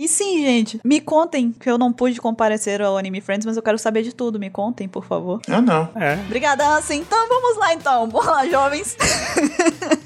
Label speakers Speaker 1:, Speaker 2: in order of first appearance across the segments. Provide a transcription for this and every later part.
Speaker 1: E sim, gente, me contem, que eu não pude comparecer ao Anime Friends, mas eu quero saber de tudo. Me contem, por favor.
Speaker 2: Eu Ah, não.
Speaker 3: É.
Speaker 1: Obrigada, assim. Então vamos lá, então. Bora lá, jovens.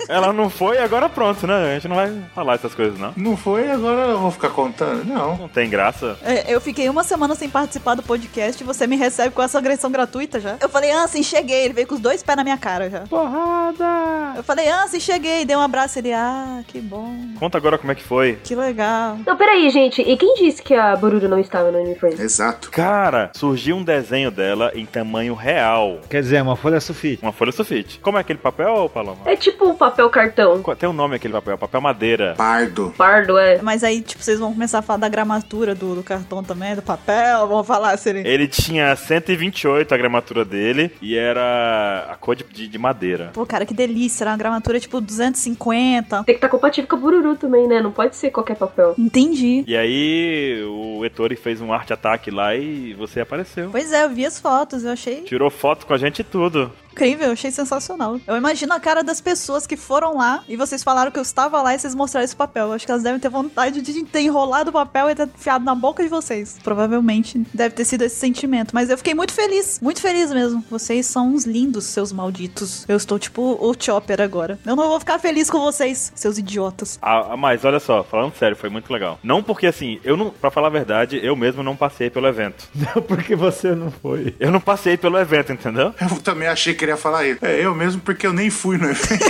Speaker 3: Ela não foi, agora pronto, né? A gente não vai falar essas coisas, não.
Speaker 2: Não foi, agora eu vou ficar contando? Não.
Speaker 3: Não tem graça.
Speaker 1: É, Eu fiquei uma semana sem participar do podcast e você me recebe com essa agressão gratuita já. Eu falei, Ansem, cheguei. Ele veio com os dois pés na minha cara já.
Speaker 3: Porrada!
Speaker 1: Eu falei, Ansem, cheguei. Dei um abraço. Ele, ah, que bom.
Speaker 3: Conta agora como é que foi.
Speaker 1: Que legal.
Speaker 4: Não, peraí, gente. E quem disse que a Bururu não estava no Anime Friends?
Speaker 2: Exato.
Speaker 3: Cara, surgiu um desenho dela em tamanho real.
Speaker 5: Quer dizer, uma folha sulfite.
Speaker 3: Uma folha sulfite. Como é aquele papel, Paloma?
Speaker 4: É tipo um papel cartão.
Speaker 3: Qual- Tem um nome aquele papel, papel madeira.
Speaker 2: Pardo.
Speaker 4: Pardo, é.
Speaker 1: Mas aí, tipo, vocês vão começar a falar da gramatura do, do cartão também, do papel, vão falar assim, se ele...
Speaker 3: Ele tinha 128 a gramatura dele e era a cor de, de- de madeira.
Speaker 1: Pô, cara, que delícia. Era uma gramatura, tipo, 250.
Speaker 4: Tem que estar compatível com a Bururu também, né? Não pode ser qualquer papel.
Speaker 1: Entendi.
Speaker 3: E aí o Ettore fez um arte ataque lá e você apareceu.
Speaker 1: Pois é, eu vi as fotos, eu achei
Speaker 3: Tirou foto com a gente e tudo.
Speaker 1: incrível, eu achei sensacional. Eu imagino a cara das pessoas que foram lá e vocês falaram que eu estava lá e vocês mostraram esse papel. Eu Acho que elas devem ter vontade de ter enrolado o papel e ter enfiado na boca de vocês. Provavelmente deve ter sido esse sentimento. Mas eu fiquei muito feliz, muito feliz mesmo. Vocês são uns lindos, seus malditos. Eu estou tipo o Chopper agora. Eu não vou ficar feliz com vocês, seus idiotas.
Speaker 3: Ah, ah, mas olha só, falando sério, foi muito legal. Não porque assim, eu não, pra falar a verdade, eu mesmo não passei pelo evento.
Speaker 5: Não, porque você não foi.
Speaker 3: Eu não passei pelo evento, entendeu?
Speaker 2: Eu também achei que ele ia falar isso. É, eu mesmo, porque eu nem fui no evento.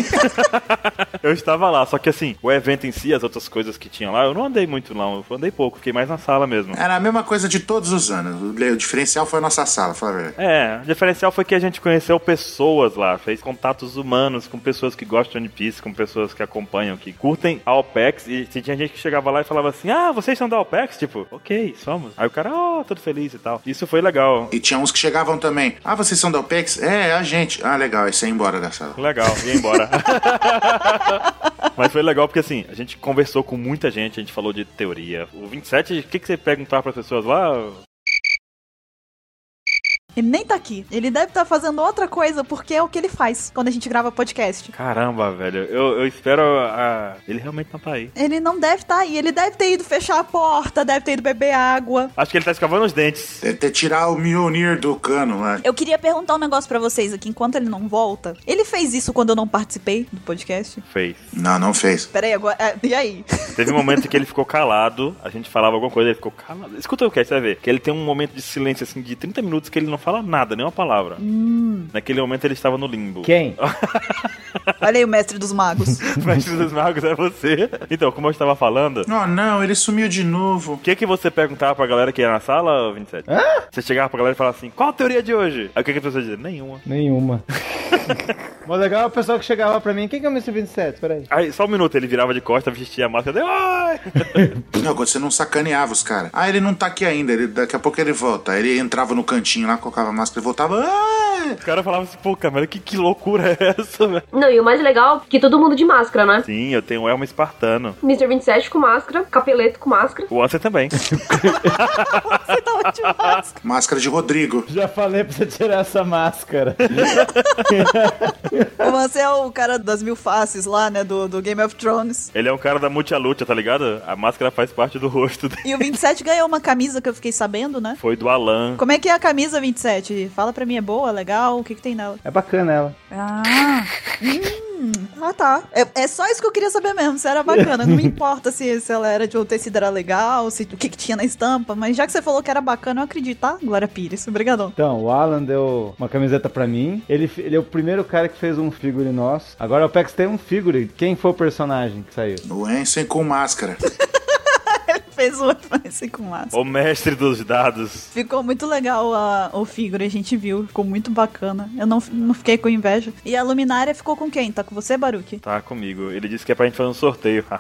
Speaker 3: Eu estava lá, só que assim, o evento em si, as outras coisas que tinha lá, eu não andei muito lá, eu andei pouco, fiquei mais na sala mesmo.
Speaker 2: Era a mesma coisa de todos os anos. O le- O diferencial foi a nossa sala, fala a verdade.
Speaker 3: É, o diferencial foi que a gente conheceu pessoas lá, fez contatos humanos com pessoas que gostam de One Piece, com pessoas que acompanham, que curtem a OPEX. E se tinha gente que chegava lá e falava assim: Ah, vocês são da OPEX? Tipo, ok, somos. Aí o cara, oh, tudo feliz e tal. Isso foi legal.
Speaker 2: E tinha uns que chegavam também. Ah, vocês são da OPEX? É, é a gente. Ah, legal, aí você ia embora da sala.
Speaker 3: Legal, ia embora. Mas foi legal porque assim, a gente conversou com muita gente, a gente falou de teoria. O 27, o que, que você perguntava para pessoas lá?
Speaker 1: Ele nem tá aqui. Ele deve estar fazendo outra coisa, porque é o que ele faz quando a gente grava podcast.
Speaker 3: Caramba, velho, eu, eu espero. a- Ele realmente não tá aí.
Speaker 1: Ele não deve estar aí. Ele deve ter ido fechar a porta, deve ter ido beber água.
Speaker 3: Acho que ele tá escavando os dentes.
Speaker 2: Deve ter tirar o Mjolnir do cano lá.
Speaker 1: Eu queria perguntar um negócio pra vocês aqui, enquanto ele não volta. Ele fez isso quando eu não participei do podcast?
Speaker 3: Fez.
Speaker 2: Não, não fez.
Speaker 1: Peraí, agora. é, e aí?
Speaker 3: Teve um momento que ele ficou calado, a gente falava alguma coisa, ele ficou calado. Escuta o que você vai ver. Que ele tem um momento de silêncio, assim, de 30 minutos que ele não fala nada, nenhuma palavra. Naquele momento ele estava no limbo.
Speaker 5: Quem?
Speaker 1: Olha aí o mestre dos magos.
Speaker 3: Mestre dos Magos é você. Então, como eu estava falando,
Speaker 2: Oh, não, ele sumiu de novo.
Speaker 3: o que, que você perguntava pra galera que ia na sala, ô 27? Hã? Você chegava pra galera e falava assim: qual a teoria de hoje? Aí o que, que a pessoa dizia? Nenhuma.
Speaker 5: Nenhuma. Mas legal é o pessoal que chegava pra mim. Quem que é o Mr. 27? Peraí.
Speaker 3: Aí só um minuto ele virava de costa, vestia a máscara, deu. "Ai!"
Speaker 2: Não, quando você não sacaneava os caras. Ah, ele não tá aqui ainda, ele- daqui a pouco ele volta. Aí Ele entrava no cantinho lá, colocava a máscara e voltava. Ah!
Speaker 3: O cara falava assim: pô, cara, que, que loucura é essa, velho?
Speaker 4: Não, e o mais legal é que todo mundo de máscara, né?
Speaker 3: Sim, eu tenho o Elmo Espartano.
Speaker 4: Mr. 27 com máscara, Capeleto com máscara.
Speaker 3: O Ansem também.
Speaker 1: Você tá ótimo. Vasco.
Speaker 2: Máscara de Rodrigo.
Speaker 5: Já falei pra você tirar essa máscara.
Speaker 1: O Você é o cara das mil faces lá, né? Do, do Game of Thrones.
Speaker 3: Ele é um cara da multialuta, tá ligado? A máscara faz parte do rosto dele.
Speaker 1: E o 27 ganhou uma camisa que eu fiquei sabendo, né?
Speaker 3: Foi do Alan.
Speaker 1: Como é que é a camisa 27? Fala pra mim, é boa, legal? O que, que tem nela?
Speaker 5: É bacana ela.
Speaker 1: Ah, hum, ah tá. É, é só isso que eu queria saber mesmo, se era bacana. Não me importa se, se ela era de um tecido era legal, se, o que, que tinha na estampa, mas já que você falou que era bacana, eu acredito, tá? Glória Pires, obrigadão.
Speaker 5: Então, o Alan deu uma camiseta pra mim. Ele, fe- ele é o primeiro cara que fez um figure nosso. Agora o Pex tem um figure. Quem foi o personagem que saiu?
Speaker 2: O Ansem com máscara.
Speaker 1: Ele fez outro, mas assim com massa.
Speaker 3: O mestre dos dados.
Speaker 1: Ficou muito legal a, o figure, a gente viu, ficou muito bacana. Eu não, não fiquei com inveja. E a luminária ficou com quem? Tá com você, Baruque?
Speaker 3: Tá comigo. Ele disse que é pra gente fazer um sorteio.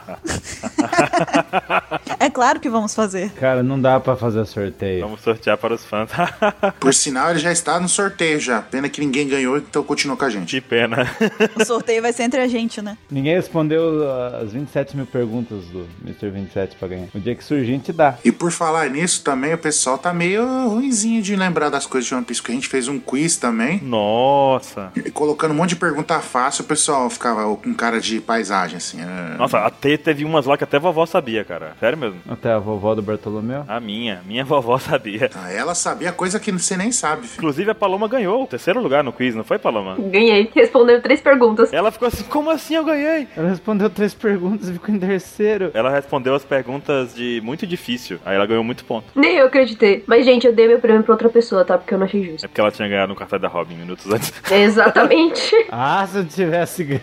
Speaker 1: É claro que vamos fazer.
Speaker 5: Cara, não dá pra fazer sorteio.
Speaker 3: Vamos sortear para os fãs.
Speaker 2: Por sinal, ele já está no sorteio já. Pena que ninguém ganhou, então continua com a gente.
Speaker 3: que pena.
Speaker 1: O sorteio vai ser entre a gente, né?
Speaker 5: Ninguém respondeu ah, as 27 mil perguntas do Mr. 27 pra ganhar. O dia que surgir, a gente dá.
Speaker 2: E por falar nisso também, o pessoal tá meio ruinzinho de lembrar das coisas de One Piece, porque a gente fez um quiz também,
Speaker 3: Nossa.
Speaker 2: e colocando um monte de pergunta fácil, o pessoal ficava com cara de paisagem, assim. ah.
Speaker 3: Nossa, até teve umas lá que Até vovó sabia, cara. Sério mesmo.
Speaker 5: Até a vovó do Bartolomeu.
Speaker 3: A minha. Minha vovó sabia.
Speaker 2: Ah, ela sabia coisa que você nem sabe, filho.
Speaker 3: Inclusive, a Paloma ganhou o terceiro lugar no quiz, não foi, Paloma?
Speaker 4: Ganhei, respondendo três perguntas.
Speaker 3: Ela ficou assim, como assim eu ganhei?
Speaker 5: Ela respondeu três perguntas e ficou em terceiro.
Speaker 3: Ela respondeu as perguntas de muito difícil. Aí ela ganhou muito ponto.
Speaker 4: Nem eu acreditei. Mas, gente, eu dei meu prêmio pra outra pessoa, tá? Porque eu não achei justo.
Speaker 3: É porque ela tinha ganhado no cartaz da Robin minutos antes.
Speaker 4: Exatamente.
Speaker 5: Ah, se eu tivesse ganho.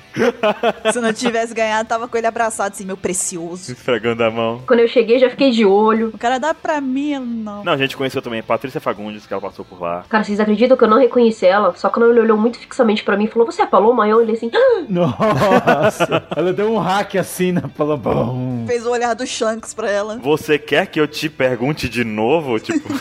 Speaker 1: Se não tivesse ganhado, tava com ele abraçado assim, meu precioso.
Speaker 3: Esfregando a mão.
Speaker 4: Quando eu cheguei, já fiquei de olho.
Speaker 1: O cara dá pra mim, não.
Speaker 3: Não, a gente conheceu também Patrícia Fagundes, que ela passou por lá.
Speaker 4: Cara, vocês acreditam que eu não reconheci ela? Só quando ele olhou muito fixamente pra mim e falou, você é a Paloma? Aí eu olhei assim, "Ah!"
Speaker 5: Nossa. ela deu um hack assim na palabra.
Speaker 1: Fez o olhar do Shanks pra ela.
Speaker 3: Você quer que eu te pergunte de novo? Tipo,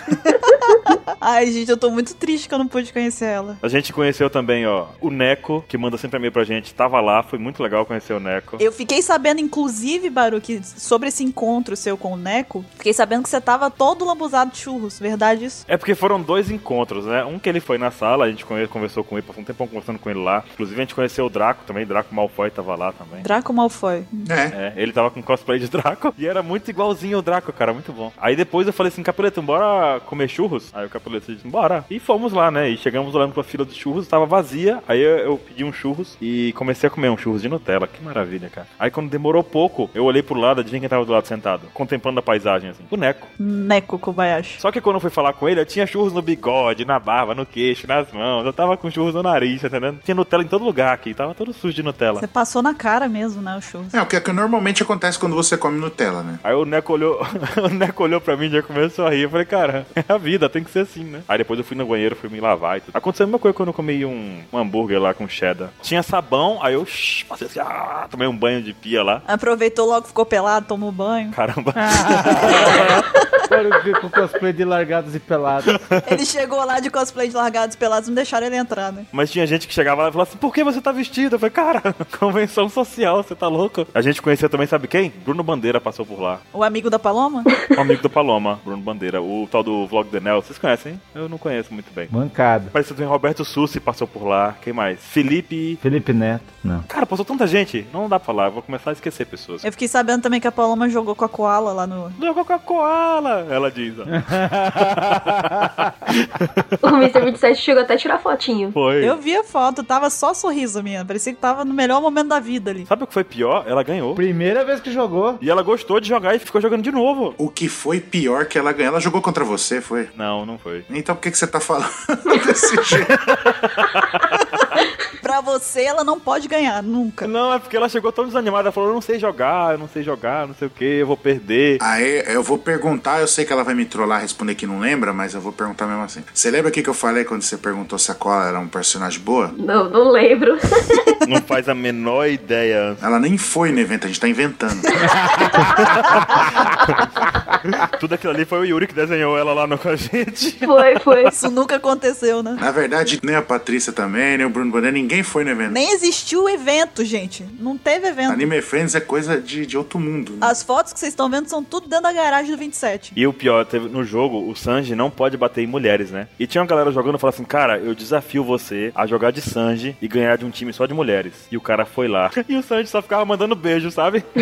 Speaker 1: Ai, gente, eu tô muito triste que eu não pude conhecer ela.
Speaker 3: a gente conheceu também, ó, o Neco, que manda sempre e-mail pra gente. Tava lá, foi muito legal conhecer o Neco.
Speaker 1: Eu fiquei sabendo, inclusive, Baruque, sobre esse encontro seu com o Neco. Fiquei sabendo que você tava todo lambuzado de churros, verdade isso?
Speaker 3: É porque foram dois encontros, né? Um que ele foi na sala, a gente conhe- conversou com ele, passou um tempão conversando com ele lá. Inclusive a gente conheceu o Draco também, Draco Malfoy tava lá também.
Speaker 1: Draco Malfoy.
Speaker 2: É.
Speaker 3: É, ele tava com cosplay de Draco e era muito igualzinho ao Draco, cara, muito bom. Aí depois eu falei assim, Capuleto, bora comer churros? Aí o Capuleto disse, bora. E fomos lá, né? E chegamos olhando pra fila dos churros, tava vazia. Aí eu, eu pedi um churros e comecei a comer um churros de Nutella. Que maravilha, cara. Aí quando demorou pouco, eu olhei pro lado, adivinha quem tava do lado sentado? Contemplando a paisagem, assim. Boneco.
Speaker 1: Neco Kobayashi.
Speaker 3: Só que quando eu fui falar com ele, eu tinha churros no bigode, na barba, no queixo, nas mãos. Eu tava com churros no nariz, tá entendendo? Tinha Nutella em todo lugar aqui, tava todo sujo de Nutella.
Speaker 1: Você passou na cara mesmo, né, o churros.
Speaker 2: É, o que é que normalmente acontece quando você come Nutella, né?
Speaker 3: Aí o Neco olhou, o Neco olhou pra mim e já começou a rir. Eu falei, cara, é a vida, tem que ser assim, né? Aí depois eu fui no banheiro, fui me lavar e tudo. Aconteceu a mesma coisa quando eu comi um, um hambúrguer lá com cheddar. Tinha sabão, aí eu shh, passei assim, ah, tomei um banho de pia lá.
Speaker 1: Aproveitou logo, ficou pelado, tomou banho.
Speaker 3: Caramba.
Speaker 5: Agora eu vi com cosplay de largados e pelados.
Speaker 1: Ele chegou lá de cosplay de largados e pelados, não deixaram ele entrar, né?
Speaker 3: Mas tinha gente que chegava lá e falava assim, por que você tá vestido? Eu falei, cara, convenção social, você tá louco? A gente conhecia também, sabe quem? Bruno Bandeira passou por lá.
Speaker 1: O amigo da Paloma?
Speaker 3: Um amigo do Paloma, Bruno Bandeira, o tal do Vlog The Nel, vocês conhecem? hein? Eu não conheço muito bem.
Speaker 5: Mancado.
Speaker 3: Parece que tem Roberto Sussi passou por lá. Quem mais? Felipe.
Speaker 5: Felipe Neto. Não.
Speaker 3: Cara, passou tanta gente. Não dá pra falar. Eu vou começar a esquecer pessoas.
Speaker 1: Eu fiquei sabendo também que a Paloma jogou com a Koala lá no.
Speaker 3: Jogou com a Koala, ela diz. ó.
Speaker 4: o Mr. 27 chegou até a tirar fotinho.
Speaker 3: Foi.
Speaker 1: Eu vi a foto, tava só sorriso minha. Parecia que tava no melhor momento da vida ali.
Speaker 3: Sabe o que foi pior? Ela ganhou.
Speaker 5: Primeira vez que jogou.
Speaker 3: E ela gostou de jogar e ficou jogando de novo.
Speaker 2: O que foi pior que ela ganhou? Ela jogou contra você, foi?
Speaker 3: Não, não foi.
Speaker 2: Então por que, que você tá falando desse jeito?
Speaker 1: Pra você, ela não pode ganhar, nunca.
Speaker 3: Não, é porque ela chegou tão desanimada. Ela falou: Eu não sei jogar, eu não sei jogar, não sei o que, eu vou perder.
Speaker 2: Aí eu vou perguntar, eu sei que ela vai me trollar responder que não lembra, mas eu vou perguntar mesmo assim. Você lembra o que, que eu falei quando você perguntou se a Cola era um personagem boa?
Speaker 4: Não, não lembro.
Speaker 3: Não faz a menor ideia.
Speaker 2: Ela nem foi no evento, a gente tá inventando.
Speaker 3: Tudo aquilo ali foi o Yuri que desenhou ela lá no com a gente.
Speaker 4: Foi, foi.
Speaker 1: Isso nunca aconteceu, né?
Speaker 2: Na verdade, nem a Patrícia também, nem o Bruno Bandeira, ninguém foi no evento.
Speaker 1: Nem existiu o evento, gente. Não teve evento.
Speaker 2: Anime Friends é coisa de, de outro mundo.
Speaker 3: Ah.
Speaker 2: né?
Speaker 1: As fotos que vocês estão vendo são tudo dentro da garagem do 27.
Speaker 3: E o pior, teve, no jogo, o Sanji não pode bater em mulheres, né? E tinha uma galera jogando e falava assim, cara, eu desafio você a jogar de Sanji e ganhar de um time só de mulheres. E o cara foi lá. E o Sanji só ficava mandando beijo, sabe?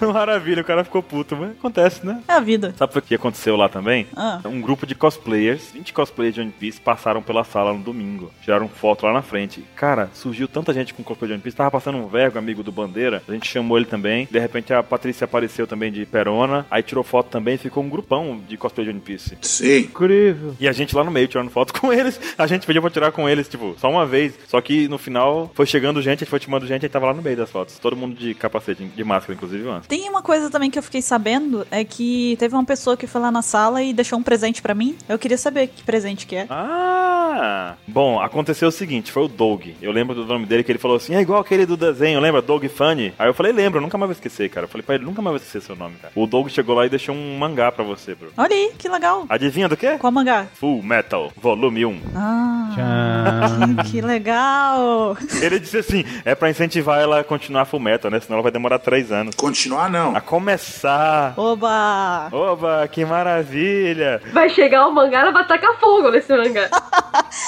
Speaker 3: Maravilha, o cara ficou puto, mas acontece, né?
Speaker 1: É a vida.
Speaker 3: Sabe o que aconteceu lá também?
Speaker 1: Ah.
Speaker 3: Um grupo de cosplayers, 20 cosplayers de One Piece, passaram pela sala no domingo. Tiraram foto lá na frente. Cara, surgiu tanta gente com cosplay de One Piece. Tava passando um vergo, amigo do Bandeira. A gente chamou ele também. De repente a Patrícia apareceu também de Perona. Aí tirou foto também. Ficou um grupão de cosplay de One Piece.
Speaker 2: Sim.
Speaker 5: Incrível.
Speaker 3: E a gente lá no meio tirando foto com eles. A gente pediu pra tirar com eles, tipo, só uma vez. Só que no final foi chegando gente, a gente foi chamando gente, a gente tava lá no meio das fotos. Todo mundo de capacete, de máscara, inclusive, antes.
Speaker 1: Tem uma coisa também que eu fiquei sabendo, é que teve uma pessoa que foi lá na sala e deixou um presente pra mim. Eu queria saber que presente que é.
Speaker 3: Ah! Bom, aconteceu o seguinte, foi o Doug. Eu lembro do nome dele que ele falou assim: é igual aquele do desenho, lembra? Doug Funny? Aí eu falei, lembro, eu nunca mais vou esquecer, cara. Eu falei pra ele, nunca mais vou esquecer seu nome, cara. O Doug chegou lá e deixou um mangá pra você, bro.
Speaker 1: Olha aí, que legal.
Speaker 3: Adivinha do quê?
Speaker 1: Qual mangá?
Speaker 3: Full Metal, volume 1.
Speaker 1: Ah.
Speaker 5: Tchan. Ah,
Speaker 1: Que legal!
Speaker 3: Ele disse assim: é pra incentivar ela a continuar full metal, né? Senão ela vai demorar três anos.
Speaker 2: Continuar, não.
Speaker 3: A começar.
Speaker 1: Oba!
Speaker 3: Oba, que maravilha!
Speaker 4: Vai chegar o mangá, ela vai tacar fogo nesse mangá.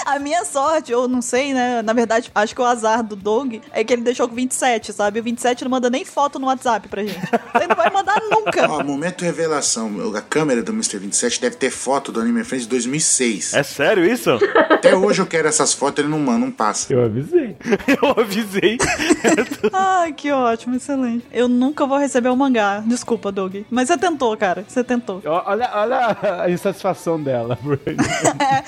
Speaker 1: A minha sorte, eu não sei, né? Na verdade, acho que o azar do Doug é que ele deixou com 27, sabe? O 27 não manda nem foto no WhatsApp pra gente. Ele não vai mandar nunca.
Speaker 2: Ó, momento revelação. A câmera do Mr. 27 deve ter foto do Anime Friends de 2006.
Speaker 3: É sério isso?
Speaker 2: Até hoje eu quero essas fotos, ele não manda, não passa.
Speaker 5: eu avisei.
Speaker 3: Eu avisei.
Speaker 1: Ai, que ótimo, excelente. Eu nunca vou receber o mangá. Desculpa, Doug. Mas você tentou, cara. Você tentou.
Speaker 5: Ó, Olha, olha a insatisfação dela. por aí.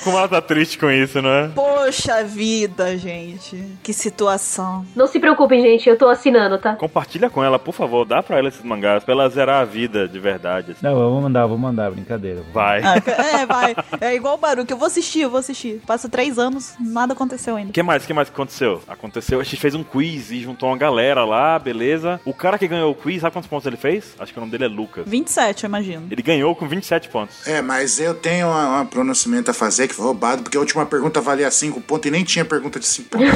Speaker 3: Como ela tá triste com isso, não é?
Speaker 1: Poxa vida, gente. Que situação.
Speaker 4: Não se preocupem, gente, eu tô assinando, tá?
Speaker 3: Compartilha com ela, por favor, dá pra ela esses mangás, pra ela zerar a vida de verdade. assim.
Speaker 5: Não, eu vou mandar, vou mandar, brincadeira.
Speaker 3: Vai.
Speaker 1: Ah, É, vai. É igual o Baruque. Eu vou assistir, eu vou assistir. Passa três anos, nada aconteceu ainda.
Speaker 3: O que mais? O que mais que aconteceu? Aconteceu, a gente fez um quiz e juntou uma galera lá, beleza. O cara que ganhou o quiz, sabe quantos pontos ele fez? Acho que o nome dele é Lucas.
Speaker 1: 27, eu imagino.
Speaker 3: Ele ganhou com 27 pontos.
Speaker 2: É, mas eu tenho um pronunciamento a fazer que foi roubado, porque a última pergunta valia 5 pontos e nem tinha pergunta de 5 pontos.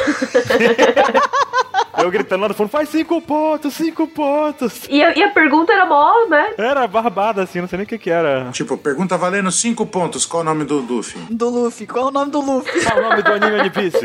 Speaker 3: Eu gritando lá no fundo, faz 5 pontos, 5 pontos.
Speaker 4: E a, e a pergunta era mó, né?
Speaker 3: Era barbada assim, não sei nem o que que era.
Speaker 2: tipo, pergunta valendo 5 pontos. Qual o nome do Luffy?
Speaker 1: Do Luffy. Qual é o nome do Luffy?
Speaker 3: Qual Ah, o nome do anime é One Piece?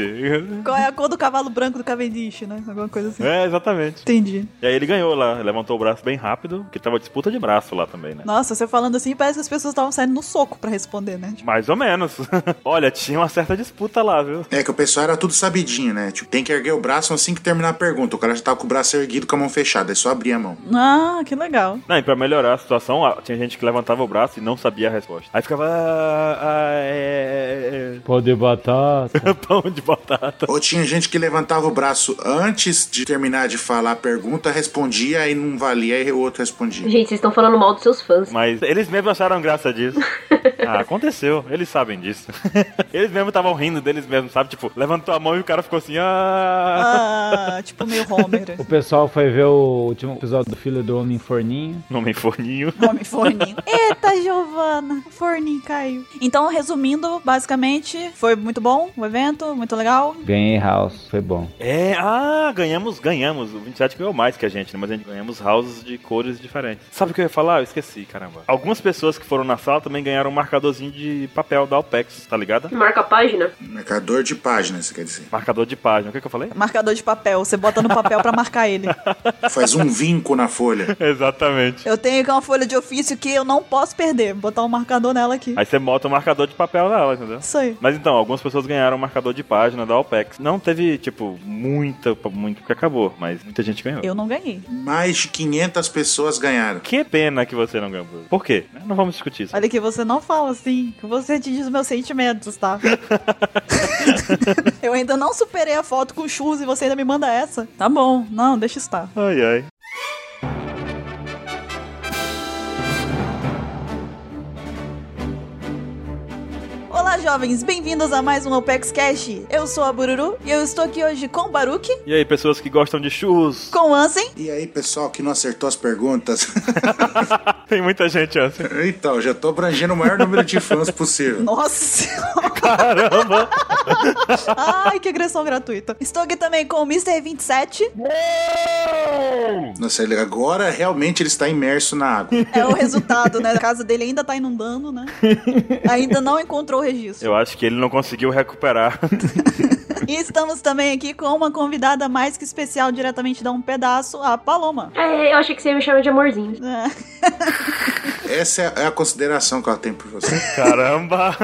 Speaker 1: Qual é a cor do cavalo branco do Cavendish, né? Alguma coisa assim.
Speaker 3: É, exatamente.
Speaker 1: Entendi.
Speaker 3: E aí ele ganhou lá, levantou o braço bem rápido, porque tava disputa de braço lá também, né?
Speaker 1: Nossa, você falando assim, parece que as pessoas estavam saindo no soco pra responder, né? Tipo,
Speaker 3: Mais ou menos. Olha, tinha uma certa disputa lá, viu?
Speaker 2: É que o pessoal era tudo sabidinho, né? Tipo, tem que erguer o braço assim que terminar a pergunta. O cara já tava com o braço erguido com a mão fechada, é só abrir a mão.
Speaker 1: ah, que legal.
Speaker 3: Não, e pra melhorar a situação, ah, tinha gente que levantava o braço e não sabia a resposta. Aí ficava. Ah, ah, é, é,
Speaker 5: Pão de batata.
Speaker 3: é, pão de batata.
Speaker 2: Ou tinha gente que levantava o braço antes de terminar de falar a pergunta, respondia e não valia, aí o outro respondia.
Speaker 4: Gente, vocês estão falando mal dos seus fãs.
Speaker 3: Mas eles mesmos acharam graça disso. Ah, aconteceu. Eles sabem disso. Eles mesmos estavam rindo deles mesmos, sabe? Tipo, levantou a mão e o cara ficou assim. Ah.
Speaker 1: Ah, tipo meio Homer.
Speaker 5: O pessoal foi ver o último episódio do Filho do Homem Forninho.
Speaker 3: Nome forninho.
Speaker 1: Nome forninho. Eita, Giovana. o Forninho caiu. Então, resumindo, basicamente, foi muito bom o evento, muito legal.
Speaker 5: Ganhei House, foi bom.
Speaker 3: É, ah, ganhamos, ganhamos. O 27 ganhou mais que a gente, né? Mas a gente ganhamos houses de cores diferentes. Sabe o que eu ia falar? Eu esqueci, caramba. Algumas pessoas que foram na sala também ganharam um marcadorzinho de papel da Alpex, tá ligado?
Speaker 4: Marca a página.
Speaker 2: Marcador de página, isso quer dizer.
Speaker 3: Marcador de página. O que, que eu falei?
Speaker 1: Marcador de papel, você bota no papel pra marcar ele.
Speaker 2: Faz um vinco na folha.
Speaker 3: Exatamente.
Speaker 1: Eu tenho aqui uma folha de ofício que eu não posso perder. Vou botar um marcador nela aqui.
Speaker 3: Aí você bota o marcador de papel nela, entendeu?
Speaker 1: Isso aí.
Speaker 3: Mas então, algumas pessoas ganharam o marcador de página da Alpex. Não teve, tipo, muita, muito que acabou, mas muita gente ganhou.
Speaker 1: Eu não ganhei.
Speaker 2: Mais de 500 pessoas ganharam.
Speaker 3: Que pena que você não ganhou. Por quê? Não vamos discutir isso.
Speaker 1: Olha que você não fala assim, que você te diz meus sentimentos, tá? eu ainda não superei a foto com shoes e você ainda me manda essa. Tá bom, não, deixa estar.
Speaker 3: Ai, ai.
Speaker 1: Olá, jovens, bem-vindos a mais um Opex Cash. Eu sou a Bururu e eu estou aqui hoje com o Baruque,
Speaker 3: E aí, pessoas que gostam de churros?
Speaker 1: com o Ansem
Speaker 2: E aí, pessoal que não acertou as perguntas?
Speaker 3: Tem muita gente assim.
Speaker 2: então, já tô abrangendo o maior número de fãs possível.
Speaker 1: Nossa senhora!
Speaker 3: Caramba!
Speaker 1: Ai, que agressão gratuita. Estou aqui também com o Mr. 27.
Speaker 2: Nossa, ele- agora realmente ele está imerso na água.
Speaker 1: É o resultado, né? A casa dele ainda tá inundando, né? Ainda não encontrou o registro.
Speaker 3: Eu acho que ele não conseguiu recuperar.
Speaker 1: E estamos também aqui com uma convidada mais que especial diretamente da Um Pedaço, a Paloma.
Speaker 4: É, eu achei que você ia me chamar de amorzinho.
Speaker 1: É.
Speaker 2: Essa é a consideração que ela tem por você.
Speaker 3: Caramba!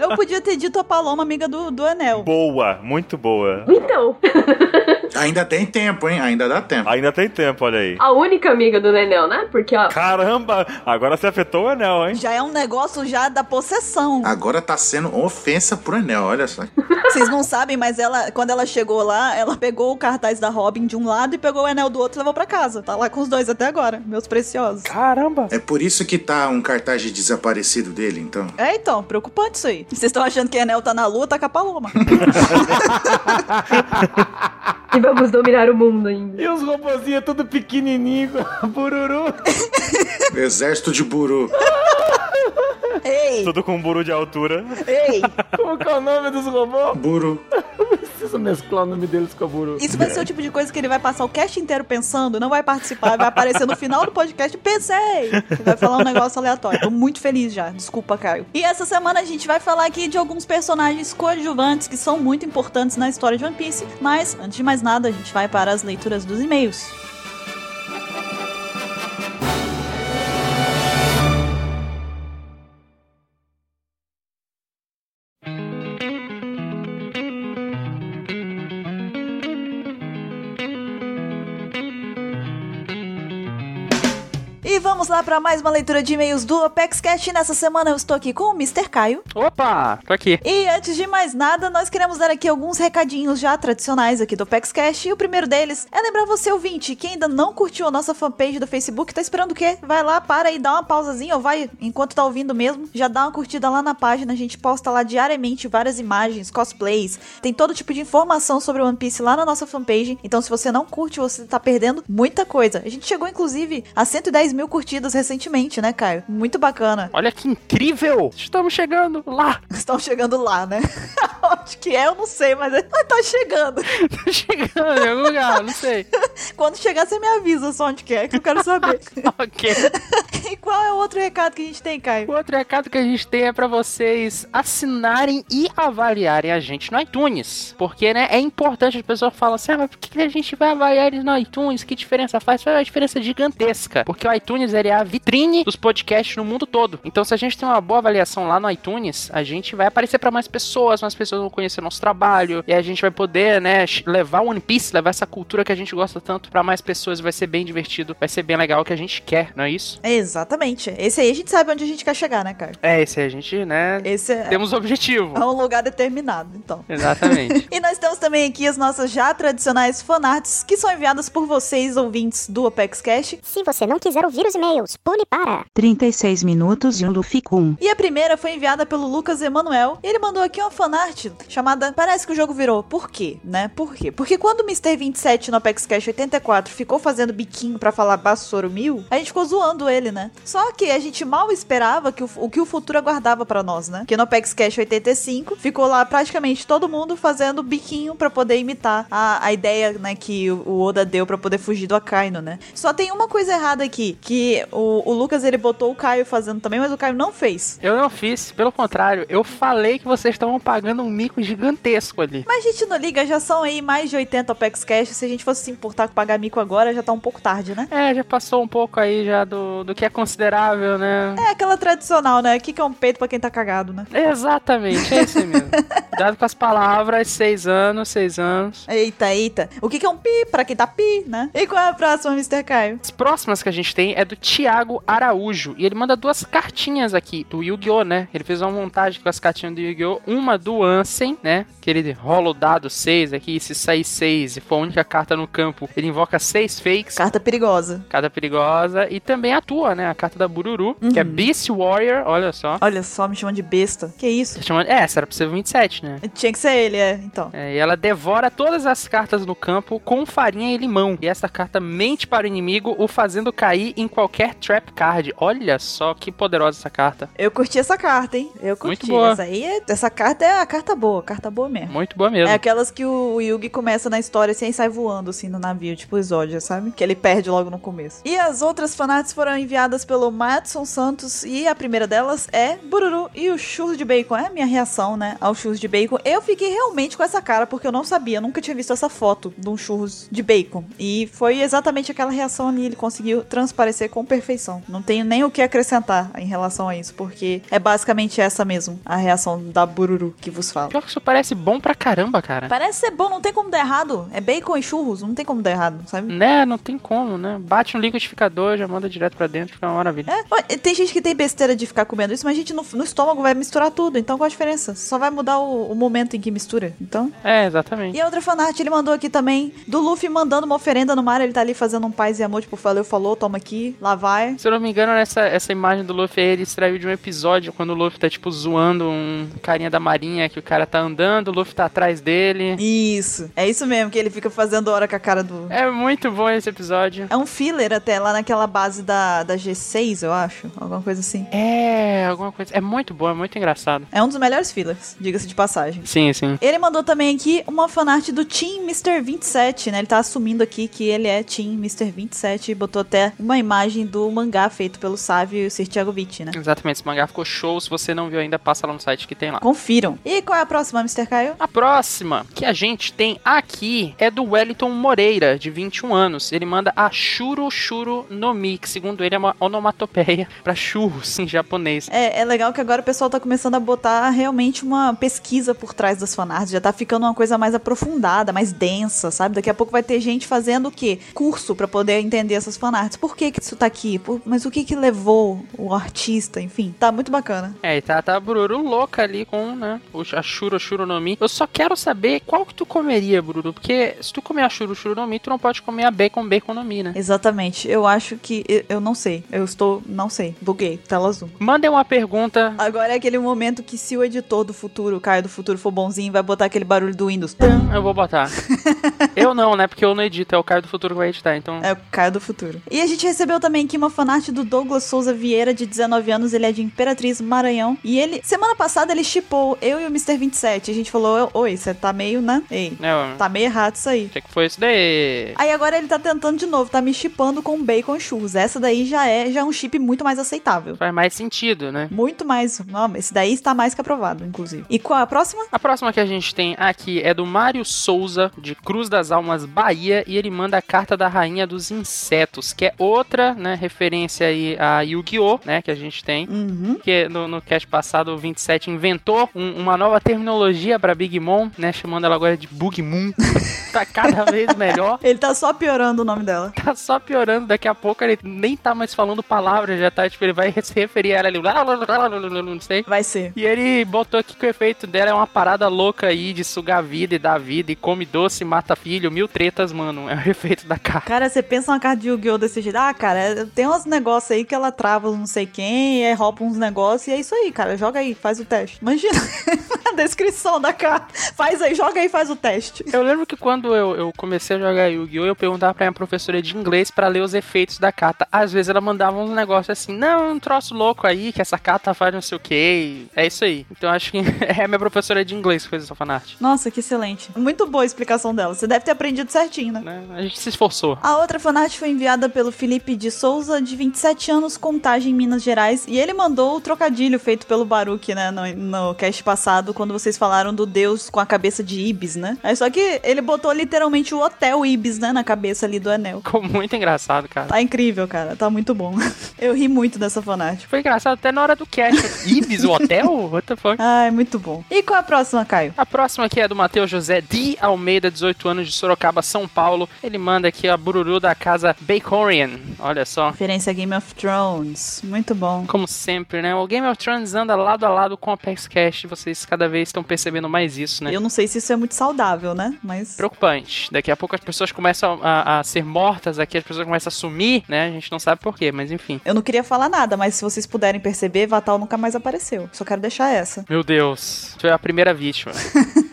Speaker 1: Eu podia ter dito a Paloma, amiga do, do Anel.
Speaker 3: boa, muito boa.
Speaker 4: Então,
Speaker 2: Ainda tem tempo, hein? Ainda dá tempo.
Speaker 3: Ainda tem tempo, olha aí.
Speaker 4: a única amiga do Nenel, né? Porque, ó,
Speaker 3: Caramba! Agora você afetou o anel, hein?
Speaker 1: Já é um negócio já da possessão.
Speaker 2: Agora tá sendo ofensa pro Anel, olha só.
Speaker 1: Vocês não sabem, mas ela, quando ela chegou lá, ela pegou o cartaz da Robin de um lado e pegou o anel do outro e levou pra casa. Tá lá com os dois até agora, meus preciosos.
Speaker 3: Caramba!
Speaker 2: É por isso que tá um cartaz de desaparecido dele, então.
Speaker 1: É, então, preocupante isso aí. Vocês estão achando que anel tá na lua, tá com a Paloma.
Speaker 4: e vamos dominar o mundo ainda.
Speaker 5: E os robozinhos tudo pequenininho, bururu.
Speaker 2: Exército de Buru.
Speaker 6: Ei,
Speaker 3: Tudo com um buru de altura.
Speaker 6: ei.
Speaker 5: Como que é o nome dos robôs?
Speaker 2: Buru.
Speaker 5: Precisa mesclar o nome deles com a Buru.
Speaker 1: Isso vai ser o tipo de coisa que ele vai passar o cast inteiro pensando, não vai participar, vai aparecer no final do podcast, pensei! E Vai falar um negócio aleatório. Tô muito feliz já, desculpa, Caio. E essa semana a gente vai falar aqui de alguns personagens coadjuvantes que são muito importantes na história de One Piece, mas, antes de mais nada, a gente vai para as leituras dos e-mails. E vamos lá para mais uma leitura de e-mails do Apex Cash. Nessa semana eu estou aqui com o Mr. Caio.
Speaker 7: Opa, tô aqui.
Speaker 1: E antes de mais nada, nós queremos dar aqui alguns recadinhos já tradicionais aqui do Pex Cash. E o primeiro deles é lembrar você, ouvinte, que ainda não curtiu a nossa fanpage do Facebook, tá esperando o quê? Vai lá, para e dá uma pausazinha, ou vai, enquanto tá ouvindo mesmo, já dá uma curtida lá na página. A gente posta lá diariamente várias imagens, cosplays, tem todo tipo de informação sobre One Piece lá na nossa fanpage. Então, se você não curte, você tá perdendo muita coisa. A gente chegou, inclusive, a 110 mil curtidas recentemente, né, Caio? Muito bacana.
Speaker 7: Olha que incrível! Estamos chegando lá!
Speaker 1: Estão chegando lá, né? Onde que é, eu não sei, mas mas tá chegando.
Speaker 7: Tô chegando em algum lugar, não sei.
Speaker 1: Quando chegar, você me avisa só onde que é, que eu quero saber.
Speaker 7: Ok.
Speaker 1: e qual é o outro recado que a gente tem,
Speaker 7: O
Speaker 1: Caio?
Speaker 7: outro recado que a gente tem é pra vocês assinarem e avaliarem a gente no iTunes. Porque, né, é importante as pessoas falam assim, ah, mas por que a gente vai avaliar eles no iTunes? Que diferença faz? Faz uma diferença gigantesca. Porque o iTunes, ele é a vitrine dos podcasts no mundo todo. Então, se a gente tem uma boa avaliação lá no iTunes, a gente vai aparecer pra mais pessoas, mais pessoas vão conhecer nosso trabalho, e a gente vai poder, né, ch- levar One Piece, levar essa cultura que a gente gosta tanto pra mais pessoas, vai ser bem divertido, vai ser bem legal o que a gente quer, não é isso?
Speaker 1: Exatamente. Esse aí a gente sabe onde a gente quer chegar, né, Caio?
Speaker 7: É, esse aí a gente, né,
Speaker 1: Esse é,
Speaker 7: temos objetivo.
Speaker 1: é um lugar determinado, então.
Speaker 7: Exatamente.
Speaker 1: E nós temos também aqui as nossas já tradicionais fanarts, que são enviadas por vocês, ouvintes do Apex Cash.
Speaker 8: Se você não quiser ouvir os e-mails, pule para.
Speaker 9: 36 minutos e um Luffy Kun.
Speaker 1: E a primeira foi enviada pelo Lucas Emanuel. E ele mandou aqui uma fanart chamada Parece que o jogo virou. Por quê? Né? Por quê? Porque quando o Mr. 27 no Apex Cash 84 ficou fazendo biquinho pra falar Bassoro 1000, a gente ficou zoando ele, né? Só que a gente mal esperava que o, o que o futuro aguardava pra nós, né? Que no Apex Cash 85 ficou lá praticamente todo mundo fazendo biquinho pra poder imitar a, a ideia, né, que o, o Oda deu pra poder fugir do Akainu, né? Só tem uma coisa errada aqui, que o, o Lucas ele botou o Caio fazendo também, mas o Caio não fez.
Speaker 7: Eu não fiz, pelo contrário, eu falei que vocês estavam pagando um mico gigantesco ali.
Speaker 1: Mas a gente não liga, já são aí mais de 80 Opex Cash. Se a gente fosse se importar com pagar mico agora, já tá um pouco tarde, né?
Speaker 7: É, já passou um pouco aí já do, do que é considerável, né?
Speaker 1: É aquela tradicional, né? O que que é um peito pra quem tá cagado, né?
Speaker 7: Exatamente, é isso aí mesmo. Cuidado com as palavras, seis anos, seis anos.
Speaker 1: Eita, eita. O que que é um pi pra quem tá pi, né? E qual é a próxima, Mr. Caio?
Speaker 7: As próximas que a gente tem é do Thiago Araújo. E ele manda duas cartinhas aqui do Yu-Gi-Oh, né? Ele fez uma montagem com as cartinhas do Yu-Gi-Oh! Uma do Ansem, né? Que ele rola o dado seis aqui. E se sair seis e for a única carta no campo, ele invoca seis fakes.
Speaker 1: Carta perigosa.
Speaker 7: Carta perigosa. E também a tua, né? A carta da Bururu, que é Beast Warrior, olha só.
Speaker 1: Olha só, me chamando de besta. Que isso?
Speaker 7: Tá chamando- É, essa era pra ser 27, né?
Speaker 1: Tinha que ser ele, é, então.
Speaker 7: É, e ela devora todas as cartas no campo com farinha e limão. E essa carta mente para o inimigo, o fazendo cair em qualquer trap card. Olha só que poderosa essa carta.
Speaker 1: Eu curti essa carta, hein? Eu curti.
Speaker 7: Muito boa.
Speaker 1: Essa aí, é- essa carta é a carta boa, carta boa mesmo.
Speaker 7: Muito boa mesmo.
Speaker 1: É aquelas que o Yugi começa na história assim e sai voando assim no navio, tipo o Exódia, sabe? Que ele perde logo no começo. E as outras fanarts foram enviadas pelo Madison Santos e a primeira delas é Bururu e o churro de bacon. É a minha reação, né, ao churros de bacon. Eu fiquei realmente com essa cara porque eu não sabia, eu nunca tinha visto essa foto de um churros de bacon. E foi exatamente aquela reação ali, ele conseguiu transparecer com perfeição. Não tenho nem o que acrescentar em relação a isso, porque é basicamente essa mesmo, a reação da Bururu que vos fala.
Speaker 7: Pior que isso parece bom pra caramba, cara.
Speaker 1: Parece ser bom, não tem como dar errado. É bacon e churros, não tem como dar errado, sabe?
Speaker 7: Né, não tem como, né? Bate no liquidificador, já manda direto pra dentro, fica uma maravilha.
Speaker 1: É, ó, tem gente que tem besteira de ficar comendo isso, mas a gente no, no estômago vai misturar tudo, então qual a diferença? Só vai mudar o, o, o momento em que mistura. Então.
Speaker 7: É, exatamente.
Speaker 1: E a outra fanart, ele mandou aqui também do Luffy mandando uma oferenda no mar. Ele tá ali fazendo um paz e amor, tipo, valeu, falou, toma aqui, lá vai.
Speaker 7: Se eu não me engano, essa, essa imagem do Luffy aí, ele extraiu de um episódio quando o Luffy tá, tipo, zoando um carinha da marinha que o cara tá andando, o Luffy tá atrás dele.
Speaker 1: Isso. É isso mesmo, que ele fica fazendo hora com a cara do.
Speaker 7: É muito bom esse episódio.
Speaker 1: É um filler até lá naquela base da, da G6, eu acho. Alguma coisa assim.
Speaker 7: É, alguma coisa. É muito bom, é muito engraçado.
Speaker 1: É um dos melhores fillers, diga-se de passagem.
Speaker 7: Sim, sim.
Speaker 1: Ele mandou também aqui uma fanart do Team Mr. 27, né? Ele tá assumindo aqui que ele é Team Mr. 27 e botou até uma imagem do mangá feito pelo Sávio e o Sir Thiago Vitti, né?
Speaker 7: Exatamente, esse mangá ficou show. Se você não viu ainda, passa lá no site que tem lá.
Speaker 1: Confiram. E qual é a próxima, Mr. Caio?
Speaker 7: A próxima que a gente tem aqui é do Wellington Moreira, de 21 anos. Ele manda a Shuro Shuro no Mi, que segundo ele é uma onomatopeia pra churros em japonês.
Speaker 1: É, é legal que agora o pessoal tá começando a botar realmente uma pesquisa por trás das fanarts. Já tá ficando uma coisa mais aprofundada, mais densa, sabe? Daqui a pouco vai ter gente fazendo o quê? Curso pra poder entender essas fanarts. Por que, que isso tá aqui? Por- Mas o que que levou o artista? Enfim, tá muito bacana.
Speaker 7: É, e tá, tá a Bururu louca ali com, né, o- a Shuro Shuro no Mi. Eu só quero saber qual que tu comeria, Bururu, porque se tu comer a Shuro Shuro no Mi, tu não pode comer a Bacon Bacon no Mi, né?
Speaker 1: Exatamente. Eu acho que. eu- Eu não sei. Eu estou. Não sei. Buguei. Tela azul.
Speaker 7: Mandem uma pergunta.
Speaker 1: Agora é aquele momento que se o editor do futuro, o Caio do futuro, for bonzinho, vai botar aquele barulho do Windows.
Speaker 7: Eu vou botar. eu não, né? Porque eu não edito, é o Caio do Futuro que vai editar, então.
Speaker 1: É o Caio do futuro. E a gente recebeu também aqui uma fanart do Douglas Souza Vieira, de 19 anos. Ele é de Imperatriz Maranhão. E ele, semana passada, ele chipou eu e o Mr. 27. A gente falou: Oi, você tá meio, né? Ei,
Speaker 7: É, eu-
Speaker 1: tá meio errado isso aí.
Speaker 7: Achei que foi isso daí.
Speaker 1: Aí agora ele tá tentando de novo, tá me chipando com bacon e churros. Essa daí já é, já é um chip muito mais aceitável.
Speaker 7: Faz mais sentido, né?
Speaker 1: Muito mais. Não, esse daí está mais que aprovado, inclusive. E qual é a próxima?
Speaker 7: A próxima que a gente tem aqui é do Mário Souza, de Cruz das Almas, Bahia, e ele manda a carta da Rainha dos Insetos, que é outra, né, referência aí a Yu-Gi-Oh!, né, que a gente tem.
Speaker 1: Uhum.
Speaker 7: Porque no, no cast passado, o 27 inventou um- uma nova terminologia pra Big Mom, né, chamando ela agora de Bug Moon. tá cada vez melhor.
Speaker 1: Ele tá só piorando o nome dela.
Speaker 7: Tá só piorando, daqui a pouco ele nem tá mais falando palavras, já tá, tipo, ele vai se referir a ela ali, não sei.
Speaker 1: Vai ser.
Speaker 7: E ele botou aqui que o efeito dela é uma parada louca aí de sugar vida e dar vida e come doce, mata filho, mil tretas, mano. É o efeito da carta.
Speaker 1: Cara, você pensa uma carta de Yu-Gi-Oh! desse jeito. Ah, cara, é- tem uns negócios aí que ela trava não sei quem, e aí rouba uns negócios, e é isso aí, cara. Joga aí, faz o teste. Imagina a descrição da carta. Faz aí, joga aí, faz o teste.
Speaker 7: Eu lembro que quando eu, eu comecei a jogar Yu-Gi-Oh! eu perguntava pra minha professora de inglês pra ler os efeitos da carta. Às vezes ela mandava uns negócios assim, não, um troço louco aí, que essa carta faz não sei o que. É isso aí. Então acho que é a minha professora de inglês que fez essa fanart.
Speaker 1: Nossa, que excelente. Muito boa a explicação dela. Você deve ter aprendido certinho, né?
Speaker 7: Né? A gente se esforçou.
Speaker 1: A outra fanart foi enviada pelo Felipe de Souza, de 27 anos, Contagem, Minas Gerais, e ele mandou o trocadilho feito pelo Baruque, né, no, no cast passado, quando vocês falaram do deus com a cabeça de Ibis, né? Aí só que ele botou literalmente o hotel Ibis, né, na cabeça ali do anel.
Speaker 7: Ficou muito engraçado, cara.
Speaker 1: Tá incrível, cara, tá muito bom. Eu ri muito dessa fanart.
Speaker 7: Foi engraçado até na hora do cast. Ibis, o hotel? What the fuck?
Speaker 1: Ai, muito bom. E qual é a próxima, Caio?
Speaker 7: A próxima aqui é do Matheus José de Almeida, 18 anos, de Sorocaba, São Paulo. Ele manda aqui a bururu da casa Bacorian. Olha só.
Speaker 1: Referência a Game of Thrones. Muito bom.
Speaker 7: Como sempre, né? O Game of Thrones anda lado a lado com a Apex Cash. Vocês cada vez estão percebendo mais isso, né?
Speaker 1: Eu não sei se isso é muito saudável, né? Mas.
Speaker 7: Preocupante. Daqui a pouco as pessoas começam a, a ser mortas aqui, as pessoas começam a sumir, né? A gente não sabe porquê, mas enfim.
Speaker 1: Eu não queria falar nada, mas se vocês puderem perceber, Vatal nunca mais apareceu. Só quero deixar essa.
Speaker 7: Meu Deus, tu é a primeira vítima.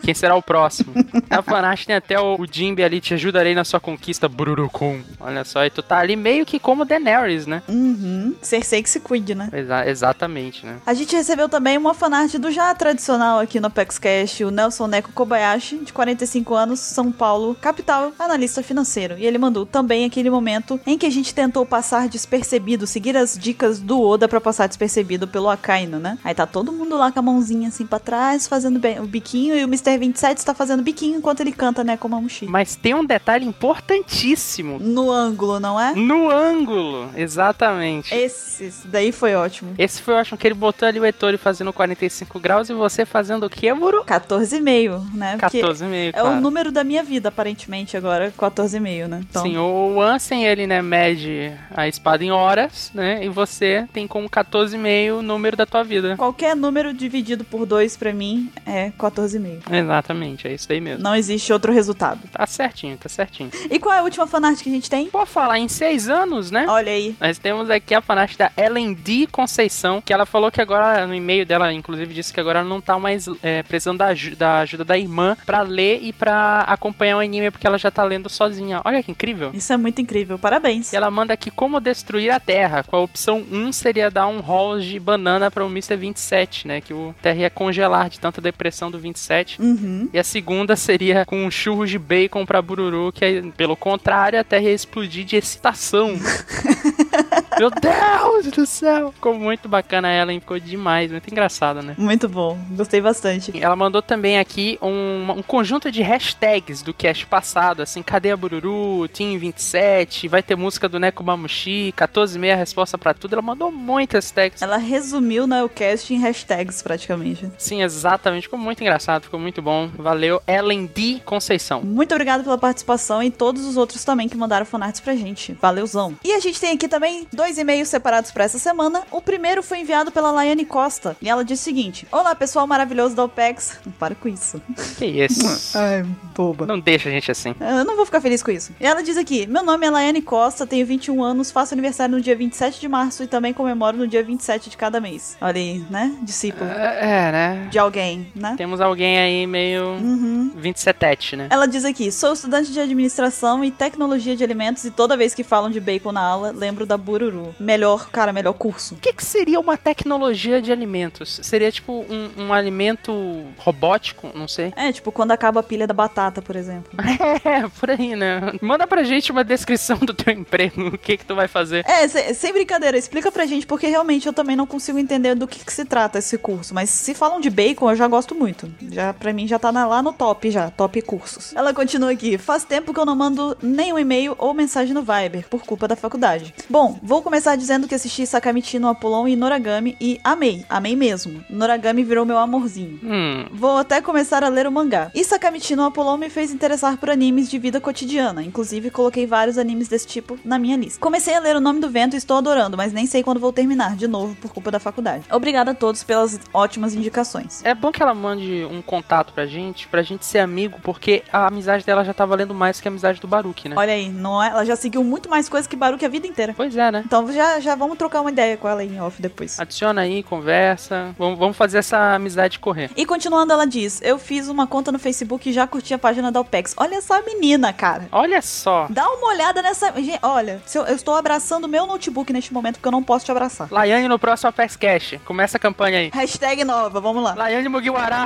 Speaker 7: Quem será o próximo? A Fanash tem até o, o Jimbe ali, te ajudarei na sua conquista, Bururucum. Olha só, e tu tá ali meio que como Daenerys, né?
Speaker 1: Uhum. Cersei que se cuide, né?
Speaker 7: Exa- exatamente, né?
Speaker 1: A gente recebeu também uma fanart do já tradicional aqui no Apex Cash, o Nelson Neco Kobayashi, de 45 anos, São Paulo, capital, analista financeiro. E ele mandou também aquele momento em que a gente tentou passar despercebido, seguir as dicas do Oda pra passar despercebido pelo Akainu, né? Aí tá todo mundo lá com a mãozinha assim pra trás, fazendo bem o biquinho, e o Mr. 27 está fazendo biquinho enquanto ele canta, né, como a Mushi.
Speaker 7: Mas tem um detalhe importantíssimo.
Speaker 1: No ângulo, não é?
Speaker 7: No ângulo, exatamente.
Speaker 1: Esse, esse daí foi ótimo.
Speaker 7: Esse foi ótimo que ele botou ali o Ettore fazendo 45 graus e você fazendo dando o quê, Muru?
Speaker 1: 14,5, né? Porque
Speaker 7: 14,5,
Speaker 1: é
Speaker 7: claro.
Speaker 1: o número da minha vida, aparentemente, agora, 14,5, né? Então,
Speaker 7: Sim, o Ansem, ele, né, mede a espada em horas, né? E você tem como 14,5 o número da tua vida.
Speaker 1: qualquer número dividido por 2 pra mim é 14,5.
Speaker 7: Exatamente, é isso aí mesmo.
Speaker 1: Não existe outro resultado.
Speaker 7: Tá certinho, tá certinho.
Speaker 1: E qual é a última fanart que a gente tem?
Speaker 7: Por falar em seis anos, né?
Speaker 1: Olha aí.
Speaker 7: Nós temos aqui a fanart da Ellen D. Conceição, que ela falou que agora, no e-mail dela, inclusive, disse que agora ela não tá mais é, precisando da, aju- da ajuda da irmã pra ler e pra acompanhar o anime, porque ela já tá lendo sozinha. Olha que incrível.
Speaker 1: Isso é muito incrível. Parabéns.
Speaker 7: E ela manda aqui como destruir a Terra. Com a opção 1 seria dar um roll de banana para o Mr. 27, né? Que o Terra ia congelar de tanta depressão do 27.
Speaker 1: Uhum.
Speaker 7: E a segunda seria com um churro de bacon pra Bururu, que aí, pelo contrário, a Terra ia explodir de excitação. Meu Deus do céu! Ficou muito bacana ela, hein? Ficou demais, muito engraçada, né?
Speaker 1: Muito bom. Gostei bastante.
Speaker 7: Ela mandou também aqui um, um conjunto de hashtags do cast passado, assim, cadê a Bururu, Team 27, vai ter música do Neko Mamushi, 14,6 resposta pra tudo. Ela mandou muitas tags.
Speaker 1: Ela resumiu na Elcast em hashtags, praticamente.
Speaker 7: Sim, exatamente. Ficou muito engraçado, ficou muito bom. Valeu, Ellen D. Conceição.
Speaker 1: Muito obrigado pela participação e todos os outros também que mandaram fanarts pra gente. Valeuzão. E a gente tem aqui também dois e-mails separados pra essa semana. O primeiro foi enviado pela Laiane Costa. E ela diz o seguinte: Olá, pessoal maravilhoso da OPEX. Não para com isso.
Speaker 7: Que isso?
Speaker 1: Ai, boba.
Speaker 7: Não deixa a gente assim.
Speaker 1: É, Eu não vou ficar feliz com isso. E ela diz aqui: Meu nome é Laiane Costa, tenho 21 anos, faço aniversário no dia 27 de março e também comemoro no dia 27 de cada mês. Olha aí, né? Discípulo
Speaker 7: É, é, né? Hum?
Speaker 1: de alguém, né?
Speaker 7: Temos alguém aí meio
Speaker 1: Uhum.
Speaker 7: 27, né?
Speaker 1: Ela diz aqui: sou estudante de administração e tecnologia de alimentos, e toda vez que falam de bacon na aula, lembro da Bururu. Melhor, cara, melhor curso.
Speaker 7: O que, que seria uma tecnologia de alimentos? Seria tipo um, um alimento robótico? Não sei.
Speaker 1: É, tipo, quando acaba a pilha da batata, por exemplo.
Speaker 7: É, por aí, né? Manda pra gente uma descrição do teu emprego, o que que tu vai fazer.
Speaker 1: É, se- sem brincadeira, explica pra gente, porque realmente eu também não consigo entender do que, que se trata esse curso. Mas se falam de bacon, eu já gosto muito. Já Pra mim já tá na- lá no top, já, top cursos. Ela continua aqui. Faz tempo que eu não mando nenhum e-mail ou mensagem no Viber, por culpa da faculdade. Bom, vou começar dizendo que assisti Sakamichi no Apolon e Noragami e amei, amei mesmo. Noragami virou meu amorzinho.
Speaker 7: Hum,
Speaker 1: Vou até começar a ler o mangá. E Sakamichi no Apollo me fez interessar por animes de vida cotidiana. Inclusive, coloquei vários animes desse tipo na minha lista. Comecei a ler O Nome do Vento e estou adorando, mas nem sei quando vou terminar, de novo, por culpa da faculdade. Obrigada a todos pelas ótimas indicações.
Speaker 7: é bom que ela mande um contato pra gente, pra gente ser amigo, porque a amizade dela já tá valendo mais que a amizade do Baruque, né?
Speaker 1: Olha aí, não é- ela já seguiu muito mais coisa que Baruque a vida inteira.
Speaker 7: Pois é, né?
Speaker 1: Então já, já vamos trocar uma ideia com ela em off depois.
Speaker 7: Adiciona aí, conversa. Vamos, vamos fazer essa amizade correr.
Speaker 1: E continuando, ela diz: Eu fiz uma conta no Facebook e já curti a página da OPEX. Olha essa menina, cara.
Speaker 7: Olha só.
Speaker 1: Dá uma olhada nessa. Gente, olha, se eu, eu estou abraçando meu notebook neste momento porque eu não posso te abraçar.
Speaker 7: Laiane no próximo Apex Cash. Começa a campanha aí.
Speaker 1: Hashtag nova, vamos lá.
Speaker 7: Laiane Mugiwara.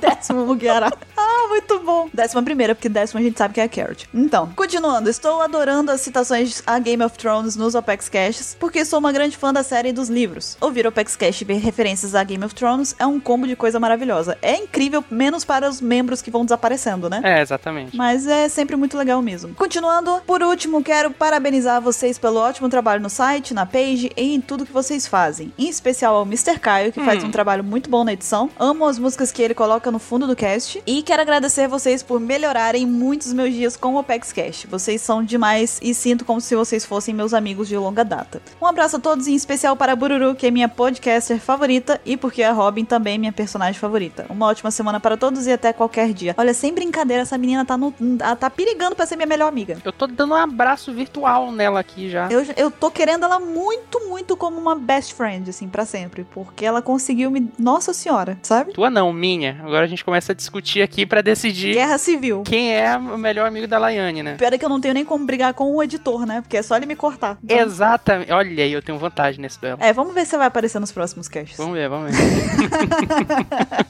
Speaker 1: Décimo Mugiará. Ah, muito bom. Décima primeira, porque décima a gente sabe que é a Carrot. Então, continuando, estou adorando as citações a Game of Thrones nos Opex Caches, porque sou uma grande fã da série e dos livros. Ouvir Opex Cash e ver referências a Game of Thrones é um combo de coisa maravilhosa. É incrível, menos para os membros que vão desaparecendo, né?
Speaker 7: É, exatamente.
Speaker 1: Mas é sempre muito legal mesmo. Continuando, por último, quero parabenizar vocês pelo ótimo trabalho no site, na page e em tudo que vocês fazem. Em especial ao Mr. Caio, que faz um trabalho muito bom na edição. Amo as músicas que ele coloca no fundo do cast. E quero agradecer vocês por melhorarem muitos meus dias com o um Opex Cast. Vocês são demais e sinto como se vocês fossem meus amigos de longa data. Um abraço a todos, em especial para a Bururu, que é minha podcaster favorita, e porque a Robin também é minha personagem favorita. Uma ótima semana para todos e até qualquer dia. Olha, sem brincadeira, essa menina tá, no, ela tá perigando para ser minha melhor amiga.
Speaker 7: Eu tô dando um abraço virtual nela aqui já.
Speaker 1: Eu, eu tô querendo ela muito, muito como uma best friend, assim, para sempre. Porque ela conseguiu me. Nossa senhora, sabe?
Speaker 7: Tua não, minha. Agora a gente começa a discutir aqui pra decidir
Speaker 1: Guerra civil.
Speaker 7: quem é o melhor amigo da Laiane, né?
Speaker 1: Pior é que eu não tenho nem como brigar com o editor, né? Porque é só ele me cortar.
Speaker 7: Exatamente. Olha aí, eu tenho vantagem nesse duelo.
Speaker 1: É, vamos ver se vai aparecer nos próximos casts.
Speaker 7: Vamos ver, vamos ver.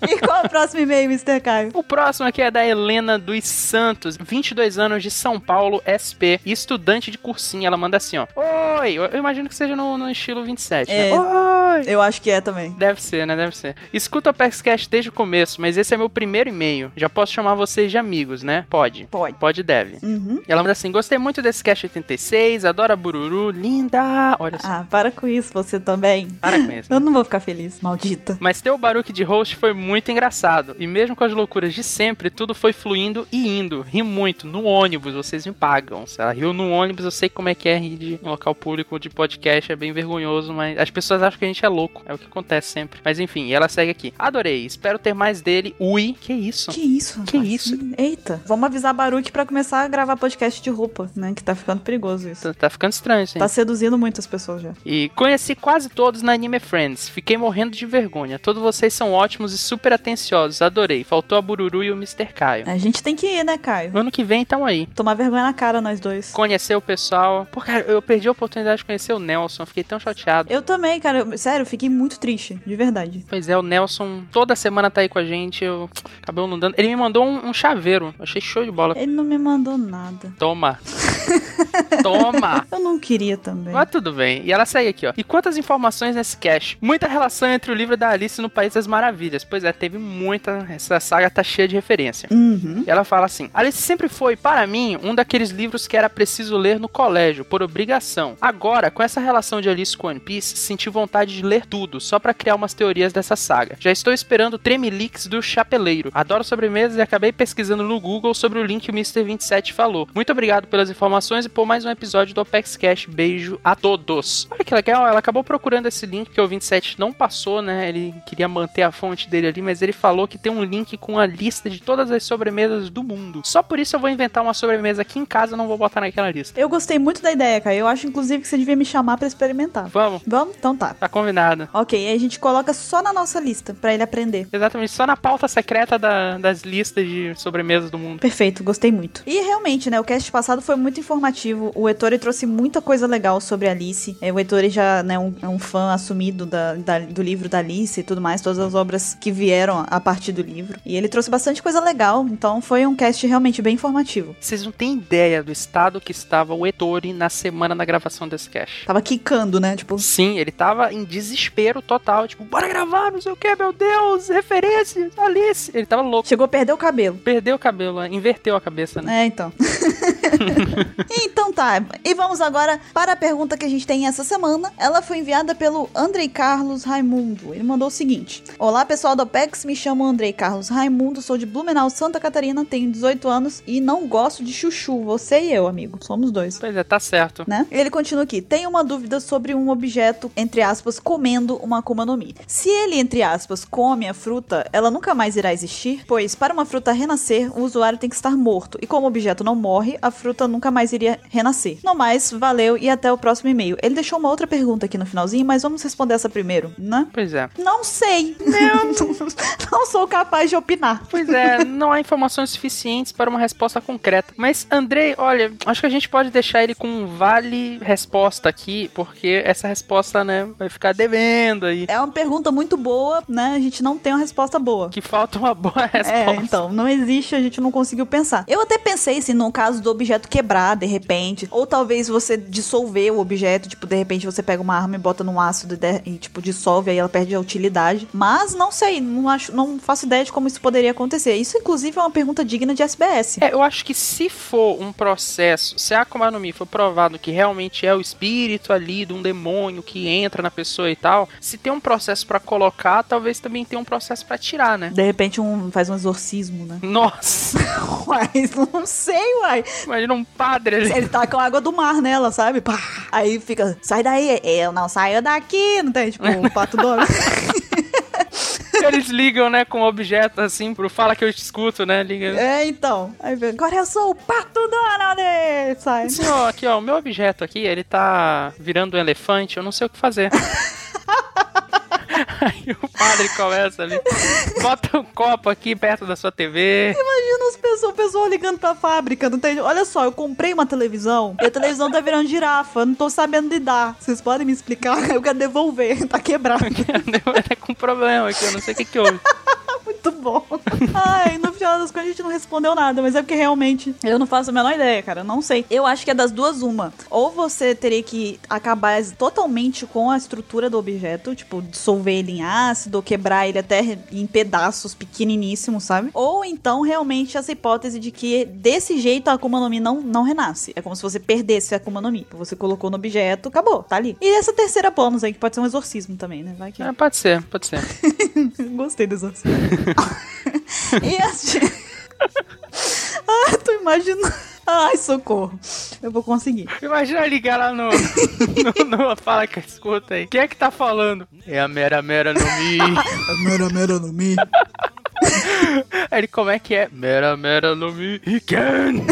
Speaker 1: e qual é o próximo e-mail, Mr. Caio?
Speaker 7: O próximo aqui é da Helena dos Santos, 22 anos, de São Paulo, SP, e estudante de cursinho. Ela manda assim, ó. Oi! Eu eu imagino que seja no, no estilo 27, né?
Speaker 1: É.
Speaker 7: Ai.
Speaker 1: Eu acho que é também.
Speaker 7: Deve ser, né? Deve ser. Escuta o Cast desde o começo, mas esse é meu primeiro e-mail. Já posso chamar vocês de amigos, né? Pode.
Speaker 1: Pode.
Speaker 7: Pode e deve.
Speaker 1: Uhum.
Speaker 7: E ela manda assim: gostei muito desse Cast 86, adoro a Bururu, linda! Olha só,
Speaker 1: Ah, para com isso, você também.
Speaker 7: para com isso. né?
Speaker 1: Eu não vou ficar feliz, maldita.
Speaker 7: Mas ter o Baruque de host foi muito engraçado. E mesmo com as loucuras de sempre, tudo foi fluindo e indo. Ri muito. No ônibus, vocês me pagam. Se ela riu no ônibus, eu sei como é que é rir de em local público de podcast. É bem vergonhoso, mas as pessoas acham que a gente é louco. É o que acontece sempre. Mas enfim, e ela segue aqui. Adorei. Espero ter mais dele. Ui, que isso?
Speaker 1: Que isso?
Speaker 7: Que
Speaker 1: rapaz?
Speaker 7: isso?
Speaker 1: Eita. Vamos avisar Baruque pra começar a gravar podcast de roupa, né? Que tá ficando perigoso isso.
Speaker 7: Tá- Tá ficando estranho, assim.
Speaker 1: Tá seduzindo muitas pessoas já.
Speaker 7: E conheci quase todos na Anime Friends. Fiquei morrendo de vergonha. Todos vocês são ótimos e super atenciosos. Adorei. Faltou a Bururu e o Mr. Caio.
Speaker 1: A gente tem que ir, né, Caio?
Speaker 7: No ano que vem, então aí.
Speaker 1: Tomar vergonha na cara, nós dois.
Speaker 7: Conhecer o pessoal. Pô, cara, eu perdi a oportunidade de conhecer o Nelson. Fiquei tão chateado.
Speaker 1: Eu também, cara. Eu- sério, eu fiquei muito triste, de verdade.
Speaker 7: Pois é, o Nelson toda semana tá aí com a gente. Eu acabei não dando. Ele me mandou um, um chaveiro. Achei show de bola.
Speaker 1: Ele não me mandou nada.
Speaker 7: Toma. Toma.
Speaker 1: Eu não queria também.
Speaker 7: Mas tudo bem. E ela segue aqui, ó. E quantas informações nesse cache? Muita relação entre o livro da Alice no País das Maravilhas. Pois é, teve muita. Essa saga tá cheia de referência.
Speaker 1: Uhum.
Speaker 7: Ela fala assim: Alice sempre foi, para mim, um daqueles livros que era preciso ler no colégio, por obrigação. Agora, com essa relação de Alice com One Piece, senti vontade de ler tudo, só pra criar umas teorias dessa saga. Já estou esperando o Tremilix do Chapeleiro. Adoro sobremesas e acabei pesquisando no Google sobre o link que o Mr. 27 falou. Muito obrigado pelas informações e por mais um episódio do Apex Cash. Beijo a todos. Olha que legal, ela acabou procurando esse link que o 27 não passou, né? Ele queria manter a fonte dele ali, mas ele falou que tem um link com a lista de todas as sobremesas do mundo. Só por isso eu vou inventar uma sobremesa aqui em casa e não vou botar naquela lista.
Speaker 1: Eu gostei muito da ideia, Caio. Eu acho, inclusive, que você devia me chamar pra experimentar.
Speaker 7: Vamos,
Speaker 1: Vamos? Então tá.
Speaker 7: tá combinado.
Speaker 1: Ok, aí a gente coloca só na nossa lista pra ele aprender.
Speaker 7: Exatamente, só na pauta secreta da- das listas de sobremesas do mundo.
Speaker 1: Perfeito, gostei muito. E realmente, né, o cast passado foi muito informativo. O Ettore trouxe muita coisa legal sobre a Alice. É, O Ettore já né, um- é um fã assumido da- da- do livro da Alice e tudo mais, todas as obras que vieram a partir do livro. E ele trouxe bastante coisa legal, então foi um cast realmente bem informativo.
Speaker 7: Vocês não têm ideia do estado que estava o Ettore na semana da gravação desse cache.
Speaker 1: Tava quicando, né? Tipo,
Speaker 7: Sim, ele tava em desespero total, tipo, bora gravar, não sei o que, meu Deus, referências, Alice. Ele tava louco,
Speaker 1: chegou a perder o cabelo.
Speaker 7: perdeu o cabelo, né? inverteu a cabeça, né?
Speaker 1: É, então. então tá. E vamos agora para a pergunta que a gente tem essa semana. Ela foi enviada pelo Andrei Carlos Raimundo. Ele mandou o seguinte: Olá, pessoal do Apex. Me chamo Andrei Carlos Raimundo. Sou de Blumenau, Santa Catarina. Tenho 18 anos e não gosto de chuchu. Você e eu, amigo. Somos dois.
Speaker 7: Pois é, tá certo.
Speaker 1: Né? Ele continua aqui. Tem uma dúvida sobre um objeto, entre aspas, comendo uma Akuma no Mi. Se ele, entre aspas, come a fruta, ela nunca mais irá existir? Pois, para uma fruta renascer, o usuário tem que estar morto. E como o objeto não morre, a fruta nunca mais iria renascer. Não mais, valeu e até o próximo e-mail. Ele deixou uma outra pergunta aqui no finalzinho, mas vamos responder essa primeiro, né?
Speaker 7: Pois é.
Speaker 1: Não sei. Não, não sou capaz de opinar.
Speaker 7: Pois é, não há informações suficientes para uma resposta concreta. Mas, Andrei, olha, acho que a gente pode deixar ele com um vale resposta aqui, porque essa resposta, né, vai ficar devendo aí.
Speaker 1: É uma pergunta muito boa, né? A gente não tem uma resposta boa.
Speaker 7: Que falta uma boa
Speaker 1: É,
Speaker 7: resposta.
Speaker 1: então, não existe, a gente não conseguiu pensar. Eu até pensei, assim, no caso do objeto quebrar, de repente, ou talvez você dissolver o objeto, tipo, de repente você pega uma arma e bota num ácido e, de- e, tipo, dissolve, aí ela perde a utilidade. Mas, não sei, não, acho, não faço ideia de como isso poderia acontecer. Isso, inclusive, é uma pergunta digna de SBS.
Speaker 7: É, eu acho que se for um processo, se a Akuma no Mi for provado que realmente é o espírito ali de um demônio que entra na pessoa e tal, se tem um processo pra colocar, talvez também tenha um processo pra tirar, né?
Speaker 1: De repente, um, faz um exorcismo, né?
Speaker 7: Nossa,
Speaker 1: Uai, não sei, uai.
Speaker 7: imagina um padre ali.
Speaker 1: Ele tá com água do mar nela, sabe? Pá. Aí fica, sai daí, eu não saio daqui, não tem? Tipo, um pato dono.
Speaker 7: Eles ligam, né, com objeto assim, pro fala que eu te escuto, né? Liga.
Speaker 1: É, então. Aí vem, agora eu sou o Pato Donald! Sai.
Speaker 7: Senhor, aqui Assim, ó, o meu objeto aqui, ele tá virando um elefante, eu não sei o que fazer. Aí o padre começa ali, bota um copo aqui perto da sua TV.
Speaker 1: Imagina as pessoas, o pessoal ligando pra fábrica, não tem... Olha só, eu comprei uma televisão e a televisão tá virando girafa, eu não tô sabendo lidar. Vocês podem me explicar? Eu quero devolver, tá quebrado.
Speaker 7: Deu até com problema aqui, eu não sei o que que houve.
Speaker 1: Muito bom. Ai, no, final das contas a gente não respondeu nada, mas é porque realmente eu não faço a menor ideia, cara. Eu não sei. Eu acho que é das duas uma. Ou você teria que acabar totalmente com a estrutura do objeto, tipo, dissolver ele em ácido, ou quebrar ele até em pedaços pequeniníssimos, sabe? Ou então realmente essa hipótese de que desse jeito a Akuma no Mi não, não renasce. É como se você perdesse a Akuma no Mi. Você colocou no objeto, acabou, tá ali. E essa terceira bônus aí, que pode ser um exorcismo também, né? Vai que.
Speaker 7: É, pode ser, pode ser.
Speaker 1: Gostei do exorcismo. e assim. ah, tô imaginando. Ai, socorro. Eu vou conseguir.
Speaker 7: Imagina ligar lá no, no, no- Fala que escuta aí. Quem é que tá falando? É a Mera Mera no Mi.
Speaker 2: Mera, mera no mi.
Speaker 7: Aí ele, como é que é? Mera Mera no Mi. Hiken!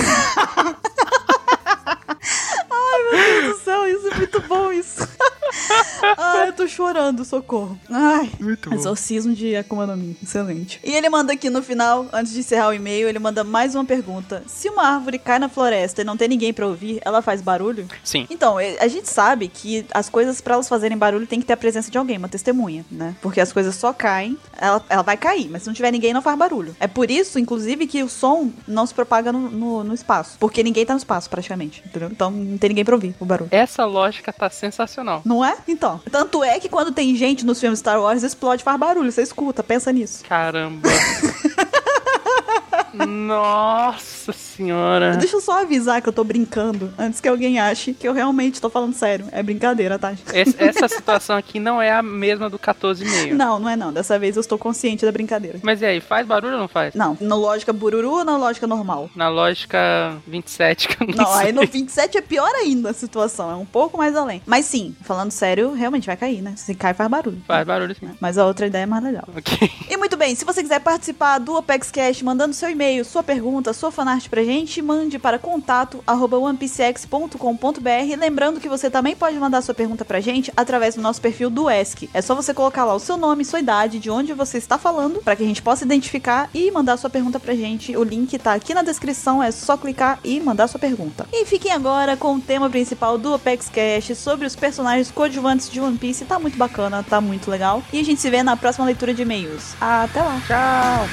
Speaker 1: Meu Deus do céu, isso é muito bom, isso. Ai, eu tô chorando, socorro. Ai.
Speaker 7: Muito bom.
Speaker 1: Exorcismo de Akuma no Mi. Excelente. E ele manda aqui no final, antes de encerrar o e-mail, ele manda mais uma pergunta. Se uma árvore cai na floresta e não tem ninguém pra ouvir, ela faz barulho?
Speaker 7: Sim.
Speaker 1: Então, e- a gente sabe que as coisas, pra elas fazerem barulho, tem que ter a presença de alguém, uma testemunha, né? Porque as coisas só caem, ela, ela vai cair, mas se não tiver ninguém, não faz barulho. É por isso, inclusive, que o som não se propaga no, no- no espaço. Porque ninguém tá no espaço, praticamente. Entendeu? Então, não tem ninguém pra ouvir o barulho.
Speaker 7: Essa lógica tá sensacional.
Speaker 1: Não é? Então. Tanto é que quando tem gente nos filmes Star Wars, explode, faz barulho. Você escuta, pensa nisso.
Speaker 7: Caramba. Nossa senhora.
Speaker 1: Deixa eu só avisar que eu tô brincando, antes que alguém ache que eu realmente tô falando sério. É brincadeira, tá?
Speaker 7: Esse- essa situação aqui não é a mesma do 14,5.
Speaker 1: Não, não é não. Dessa vez eu estou consciente da brincadeira.
Speaker 7: Mas e aí, faz barulho ou não faz?
Speaker 1: Não, na lógica bururu ou na lógica normal?
Speaker 7: Na lógica 27, que eu não,
Speaker 1: Não,
Speaker 7: sei.
Speaker 1: aí no 27 é pior ainda a situação, é um pouco mais além. Mas sim, falando sério, realmente vai cair, né? Se cai, faz barulho.
Speaker 7: Faz barulho sim.
Speaker 1: Mas a outra ideia é mais legal.
Speaker 7: Ok.
Speaker 1: E muito bem, se você quiser participar do Apex Cash, mandando seu e-mail, sua pergunta, sua fanart pra gente, mande para contato arroba onepcx.com.br. Lembrando que você também pode mandar sua pergunta pra gente através do nosso perfil do ESC. É só você colocar lá o seu nome, sua idade, de onde você está falando, pra que a gente possa identificar e mandar sua pergunta pra gente. O link tá aqui na descrição, é só clicar e mandar sua pergunta. E fiquem agora com o tema principal do Apex Cash sobre os personagens coadjuvantes de One Piece. Tá muito bacana, tá muito legal. E a gente se vê na próxima leitura de e-mails. Até lá!
Speaker 7: Tchau.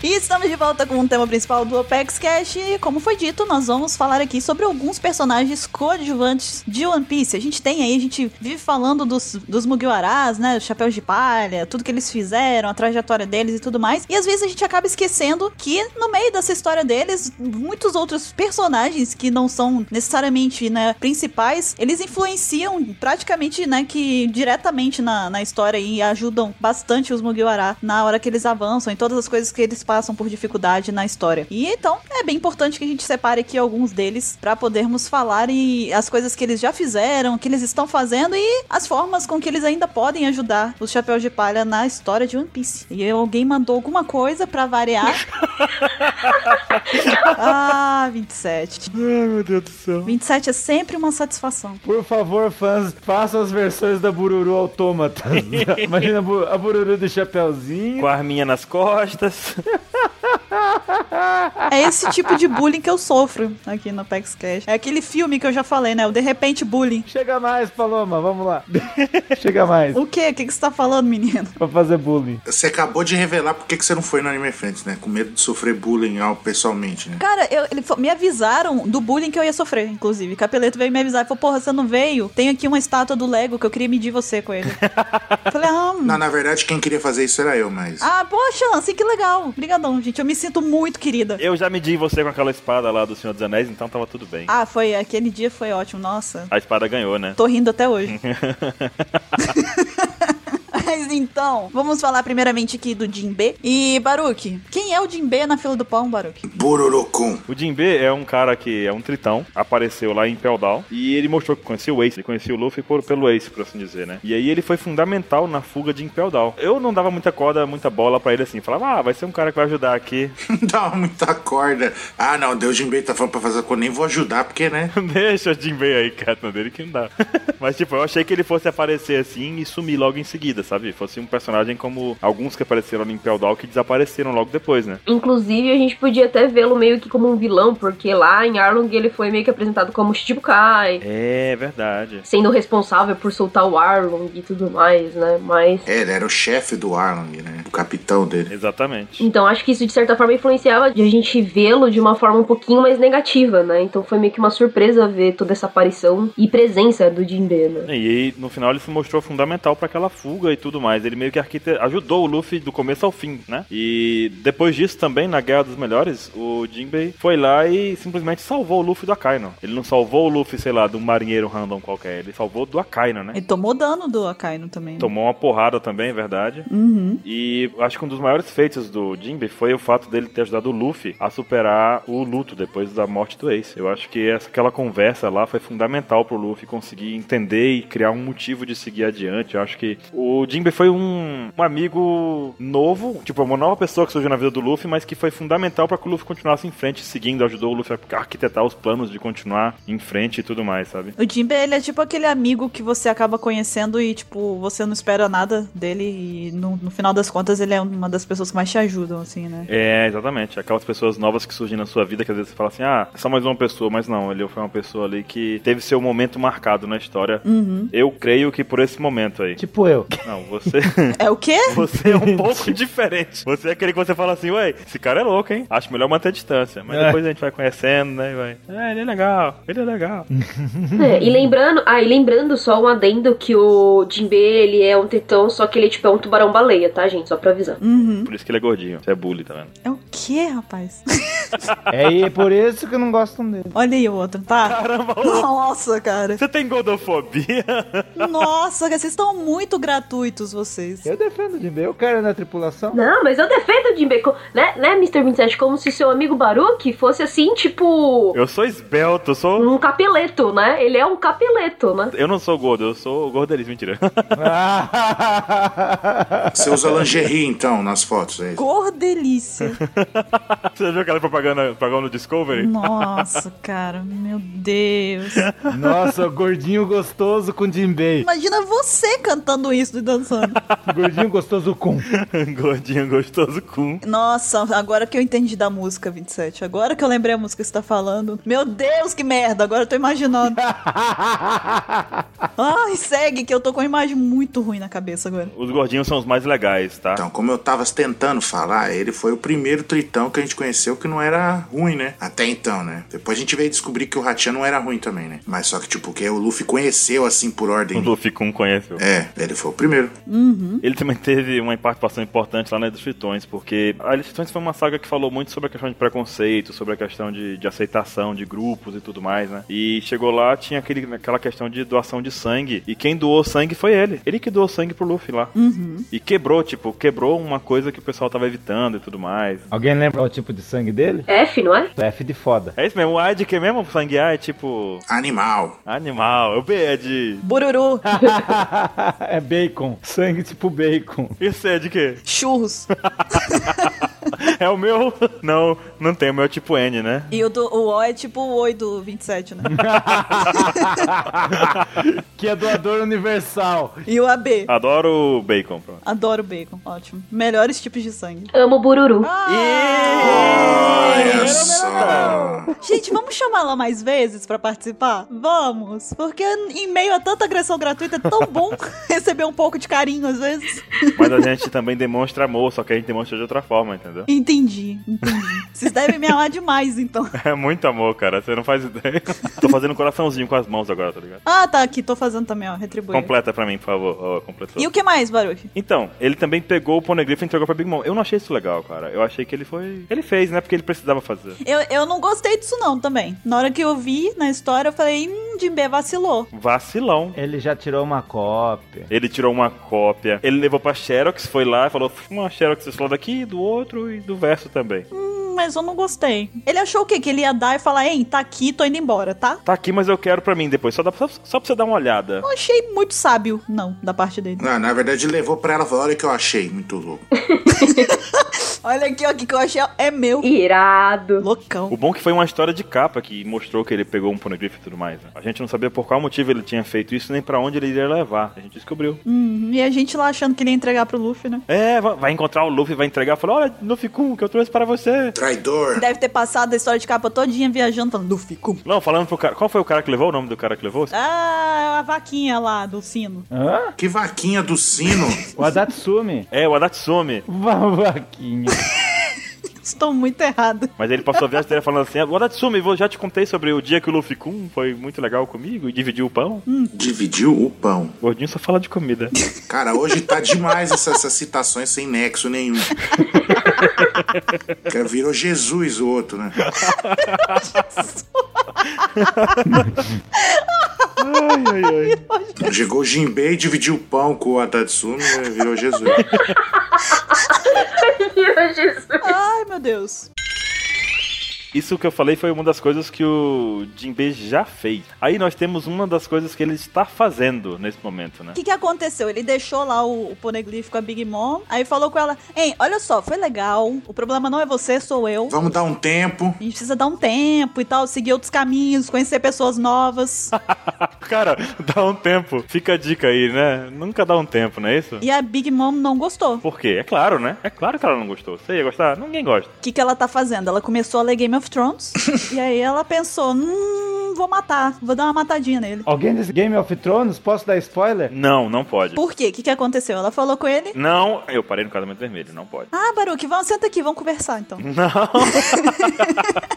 Speaker 1: E estamos de volta com o tema principal do Apex Cash. E como foi dito, nós vamos falar aqui sobre alguns personagens coadjuvantes de One Piece. A gente tem aí, a gente vive falando dos, dos Mugiwaras, né? Chapéus de palha, tudo que eles fizeram, a trajetória deles e tudo mais. E às vezes a gente acaba esquecendo que no meio dessa história deles, muitos outros personagens que não são necessariamente né, principais, eles influenciam praticamente, né, que diretamente na, na história e ajudam bastante os Mugiwara na hora que eles avançam, em todas as coisas que eles passam por dificuldade na história. E então é bem importante que a gente separe aqui alguns deles pra podermos falar e as coisas que eles já fizeram, que eles estão fazendo e as formas com que eles ainda podem ajudar os Chapéus de Palha na história de One Piece. E alguém mandou alguma coisa pra variar. ah, 27.
Speaker 5: Ai, meu Deus do céu.
Speaker 1: 27 é sempre uma satisfação.
Speaker 5: Por favor, fãs, façam as versões da Bururu Autômata. Imagina a Bu- a Bururu do Chapeuzinho.
Speaker 3: Com a arminha nas costas.
Speaker 1: É esse tipo de bullying que eu sofro aqui no Pex Cash. É aquele filme que eu já falei, né? O De Repente Bullying.
Speaker 5: Chega mais, Paloma, vamos lá. Chega mais,
Speaker 1: O quê? O que que você tá falando, menino?
Speaker 5: pra fazer bullying.
Speaker 2: Você acabou de revelar por que que você não foi no Anime Friends, né? Com medo de sofrer bullying ao- pessoalmente, né?
Speaker 1: Cara, eu- ele fa- me avisaram do bullying que eu ia sofrer, inclusive. Capeleto veio me avisar. Ele falou, porra, você não veio? Tem aqui uma estátua do Lego que eu queria medir você com ele. Eu falei, ah, hum.
Speaker 2: Não, na verdade, quem queria fazer isso era eu, mas.
Speaker 1: ah, poxa, Lance, que legal. Obrigadão, gente. Eu me sinto muito querida.
Speaker 3: Eu já medi você com aquela espada lá do Senhor dos Anéis, então tava tudo bem.
Speaker 1: Ah, foi, aquele dia foi ótimo, nossa.
Speaker 3: A espada ganhou, né?
Speaker 1: Tô rindo até hoje. Mas então, vamos falar primeiramente aqui do Jinbe. E, Baruque, quem é o Jinbe na fila do pão, Baruque?
Speaker 2: Bororocum.
Speaker 3: O Jinbe é um cara que é um tritão, apareceu lá em Pell Down e ele mostrou que conhecia o Ace, ele conhecia o Luffy por, pelo Ace, por assim dizer, né? E aí ele foi fundamental na fuga de Impel Down. Eu não dava muita corda, muita bola pra ele assim, falava, ah, vai ser um cara que vai ajudar aqui.
Speaker 2: Dá muita corda. Ah, não, Deus Jimbei tá falando pra fazer a coisa, nem vou ajudar, porque, né?
Speaker 3: Deixa o Jinbei aí, cara, na dele que não dá. Mas tipo, eu achei que ele fosse aparecer assim e sumir logo em seguida, sabe? Fosse um personagem como alguns que apareceram no Impel Down que desapareceram logo depois, né?
Speaker 4: Inclusive, a gente podia até vê-lo meio que como um vilão, porque lá em Arlong ele foi meio que apresentado como Shichibukai,
Speaker 3: É verdade.
Speaker 4: sendo responsável por soltar o Arlong e tudo mais, né? Mas.
Speaker 2: É, ele era o chefe do Arlong, né? O capitão dele.
Speaker 3: Exatamente.
Speaker 4: Então acho que isso de certa forma influenciava de a gente vê-lo de uma forma um pouquinho mais negativa, né? Então foi meio que uma surpresa ver toda essa aparição e presença do Jinbe, né?
Speaker 3: E aí, no final, ele se mostrou fundamental pra aquela fuga e tudo mais. Ele meio que arquite... ajudou o Luffy do começo ao fim, né? E depois disso também, na Guerra dos Melhores, o Jinbei foi lá e simplesmente salvou o Luffy do Akaino. Ele não salvou o Luffy, sei lá, de um marinheiro random qualquer. Ele salvou do Akaino, né?
Speaker 1: Ele tomou dano do Akainu também. né?
Speaker 3: Tomou uma porrada também, é verdade.
Speaker 1: Uhum.
Speaker 3: E acho que um dos maiores feitos do Jinbe foi o fato dele ter ajudado o Luffy a superar o luto depois da morte do Ace. Eu acho que essa, aquela conversa lá foi fundamental pro Luffy conseguir entender e criar um motivo de seguir adiante. Eu acho que o Jinbe foi um, um amigo novo, tipo, uma nova pessoa que surgiu na vida do Luffy, mas que foi fundamental pra que o Luffy continuasse em frente, seguindo, ajudou o Luffy a arquitetar os planos de continuar em frente e tudo mais, sabe?
Speaker 1: O Jinbe, ele é tipo aquele amigo que você acaba conhecendo e, tipo, você não espera nada dele e no, no final das contas ele é uma das pessoas que mais te ajudam, assim, né?
Speaker 3: É, exatamente. Aquelas pessoas novas que surgem na sua vida, que às vezes você fala assim, ah, é só mais uma pessoa, mas não, ele foi uma pessoa ali que teve seu momento marcado na história.
Speaker 1: Uhum.
Speaker 3: Eu creio que por esse momento aí.
Speaker 5: Tipo eu.
Speaker 3: Não, você.
Speaker 1: É o quê?
Speaker 3: Você é um pouco diferente. Você é aquele que você fala assim, ué, esse cara é louco, hein? Acho melhor manter a distância. Mas
Speaker 5: É.
Speaker 3: depois a gente vai conhecendo, né? e Vai. É, ele é legal, ele é legal.
Speaker 4: É, e lembrando, ah, e lembrando só um adendo que o Jinbe, ele é um tritão, só que ele tipo é um tubarão baleia, tá, gente? Só pra avisar.
Speaker 1: Uhum.
Speaker 3: Por isso que ele é gordinho. Você é bully, tá vendo?
Speaker 1: É o quê, rapaz?
Speaker 5: É, e é por isso que eu não gosto dele.
Speaker 1: Olha aí o outro, tá?
Speaker 3: Caramba, ô,
Speaker 1: Nossa, cara.
Speaker 3: você tem godofobia?
Speaker 1: Nossa, cara, vocês estão muito gratuitos, vocês.
Speaker 5: Eu defendo o Jinbei, eu quero na tripulação.
Speaker 4: Não, mas eu defendo o Jinbe, co- né, né, Mr. 27, como se seu amigo Baruque fosse assim, tipo,
Speaker 3: Eu sou esbelto, eu sou.
Speaker 4: um capeleto, né? Ele é um capeleto, né?
Speaker 3: Eu não sou gordo, eu sou gordelismo, mentira.
Speaker 2: Você usa lingerie, então, nas fotos, é isso?
Speaker 1: Gordelícia.
Speaker 3: Você viu aquela propaganda, propaganda no Discovery?
Speaker 1: Nossa, cara, meu Deus.
Speaker 5: Nossa, o gordinho gostoso com Jinbei.
Speaker 1: Imagina você cantando isso e dançando.
Speaker 5: Gordinho gostoso com.
Speaker 3: Gordinho gostoso com.
Speaker 1: Nossa, agora que eu entendi da música 27. Agora que eu lembrei a música que você tá falando. Meu Deus, que merda! Agora eu tô imaginando. Ai, segue, que eu tô com uma imagem muito ruim na cabeça agora.
Speaker 3: Os gordinhos são os mais legais, tá?
Speaker 2: Então, como eu tava tentando falar, ele foi o primeiro tritão que a gente conheceu que não era ruim, né? Até então, né? Depois a gente veio descobrir que o Hachan não era ruim também, né? Mas só que, tipo, que o Luffy conheceu assim por
Speaker 3: O
Speaker 2: ordem.
Speaker 3: Luffy Kun conheceu.
Speaker 2: É, ele foi o primeiro.
Speaker 3: Ele também teve uma participação importante lá na Ilha dos Tritões, porque a Ilha dos Tritões foi uma saga que falou muito sobre a questão de preconceito, sobre a questão de, de aceitação de grupos e tudo mais, né? E chegou lá, tinha aquele, aquela questão de doação de sangue, e quem doou sangue foi ele. Ele que doou sangue pro Luffy lá. E quebrou, tipo, quebrou uma coisa que o pessoal tava evitando e tudo mais.
Speaker 5: Alguém lembra o tipo de sangue dele?
Speaker 4: F, não é?
Speaker 5: F de foda.
Speaker 3: É isso mesmo, o A é de que mesmo? Sangue A é tipo.
Speaker 2: Animal.
Speaker 3: Animal, o B é de.
Speaker 1: Bururu,
Speaker 5: é bacon. Sangue tipo bacon.
Speaker 3: E o C é de quê?
Speaker 1: churros.
Speaker 3: É o meu? Não, não tem. O meu é tipo N, né?
Speaker 1: E o, do, o O é tipo o Oi do 27, né?
Speaker 5: que é doador universal.
Speaker 1: E o AB.
Speaker 3: Ah. Adoro o bacon, pronto.
Speaker 1: Adoro bacon, ótimo. Melhores tipos de sangue.
Speaker 4: Amo Bururu.
Speaker 2: Olha só.
Speaker 1: Gente, vamos chamar ela mais vezes pra participar? Vamos! Porque em meio a tanta agressão gratuita, é tão bom receber um pouco de carinho às vezes.
Speaker 3: Mas a gente também demonstra amor, só que a gente demonstra de outra forma, entendeu?
Speaker 1: Entendi, entendi. Vocês devem me amar demais, então.
Speaker 3: É muito amor, cara. Você não faz ideia. Tô fazendo um coraçãozinho com as mãos agora, tá ligado?
Speaker 1: Ah, tá, aqui, tô fazendo também, ó, retribuir.
Speaker 3: Completa pra mim, por favor. Ó, completou.
Speaker 1: E o que mais, Baruch?
Speaker 3: Então, ele também pegou o Poneglyph e entregou pra Big Mom. Eu não achei isso legal, cara. Eu achei que ele foi... Ele fez, né? Porque ele precisava fazer.
Speaker 1: Eu, eu não gostei suspeito disso não também. Na hora que eu vi na história, eu falei, hum, Jimbei vacilou.
Speaker 3: Vacilão.
Speaker 5: Ele já tirou uma cópia.
Speaker 3: Ele tirou uma cópia, ele levou pra Xerox, foi lá e falou: uma Xerox esse lado aqui, do outro e do verso também.
Speaker 1: Hum, mas eu não gostei. Ele achou o quê? Que ele ia dar e falar, hein, tá aqui, tô indo embora, tá?
Speaker 3: Tá aqui, mas eu quero pra mim depois, só, dá, só, só pra você dar uma olhada.
Speaker 1: Não achei muito sábio, não, da parte dele.
Speaker 2: Não, Ah, na verdade, ele levou pra ela e falou: olha o que eu achei, muito louco.
Speaker 1: Olha aqui, ó, o que que eu achei é meu.
Speaker 4: Irado.
Speaker 1: Loucão.
Speaker 3: O bom é que foi uma história de capa que mostrou que ele pegou um pornogrifo e tudo mais. né? A gente não sabia por qual motivo ele tinha feito isso, nem pra onde ele iria levar. A gente descobriu.
Speaker 1: Hum, e a gente lá achando que ele ia entregar pro Luffy, né?
Speaker 3: É, va- vai encontrar o Luffy, vai entregar, falou: olha, Luffy Kun, que eu trouxe para você.
Speaker 2: Traidor.
Speaker 1: Deve ter passado a história de capa todinha viajando, falando, Luffy, cum.
Speaker 3: Não, falando pro cara. Qual foi o cara que levou? O nome do cara que levou?
Speaker 1: Ah, a vaquinha lá do sino.
Speaker 5: Hã?
Speaker 2: Que vaquinha do sino.
Speaker 5: O Adatsumi.
Speaker 3: É, o Adatsumi.
Speaker 5: Vaquinha.
Speaker 1: Estou muito errada.
Speaker 3: Mas ele passou a viagem dele falando assim: "Ah, o Adatsumi, vou- já te contei sobre o dia que o Luffy Kun foi muito legal comigo e dividiu o pão.
Speaker 2: Dividiu o pão.
Speaker 3: O gordinho só fala de comida.
Speaker 2: Cara, hoje tá demais essa- essas citações sem nexo nenhum. Que virou Jesus o outro, né?
Speaker 3: ai, ai, ai.
Speaker 2: Chegou o Jinbei, dividiu o pão com o Atatsumi e virou Jesus.
Speaker 1: Ai, meu Deus.
Speaker 3: Isso que eu falei foi uma das coisas que o Jinbei já fez. Aí nós temos uma das coisas que ele está fazendo nesse momento, né?
Speaker 1: O que, que aconteceu? Ele deixou lá o, o poneglyph com a Big Mom, aí falou com ela, hein, olha só, foi legal, o problema não é você, sou eu.
Speaker 2: Vamos dar um tempo.
Speaker 1: A gente precisa dar um tempo e tal, seguir outros caminhos, conhecer pessoas novas.
Speaker 3: Cara, dá um tempo. Fica a dica aí, né? Nunca dá um tempo, não é isso?
Speaker 1: e a Big Mom não gostou.
Speaker 3: Por quê? É claro, né? É claro que ela não gostou. Você ia gostar? Ninguém gosta.
Speaker 1: O que, que ela tá fazendo? Ela começou a ler Game of Thrones e aí ela pensou, hum, vou matar, vou dar uma matadinha nele.
Speaker 5: Alguém desse Game of Thrones? Posso dar spoiler?
Speaker 3: Não, não pode.
Speaker 1: Por quê? O que, que aconteceu? Ela falou com ele,
Speaker 3: Não, eu parei no casamento vermelho, não pode.
Speaker 1: ah, Baruque, vamos, senta aqui, vamos conversar então.
Speaker 3: Não,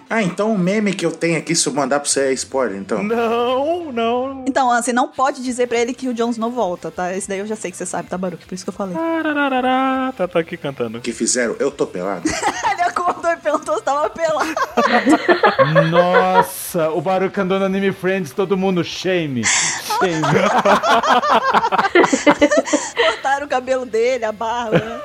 Speaker 2: Ah, então o meme que eu tenho aqui, se eu mandar pra você, é spoiler, então.
Speaker 3: não, não.
Speaker 1: Então, assim, não pode dizer pra ele que o Jones não volta, tá? Esse daí eu já sei que você sabe, tá, Baruque? Por isso que eu falei.
Speaker 3: Tarararará, Tá, tá aqui cantando.
Speaker 2: Que fizeram, eu tô pelado.
Speaker 1: Ele acordou e perguntou se tava pelado.
Speaker 5: Nossa, o Baruch andou no Anime Friends, todo mundo shame. Shame.
Speaker 1: Cortaram o cabelo dele, a barba. né?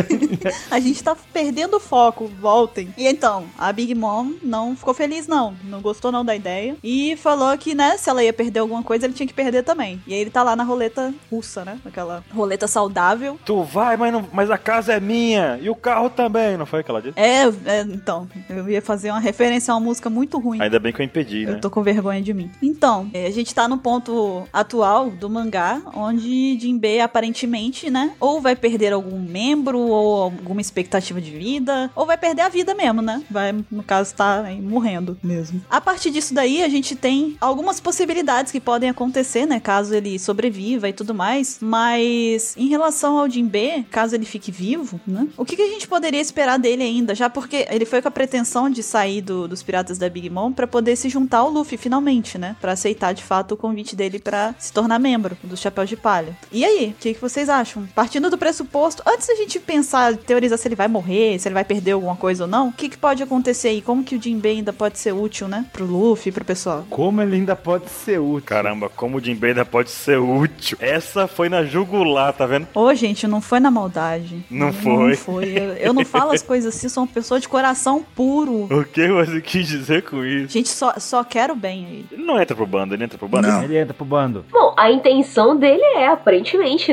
Speaker 1: a gente tá perdendo o foco, voltem. E então, a Big Mom não ficou feliz, não. Não gostou, não, da ideia. E falou que, né, se ela ia perder alguma coisa, ele tinha que perder também. E aí ele tá lá na roleta russa, né? Aquela roleta saudável.
Speaker 3: Tu vai, mas, não, mas a casa é minha e o carro também, não foi o que ela disse?
Speaker 1: É, é, então, eu ia fazer uma referência a uma música muito ruim.
Speaker 3: Ainda bem que eu impedi, né?
Speaker 1: Eu tô com vergonha de mim. Então, eh, a gente tá no ponto atual do mangá, onde Jinbei aparentemente, né, ou vai perder algum membro, ou alguma expectativa de vida, ou vai perder a vida mesmo, né? Vai, no caso, tá aí morrendo mesmo. A partir disso daí, a gente tem algumas possibilidades que podem acontecer, né, caso ele sobreviva e tudo mais, mas em relação ao Jinbei, caso ele fique vivo, né, o que, que a gente poderia esperar dele ainda? Já porque ele foi com a pretensão de sair do- dos Piratas da Big Mom pra poder se juntar ao Luffy, finalmente, né? Pra aceitar de fato o convite dele pra se tornar membro do Chapéu de Palha. E aí, o que, que vocês acham? Partindo do pressuposto, antes da gente pensar, teorizar se ele vai morrer, se ele vai perder alguma coisa ou não, o que, que pode acontecer aí? Como que o Jinbei ainda pode ser útil, né? Pro Luffy, pro pessoal.
Speaker 5: Como ele ainda pode ser útil?
Speaker 3: Caramba, como o Jinbei ainda pode ser útil. Essa foi na jugular, tá vendo?
Speaker 1: Ô, gente, não foi na maldade.
Speaker 3: Não foi.
Speaker 1: Não foi. Eu, eu não falo as coisas assim, sou uma pessoa de coração puro.
Speaker 3: O que você quis dizer com isso?
Speaker 1: Gente, só, só quero bem aí.
Speaker 3: Ele não entra pro bando, ele entra pro bando?
Speaker 2: Não.
Speaker 5: Ele entra pro bando.
Speaker 4: Bom, a intenção dele é, aparentemente,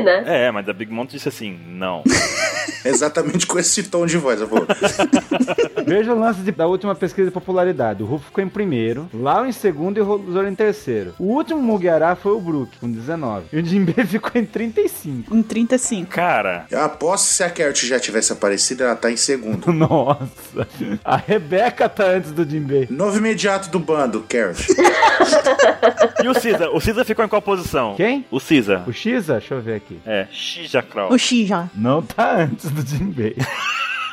Speaker 4: né?
Speaker 3: É, mas a Big Mom disse assim, não.
Speaker 2: Exatamente com esse tom de voz. Eu vou,
Speaker 5: Veja o lance de- da última pesquisa de popularidade. O Ruff ficou em primeiro, Lau em segundo e o Rosor em terceiro. O último Mugiará foi o Brook, com 19. E o Jinbei ficou em 35.
Speaker 1: Em 35.
Speaker 3: Cara,
Speaker 2: eu aposto que se a Kert já tivesse aparecido, ela tá em segundo.
Speaker 5: Nossa. A Rebeca tá antes do Jinbei.
Speaker 2: Novo imediato do bando, Kert.
Speaker 3: e o Cisa? O Cisa ficou em qual posição?
Speaker 5: Quem?
Speaker 3: O Cisa.
Speaker 5: O Shiza? Deixa eu ver aqui.
Speaker 3: É, Xijacral.
Speaker 1: O X já.
Speaker 5: Não tá antes do Jinbei.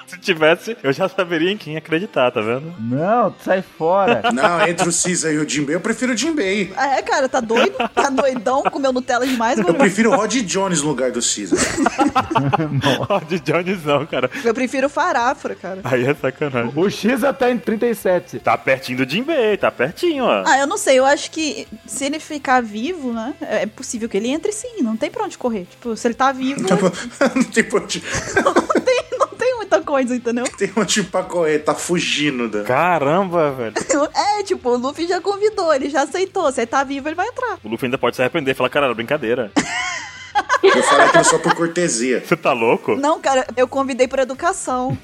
Speaker 3: Se tivesse, eu já saberia em quem acreditar, tá vendo?
Speaker 5: Não, sai fora.
Speaker 2: Não, entre o Cisa e o Jimbei, eu prefiro o Jimbei.
Speaker 1: É, cara, tá doido? Tá doidão? Comeu Nutella demais,
Speaker 2: Eu
Speaker 1: mano?
Speaker 2: prefiro o Rod Jones no lugar do Cisa.
Speaker 3: de Jones não, cara.
Speaker 1: Eu prefiro farafra, cara.
Speaker 3: Aí é sacanagem.
Speaker 5: O X até em 37.
Speaker 3: Tá pertinho do Jimbei, tá pertinho, ó.
Speaker 1: Ah, eu não sei, eu acho que se ele ficar vivo, né? É é possível que ele entre sim, não tem pra onde correr. Tipo, se ele tá vivo,
Speaker 2: Tipo, tipo, onde-
Speaker 1: não, tem, não tem muita coisa, entendeu?
Speaker 2: tem um tipo pra correr, tá fugindo da.
Speaker 3: Caramba, velho.
Speaker 1: É, tipo, o Luffy já convidou, ele já aceitou. Se ele tá vivo, ele vai entrar.
Speaker 3: O Luffy ainda pode se arrepender e falar, cara, era brincadeira.
Speaker 2: Eu falo aquilo só por cortesia.
Speaker 3: Você tá louco?
Speaker 1: Não, cara, eu convidei por educação.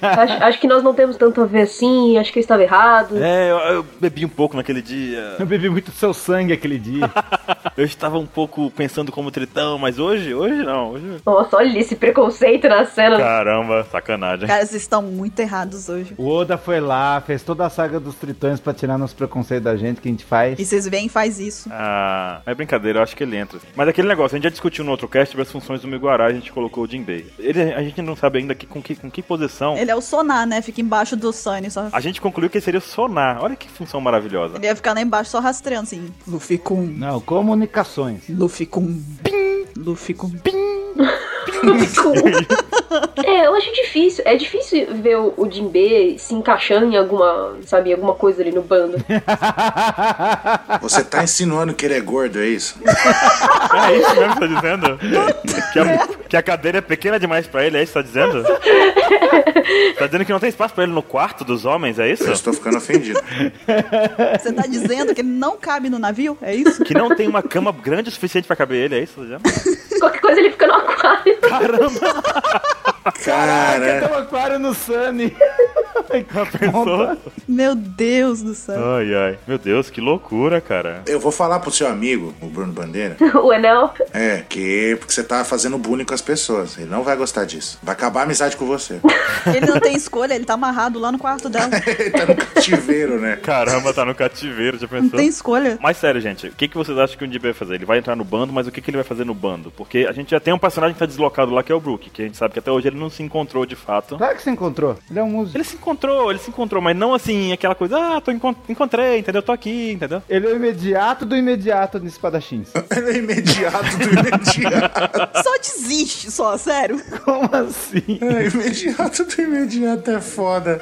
Speaker 4: acho, acho que nós não temos tanto a ver assim, acho que eu estava errado.
Speaker 3: É, eu, eu bebi um pouco naquele dia.
Speaker 5: Eu bebi muito seu sangue aquele dia.
Speaker 3: Eu estava um pouco pensando como tritão, mas hoje, hoje não. Hoje...
Speaker 4: Nossa, olha esse preconceito na cena.
Speaker 3: Caramba, sacanagem.
Speaker 1: Cara, vocês estão muito errados hoje.
Speaker 5: O Oda foi lá, fez toda a saga dos tritões pra tirar nos preconceitos da gente que a gente faz.
Speaker 1: E vocês veem, faz isso.
Speaker 3: Ah, é brincadeira, eu acho que ele entra. Mas aquele negócio, a gente já discutiu no outro cast sobre as funções do Miguará, a gente colocou o Jinbei. Ele, a gente não sabe ainda que, com, que, com que posição.
Speaker 1: Ele é o Sonar, né? Fica embaixo do Sunny, só.
Speaker 3: A gente concluiu que ele seria o Sonar. Olha que função maravilhosa.
Speaker 1: Ele ia ficar lá embaixo só rastreando, assim. Luffy com.
Speaker 5: Não, comunicações.
Speaker 1: Luffy com. Luffy com.
Speaker 4: É, eu acho difícil. É difícil ver o, o Jinbe se encaixando em alguma, sabe, em alguma coisa ali no bando.
Speaker 2: Você tá insinuando que ele é gordo, é isso?
Speaker 3: É isso mesmo que você tá dizendo? que, a, que a cadeira é pequena demais pra ele, é isso que você tá dizendo? tá dizendo que não tem espaço pra ele no quarto dos homens, é isso?
Speaker 2: Eu estou ficando ofendido.
Speaker 1: Você tá dizendo que ele não cabe no navio? É isso?
Speaker 3: Que não tem uma cama grande o suficiente pra caber ele, é isso que você tá dizendo?
Speaker 4: Qualquer coisa ele fica no aquário.
Speaker 3: Caramba,
Speaker 2: Cara,
Speaker 5: um aquário no Sunny.
Speaker 3: pensou?
Speaker 1: Meu Deus do céu.
Speaker 3: Ai, ai. Meu Deus, que loucura, cara.
Speaker 2: eu vou falar pro seu amigo, o Bruno Bandeira,
Speaker 4: O Enel.
Speaker 2: é, que porque você tá fazendo bullying com as pessoas. Ele não vai gostar disso. Vai acabar a amizade com você.
Speaker 1: Ele não tem escolha, ele tá amarrado lá no quarto dela.
Speaker 2: ele tá no cativeiro, né?
Speaker 3: Caramba, tá no cativeiro, já
Speaker 1: Não
Speaker 3: pensou?
Speaker 1: tem escolha.
Speaker 3: Mas sério, gente, o que, que vocês acham que o Jinbei vai fazer? Ele vai entrar no bando, mas o que, que ele vai fazer no bando? Porque a gente já tem um personagem que tá deslocado lá, que é o Brook, que a gente sabe que até hoje ele não se encontrou de fato.
Speaker 5: Claro que você encontrou. Ele é um músico.
Speaker 3: Ele se encontrou, ele se encontrou, mas não assim, aquela coisa, ah, tô encon- encontrei, entendeu? Tô aqui, entendeu?
Speaker 5: Ele é o imediato do imediato de espadachins.
Speaker 2: Ele é imediato do imediato.
Speaker 1: Só desiste, só, sério.
Speaker 5: Como assim?
Speaker 2: É, imediato do imediato é foda.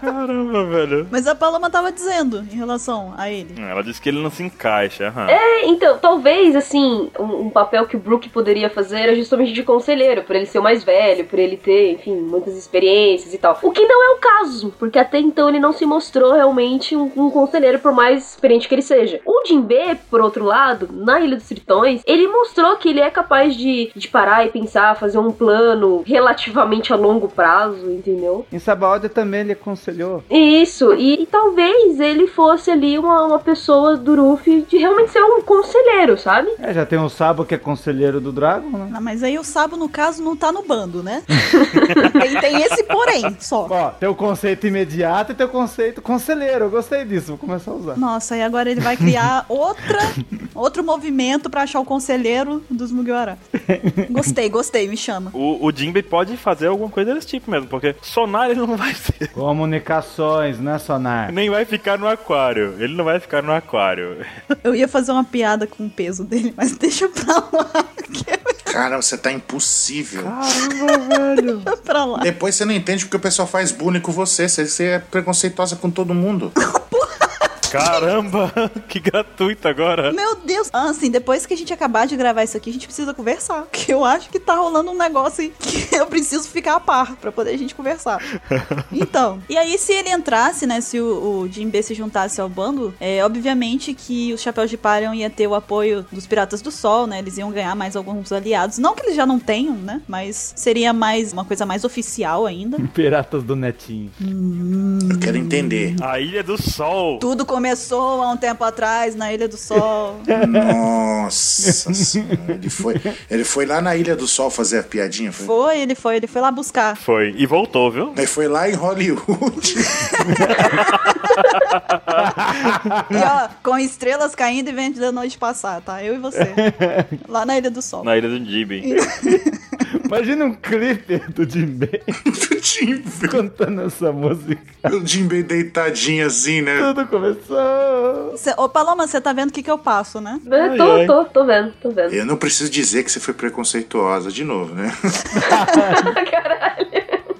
Speaker 3: Caramba, velho.
Speaker 1: Mas a Paloma tava dizendo em relação a ele.
Speaker 3: Hum, Ela disse que ele não se encaixa, aham.
Speaker 4: É, então, talvez, assim, um, um papel que o Brook poderia fazer era justamente de conselheiro, por ele ser o mais velho, por ele ter, enfim, muitas experiências e tal. O que não é o caso, porque até então ele não se mostrou realmente um, um conselheiro, por mais experiente que ele seja. O Jinbe, por outro lado, na Ilha dos Tritões, ele mostrou que ele é capaz de, de parar e pensar, fazer um plano relativamente a longo prazo, entendeu?
Speaker 5: Em Sabaody também ele aconselhou.
Speaker 4: Isso, e, e talvez ele fosse ali uma, uma pessoa do Ruffy de realmente ser um conselheiro, sabe?
Speaker 5: É, já tem o Sabo que é conselheiro do Dragon, né?
Speaker 1: Ah, mas aí o Sabo, no caso, não tá no bando, né? tem, tem esse porém, só.
Speaker 5: Ó, tem o conceito imediato e tem o conceito conselheiro. Eu gostei disso, vou começar a usar.
Speaker 1: Nossa, e agora ele vai criar outra, outro movimento pra achar o conselheiro dos Mugiwara. Gostei, gostei, me chama.
Speaker 3: O, o Jinbei pode fazer alguma coisa desse tipo mesmo, porque sonar ele não vai ser.
Speaker 5: Comunicações, né, Sonar?
Speaker 3: Nem vai ficar no aquário. Ele não vai ficar no aquário.
Speaker 1: Eu ia fazer uma piada com o peso dele, mas deixa pra lá. que
Speaker 2: Cara, você tá impossível.
Speaker 1: é pra lá.
Speaker 2: Depois você não entende porque o pessoal faz bullying com você. Você, você é preconceituosa com todo mundo.
Speaker 3: Caramba, que gratuito agora.
Speaker 1: Meu Deus! Ah, Assim, depois que a gente acabar de gravar isso aqui, a gente precisa conversar. Que eu acho que tá rolando um negócio aí que eu preciso ficar a par pra poder a gente conversar. Então, e aí se ele entrasse, né? Se o, o Jim B se juntasse ao bando, é obviamente que os Chapéus de Palha ia ter o apoio dos Piratas do Sol, né? Eles iam ganhar mais alguns aliados. Não que eles já não tenham, né? Mas seria mais uma coisa mais oficial ainda.
Speaker 5: Piratas do Netinho.
Speaker 2: Eu quero entender.
Speaker 3: A Ilha do Sol.
Speaker 1: Tudo começou há um tempo atrás na Ilha do Sol.
Speaker 2: Nossa senhora. Ele foi, ele foi lá na Ilha do Sol fazer a piadinha. Foi.
Speaker 1: Foi, ele foi, ele foi lá buscar.
Speaker 3: Foi. E voltou, viu?
Speaker 2: Ele foi lá em Hollywood.
Speaker 1: E ó, com estrelas caindo e vento da noite passar, tá? Eu e você. Lá na Ilha do Sol.
Speaker 3: Na Ilha do Jinbei.
Speaker 5: Imagina um clipe do Jinbei
Speaker 2: O Jinbei.
Speaker 5: cantando essa música.
Speaker 2: O Jinbei deitadinho assim, né?
Speaker 5: Tudo começou.
Speaker 1: Cê, ô, Paloma, você tá vendo o que, que eu passo, né?
Speaker 4: Eu tô, tô, tô vendo, tô vendo.
Speaker 2: Eu não preciso dizer que você foi preconceituosa de novo, né?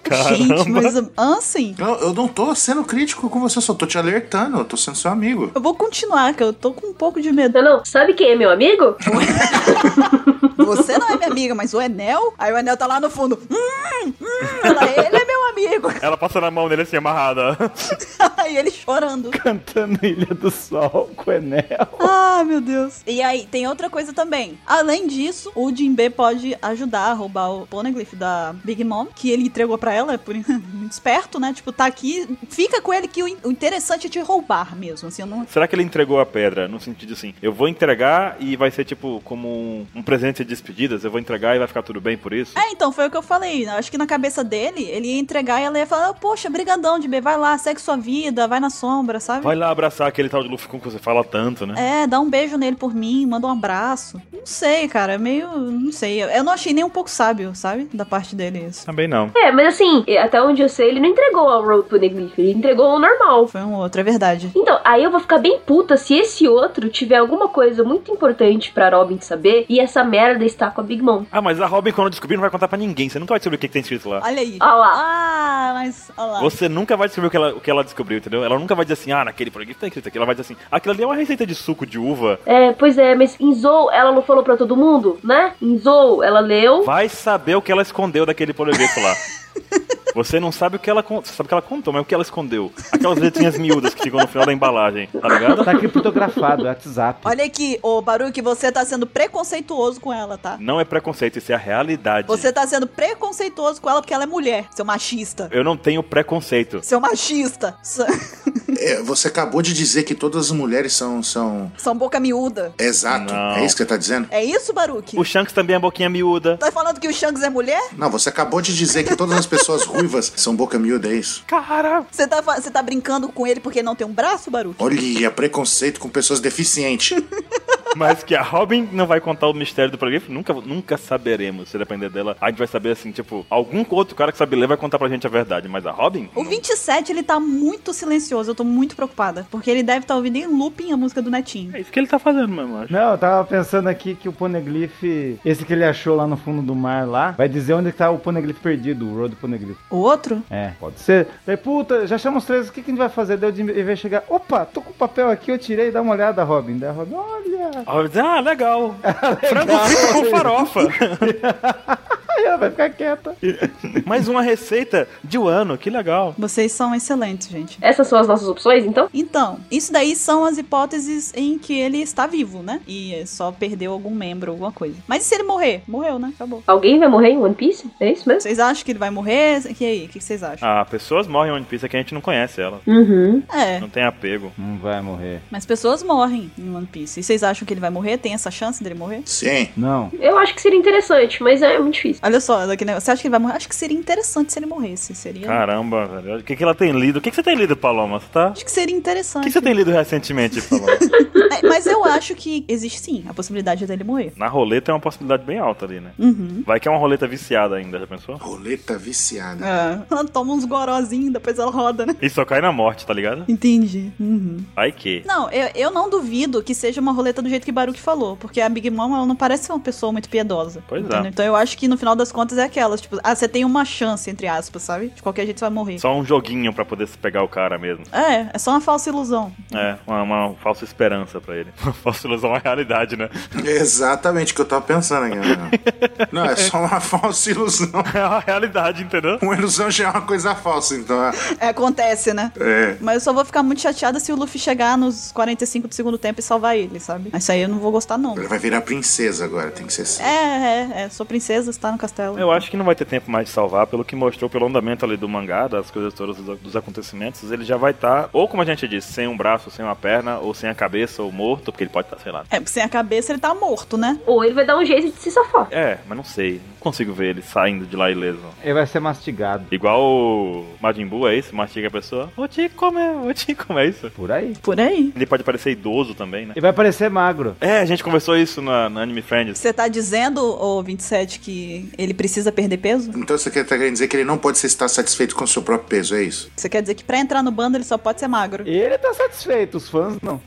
Speaker 4: Caralho.
Speaker 1: Gente, mas assim.
Speaker 2: Eu, eu não tô sendo crítico com você, eu só tô te alertando, eu tô sendo seu amigo.
Speaker 1: Eu vou continuar, que eu tô com um pouco de medo.
Speaker 4: Não, não. Sabe quem é meu amigo?
Speaker 1: Você não é minha amiga, mas o Enel. Aí o Enel tá lá no fundo. Hum, hum, ela, ele é meu amigo.
Speaker 3: Ela passa na mão dele assim, amarrada.
Speaker 1: e ele chorando.
Speaker 5: Cantando Ilha do Sol com Enel.
Speaker 1: Ah, meu Deus. E aí, tem outra coisa também. Além disso, o Jinbe pode ajudar a roubar o Poneglyph da Big Mom, que ele entregou pra ela, é por muito esperto, né? Tipo, tá aqui, fica com ele que o in- o interessante é te roubar mesmo, assim, eu não...
Speaker 3: Será que ele entregou a pedra? No sentido assim, eu vou entregar e vai ser tipo como um, um presente de despedidas, eu vou entregar e vai ficar tudo bem por isso?
Speaker 1: É, então, foi o que eu falei. Eu Acho que na cabeça dele, ele ia entregar e ela ia falar, poxa, brigadão, Jinbe, vai lá, segue sua vida, vai na sombra, sabe?
Speaker 3: Vai lá abraçar aquele tal de Luffy com que você fala tanto, né?
Speaker 1: É, dá um beijo nele por mim, manda um abraço. Não sei, cara, é meio. Não sei. Eu não achei nem um pouco sábio, sabe? Da parte dele isso.
Speaker 3: Também não.
Speaker 4: É, mas assim, até onde eu sei, ele não entregou ao Road Poneglyph, ele entregou ao normal.
Speaker 1: Foi um outro, é verdade.
Speaker 4: Então, aí eu vou ficar bem puta se esse outro tiver alguma coisa muito importante pra Robin saber e essa merda está com a Big Mom.
Speaker 3: Ah, mas a Robin, quando descobrir, não vai contar pra ninguém. Você nunca vai descobrir o que, que tem escrito lá.
Speaker 1: Olha aí.
Speaker 4: Olha lá.
Speaker 1: Ah, mas. Olha lá.
Speaker 3: Você nunca vai descobrir o que, ela, o que ela descobriu, entendeu? Ela nunca vai dizer assim, ah, naquele programa tem escrito aqui. Ela vai dizer assim, aquilo ali é uma receita de suco de uva.
Speaker 4: É, pois é, mas em Zou ela não falou pra todo mundo, né? Em Zou ela leu.
Speaker 3: Vai saber o que ela escondeu daquele poligrafo lá. Você não sabe o que ela con- você sabe o que ela contou, mas o que ela escondeu? Aquelas letrinhas miúdas que ficam no final da embalagem, tá ligado?
Speaker 5: Tá criptografado, WhatsApp.
Speaker 1: Olha aqui, ô Baruque, você tá sendo preconceituoso com ela, tá?
Speaker 3: Não é preconceito, isso é a realidade.
Speaker 1: Você tá sendo preconceituoso com ela porque ela é mulher, seu machista.
Speaker 3: Eu não tenho preconceito.
Speaker 1: Seu machista. São-
Speaker 2: É, você acabou de dizer que todas as mulheres são. são...
Speaker 1: São boca miúda.
Speaker 2: Exato.
Speaker 3: Não.
Speaker 2: É isso que você tá dizendo?
Speaker 1: É isso, Baruque?
Speaker 3: O Shanks também é boquinha miúda.
Speaker 1: Tá falando que o Shanks é mulher?
Speaker 2: Não, você acabou de dizer que todas as pessoas ruivas são boca miúda, é isso?
Speaker 3: Cara,
Speaker 1: Você tá, fa- você tá brincando com ele porque ele não tem um braço, Baruque?
Speaker 2: Olha, preconceito com pessoas deficientes.
Speaker 3: mas que a Robin não vai contar o mistério do progresso, nunca, nunca saberemos. Se depender dela, a gente vai saber assim, tipo, algum outro cara que sabe ler vai contar pra gente a verdade, mas a Robin?
Speaker 1: O
Speaker 3: não.
Speaker 1: 27, ele tá muito silencioso, eu tô muito preocupada. Porque ele deve estar tá ouvindo em looping a música do Netinho.
Speaker 3: É isso que ele tá fazendo mesmo, eu acho.
Speaker 5: Não, eu tava pensando aqui que o Poneglyph, esse que ele achou lá no fundo do mar lá, vai dizer onde tá o Poneglyph perdido, o Road Poneglyph.
Speaker 1: O outro?
Speaker 5: É, pode ser. Falei, puta, já chamamos três, o que, que a gente vai fazer? Daí o Jimmy vai chegar, opa, tô com o papel aqui, eu tirei, dá uma olhada, Robin. Daí a Robin, olha.
Speaker 3: A Robin diz, ah, legal. Frango frito com farofa.
Speaker 5: Aí ela vai ficar quieta.
Speaker 3: mais uma receita de um ano, que legal.
Speaker 1: Vocês são excelentes, gente.
Speaker 4: Essas são as nossas opções, então?
Speaker 1: Então, isso daí são as hipóteses em que ele está vivo, né? E só perdeu algum membro, alguma coisa. Mas e se ele morrer? Morreu, né? Acabou.
Speaker 4: Alguém vai morrer em One Piece? É isso mesmo?
Speaker 1: Vocês acham que ele vai morrer? E aí, o que vocês acham?
Speaker 3: Ah, pessoas morrem em One Piece é que a gente não conhece ela.
Speaker 4: Uhum.
Speaker 1: É,
Speaker 3: Ah, Não tem apego.
Speaker 5: Não vai morrer.
Speaker 1: mas pessoas morrem em One Piece. E vocês acham que ele vai morrer? Tem essa chance dele morrer?
Speaker 2: Sim.
Speaker 5: Não.
Speaker 4: Eu acho que seria interessante, mas é muito difícil.
Speaker 1: Olha só, daqui, né? você acha que ele vai morrer? Acho que seria interessante se ele morresse. Seria.
Speaker 3: Caramba, velho. O que, que ela tem lido? O que, que você tem lido, Paloma? Você tá...
Speaker 1: Acho que seria
Speaker 3: O
Speaker 1: interessante.
Speaker 3: que, que você tá- tem lido recentemente, Paloma?
Speaker 1: É, Mas eu acho que existe sim a possibilidade dele morrer.
Speaker 3: Na roleta é uma possibilidade bem alta ali, né?
Speaker 1: Uhum.
Speaker 3: Vai que é uma roleta viciada ainda, já pensou?
Speaker 2: Roleta viciada.
Speaker 1: É. Ela toma uns gorozinhos, depois ela roda, né?
Speaker 3: E só cai na morte, tá ligado?
Speaker 1: Entendi. Uhum.
Speaker 3: Vai que.
Speaker 1: Não, eu, eu não duvido que seja uma roleta do jeito que Baruque falou, porque a Big Mom ela não parece ser uma pessoa muito piedosa.
Speaker 3: Pois é.
Speaker 1: entendeu? Então eu acho que no final das contas é aquelas, tipo, ah, você tem uma chance, entre aspas, sabe? De qualquer jeito você vai morrer.
Speaker 3: Só um joguinho pra poder se pegar o cara mesmo.
Speaker 1: É, é só uma falsa ilusão.
Speaker 3: É, uma, uma falsa esperança pra ele. Uma falsa ilusão à realidade, né?
Speaker 2: Exatamente o que eu tava pensando aqui. né? Não, é só uma falsa ilusão.
Speaker 3: É a realidade, entendeu?
Speaker 2: Uma ilusão já é uma coisa falsa, então. é-
Speaker 1: É, acontece, né?
Speaker 2: É.
Speaker 1: Mas eu só vou ficar muito chateada se o Luffy chegar nos 45 do segundo tempo e salvar ele, sabe? Isso aí eu não vou gostar, não.
Speaker 2: Ela vai virar princesa agora, tem que ser assim.
Speaker 1: É, é, é. Sou princesa, está no castelo.
Speaker 3: Eu acho que não vai ter tempo mais de salvar, pelo que mostrou pelo andamento ali do mangá, das coisas todas dos, dos acontecimentos, ele já vai estar, ou como a gente disse, sem um braço, sem uma perna, ou sem a cabeça, ou morto, porque ele pode estar, sei lá.
Speaker 1: É, porque sem a cabeça ele tá morto, né?
Speaker 4: Ou ele vai dar um jeito de se safar.
Speaker 3: É, mas não sei, não consigo ver ele saindo de lá ileso.
Speaker 5: Ele vai ser mastigado.
Speaker 3: Igual o Majin Buu, é isso? Mastiga a pessoa. Vou te comer, vou te comer, é isso?
Speaker 5: Por aí.
Speaker 1: Por aí.
Speaker 3: Ele pode parecer idoso também, né?
Speaker 5: Ele vai parecer magro.
Speaker 3: É, a gente conversou isso na, na Anime Friends.
Speaker 1: Você tá dizendo, ô 27, que Ele precisa perder peso?
Speaker 2: Então você quer tá querendo dizer que ele não pode se estar satisfeito com o seu próprio peso, é isso?
Speaker 1: Você quer dizer que pra entrar no bando ele só pode ser magro?
Speaker 5: Ele tá satisfeito, os fãs não.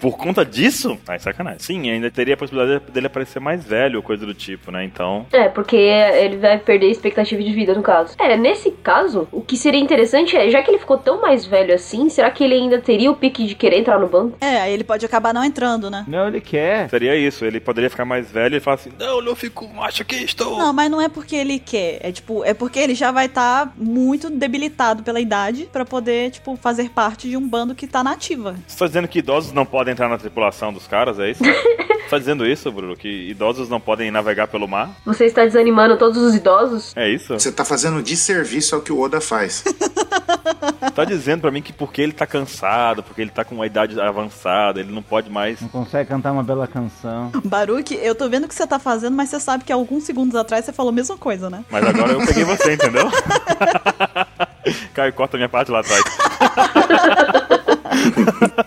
Speaker 3: Por conta disso? Ai, sacanagem. Sim, ainda teria a possibilidade dele aparecer mais velho ou coisa do tipo, né? Então.
Speaker 4: É, porque ele vai perder a expectativa de vida, no caso. É, nesse caso, o que seria interessante é, já que ele ficou tão mais velho assim, será que ele ainda teria o pique de querer entrar no banco?
Speaker 1: É, aí ele pode acabar não entrando, né?
Speaker 5: Não, ele quer.
Speaker 3: Seria isso, ele poderia ficar mais velho e falar assim: Não, não fico macho aqui, estou.
Speaker 1: Não, mas não é porque ele quer. É tipo, é porque ele já vai estar muito debilitado pela idade pra poder, tipo, fazer parte de um bando que tá na ativa.
Speaker 3: Você tá dizendo que idosos não podem entrar na tripulação dos caras, é isso? Você tá dizendo isso, Bruno? Que idosos não podem navegar pelo mar?
Speaker 4: Você está desanimando todos os idosos?
Speaker 3: É isso?
Speaker 2: Você tá fazendo desserviço ao que o Oda faz.
Speaker 3: Tá dizendo pra mim que porque ele tá cansado, porque ele tá com uma idade avançada, ele não pode mais.
Speaker 5: Não consegue cantar uma bela canção.
Speaker 1: Baruque, eu tô vendo o que você tá fazendo, mas você sabe que alguns segundos atrás você falou a mesma coisa, né?
Speaker 3: Mas agora eu peguei você, entendeu? Caio, corta a minha parte lá atrás.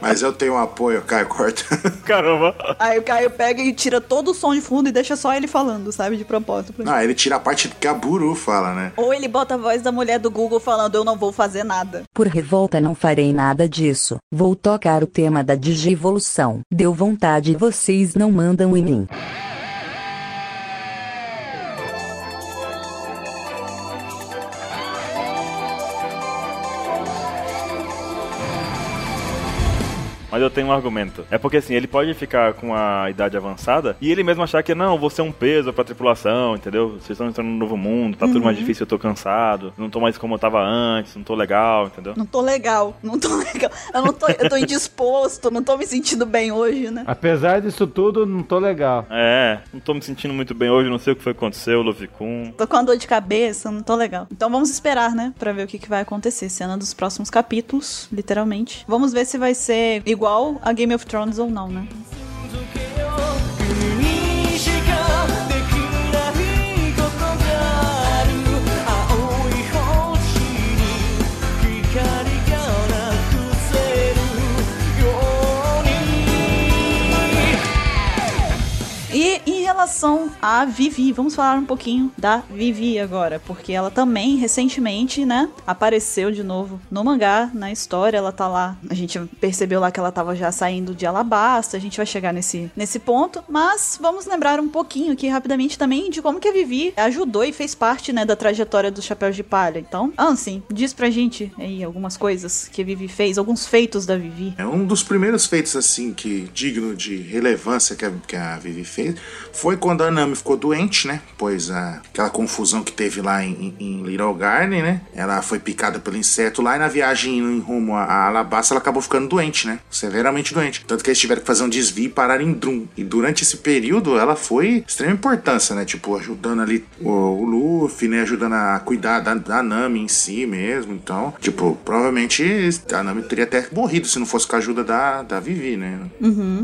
Speaker 2: Mas eu tenho um apoio, Caio, corta.
Speaker 3: Caramba.
Speaker 1: Aí o Caio pega e tira todo o som de fundo e deixa só ele falando, sabe? De propósito. pra mim.
Speaker 2: Não, ele tira a parte que a Buru fala, né?
Speaker 1: Ou ele bota a voz da mulher do Google falando: Eu não vou fazer nada.
Speaker 6: Por revolta não farei nada disso. Vou tocar o tema da digievolução. Deu vontade e vocês não mandam em mim.
Speaker 3: Mas eu tenho um argumento. É porque assim, ele pode ficar com a idade avançada e ele mesmo achar que não, você é um peso pra tripulação, entendeu? Vocês estão entrando num novo mundo, tá tudo mais difícil, eu tô cansado, não tô mais como eu tava antes, não tô legal, entendeu?
Speaker 1: Não tô legal, não tô legal. Eu não tô, eu tô indisposto, não tô me sentindo bem hoje, né?
Speaker 5: Apesar disso tudo, não tô legal.
Speaker 3: É, não tô me sentindo muito bem hoje, não sei o que foi que aconteceu, Luficum.
Speaker 1: Tô com uma dor de cabeça, não tô legal. Então vamos esperar, né? Pra ver o que, que vai acontecer. Cena dos próximos capítulos, literalmente. Vamos ver se vai ser igual a Game of Thrones ou não, né?
Speaker 10: にしかできないことがある」「青い星に光がなくせるように」
Speaker 1: E em relação a Vivi, vamos falar um pouquinho da Vivi agora, porque ela também recentemente, né, apareceu de novo no mangá, na história, ela tá lá, a gente percebeu lá que ela tava já saindo de Alabasta, a gente vai chegar nesse, nesse ponto, mas vamos lembrar um pouquinho aqui rapidamente também de como que a Vivi ajudou e fez parte, né, da trajetória dos Chapéus de Palha. Então, Ansem, diz pra gente aí algumas coisas que a Vivi fez, alguns feitos da Vivi.
Speaker 2: É um dos primeiros feitos, assim, que digno de relevância que a, que a Vivi fez foi quando a Nami ficou doente, né? Pois a- aquela confusão que teve lá em, em em Little Garden, né? Ela foi picada pelo inseto lá e na viagem em rumo a, a Alabasta ela acabou ficando doente, né? Severamente doente. Tanto que eles tiveram que fazer um desvio e parar em Drum. E durante esse período ela foi de extrema importância, né? Tipo, ajudando ali o, o Luffy, né? Ajudando a cuidar da, da Nami em si mesmo. Então, tipo, provavelmente a Nami teria até morrido se não fosse com a ajuda da, da Vivi, né?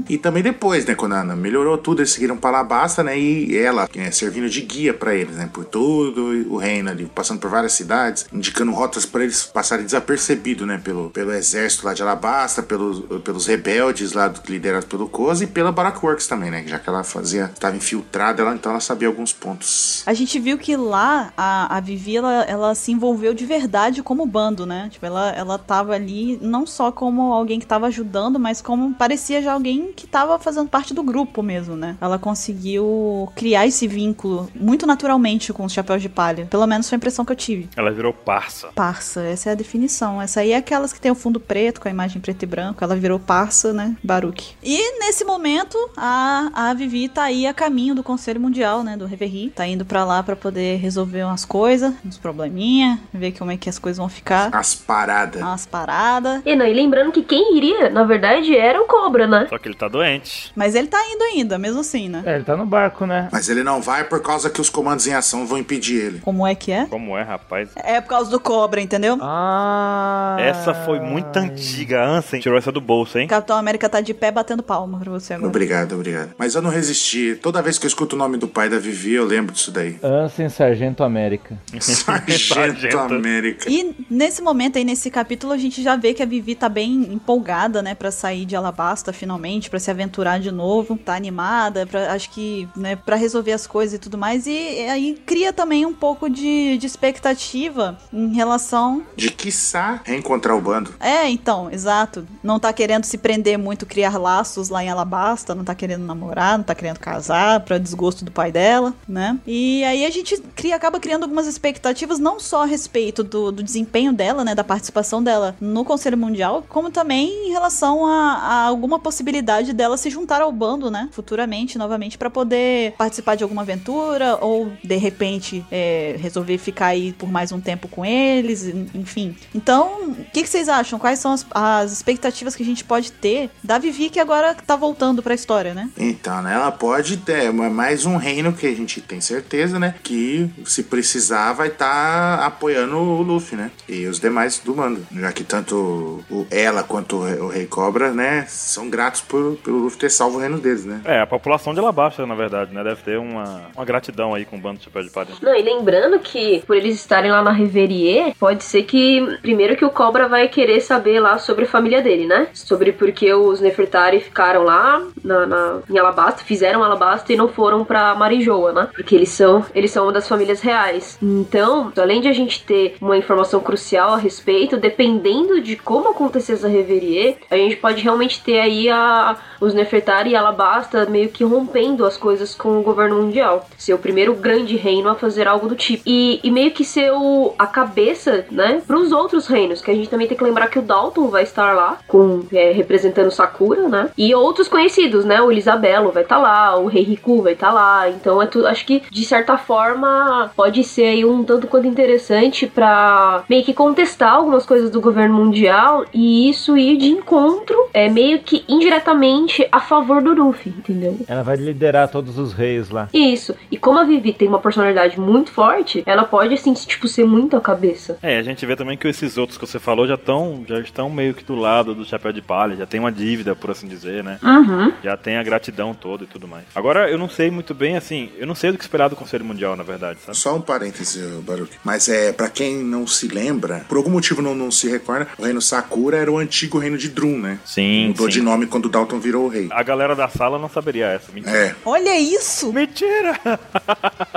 Speaker 2: E também depois, né, quando a Ana melhorou tudo, eles seguiram pra Alabasta, né, e ela né, servindo de guia pra eles, né, por todo o reino ali, passando por várias cidades, indicando rotas pra eles passarem desapercebido, né, pelo, pelo exército lá de Alabasta, pelos, pelos rebeldes lá do- liderados pelo Coz e pela Barack Works também, né, já que ela fazia, estava infiltrada, ela, então ela sabia alguns pontos.
Speaker 1: A gente viu que lá a, a Vivi ela, ela se envolveu de verdade como bando, né? Tipo, ela, ela tava ali não só como alguém que tava ajudando, mas como parecia já alguém que tava fazendo parte do grupo mesmo, né? Ela conseguiu criar esse vínculo muito naturalmente com os chapéus de palha. Pelo menos foi a impressão que eu tive.
Speaker 3: Ela virou parça.
Speaker 1: Parça, essa é a definição. Essa aí é aquelas que tem o fundo preto, com a imagem preto e branco. Ela virou parça, né? Baruque. E nesse momento, a, a Vivi tá aí a caminho do Conselho Mundial, né? Do Reverri. Tá indo pra lá pra poder resolver umas coisas, uns probleminha, ver como é que as coisas vão ficar,
Speaker 2: As paradas.
Speaker 1: umas paradas.
Speaker 4: E não, e lembrando que quem iria, na verdade, era o Cobra, né?
Speaker 3: Só que ele tá doente.
Speaker 1: Mas ele tá indo ainda, mesmo assim, né?
Speaker 5: É, ele tá no barco, né?
Speaker 2: Mas ele não vai por causa que os comandos em ação vão impedir ele.
Speaker 1: Como é que é?
Speaker 3: Como é, rapaz?
Speaker 1: É por causa do cobra, entendeu?
Speaker 5: Ah.
Speaker 3: Essa foi muito antiga, Ansem. Tirou essa do bolso, hein?
Speaker 1: Capitão América tá de pé batendo palma pra você agora.
Speaker 2: Obrigado, obrigado. Mas eu não resisti. Toda vez que eu escuto o nome do pai da Vivi, eu lembro disso daí.
Speaker 5: Ansem Sargento América.
Speaker 2: Sargento
Speaker 3: Sargento.
Speaker 2: América.
Speaker 1: E nesse momento aí, nesse capítulo, a gente já vê que a Vivi tá bem empolgada, né, Pra sair de Alabasta finalmente, pra se aventurar de novo, tá animada, pra, acho que e, né, para resolver as coisas e tudo mais. E, e aí cria também um pouco de, de expectativa em relação.
Speaker 2: De quiçá reencontrar o bando.
Speaker 1: É, então, exato. Não tá querendo se prender muito, criar laços lá em Alabasta, não tá querendo namorar, não tá querendo casar, pra desgosto do pai dela, né? E aí a gente cria, acaba criando algumas expectativas, não só a respeito do, do desempenho dela, né, da participação dela no Conselho Mundial, como também em relação a, a alguma possibilidade dela se juntar ao bando, né, futuramente, novamente, pra poder participar de alguma aventura ou, de repente, é, resolver ficar aí por mais um tempo com eles, en- enfim. Então, o que, que vocês acham? Quais são as, as expectativas que a gente pode ter da Vivi que agora tá voltando pra história, né?
Speaker 2: Então, né, ela pode ter ma- mais um reino que a gente tem certeza, né? Que se precisar vai estar apoiando o Luffy, né? E os demais do mando. Já que tanto o, ela quanto o Rei- o Rei Cobra, né? São gratos por, pelo Luffy ter salvo o reino deles, né?
Speaker 3: É, a população de Alabasta, na verdade, né? Deve ter uma, uma gratidão aí com o bando de chapéu de palha.
Speaker 4: Não, e lembrando que por eles estarem lá na Reverie, pode ser que primeiro que o Cobra vai querer saber lá sobre a família dele, né? Sobre por que os Nefertari ficaram lá na, na- em Alabasta, fizeram Alabasta e não foram pra Marijoa, né? Porque eles são, eles são uma das famílias reais. Então, além de a gente ter uma informação crucial a respeito, dependendo de como acontecer essa Reverie, a gente pode realmente ter aí a, os Nefertari e Alabasta meio que rompendo as coisas com o governo mundial. Ser o primeiro grande reino a fazer algo do tipo. E, e meio que ser o, a cabeça, né, pros outros reinos. Que a gente também tem que lembrar que o Dalton vai estar lá, com é, representando Sakura, né? E outros conhecidos, né? O Elisabelo vai estar lá, o Rei Riku vai estar lá. Então é tu, acho que, de certa forma, pode ser aí um tanto quanto interessante pra meio que contestar algumas coisas do governo mundial e isso ir de encontro, é meio que indiretamente a favor do Luffy, entendeu?
Speaker 5: Ela vai liderar todos os reis lá.
Speaker 4: Isso. E como a Vivi tem uma personalidade muito forte, ela pode, assim, tipo, ser muito a cabeça.
Speaker 3: É, a gente vê também que esses outros que você falou já estão já estão meio que do lado do chapéu de palha, já tem uma dívida, por assim dizer, né?
Speaker 4: Uhum.
Speaker 3: Já tem a gratidão toda e tudo mais. Agora, eu não sei muito bem, assim, eu não sei do que esperar do Conselho Mundial, na verdade, sabe?
Speaker 2: Só um parêntese, Baruque. Mas é, pra quem não se lembra, por algum motivo não, não se recorda, o reino Sakura era o antigo reino de Drum, né?
Speaker 3: Sim, Ah.
Speaker 2: Mudou de
Speaker 3: sim.
Speaker 2: nome quando o Dalton virou o rei.
Speaker 3: Assim, A galera da sala não saberia essa, mentira.
Speaker 2: É.
Speaker 1: Olha isso!
Speaker 3: Mentira!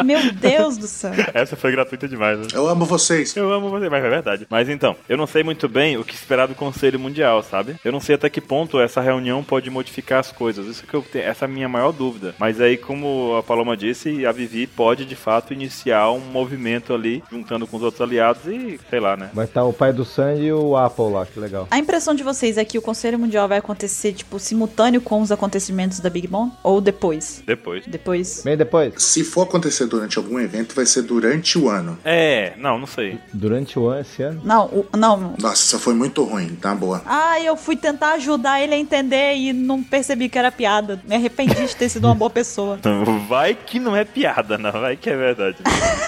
Speaker 1: Meu Deus do céu!
Speaker 3: Essa foi gratuita demais, né?
Speaker 2: Eu amo vocês.
Speaker 3: Eu amo você, mas é verdade. Mas então, eu não sei muito bem o que esperar do Conselho Mundial, sabe? Eu não sei até que ponto essa reunião pode modificar as coisas. Isso que eu tenho, essa é a minha maior dúvida. Mas aí, como a Paloma disse, a Vivi pode de fato iniciar um movimento ali, juntando com os outros aliados e sei lá, né?
Speaker 5: Vai estar o pai do Sam e o Apple lá, que legal.
Speaker 1: A impressão de vocês é que o Conselho Mundial vai acontecer, tipo, simultâneo com os acontecimentos da Big Mom? Ou depois?
Speaker 3: Depois.
Speaker 1: Depois.
Speaker 5: Bem depois,
Speaker 2: Se for acontecer durante algum evento, vai ser durante o ano.
Speaker 3: É, não, não sei.
Speaker 5: durante o ano, esse ano.
Speaker 1: Não, o- não.
Speaker 2: Nossa, essa foi muito ruim, tá boa.
Speaker 1: Ah, eu fui tentar ajudar ele a entender e não percebi que era piada. Me arrependi de ter sido uma boa pessoa.
Speaker 3: Então, Vai que não é piada, não. Vai que é verdade.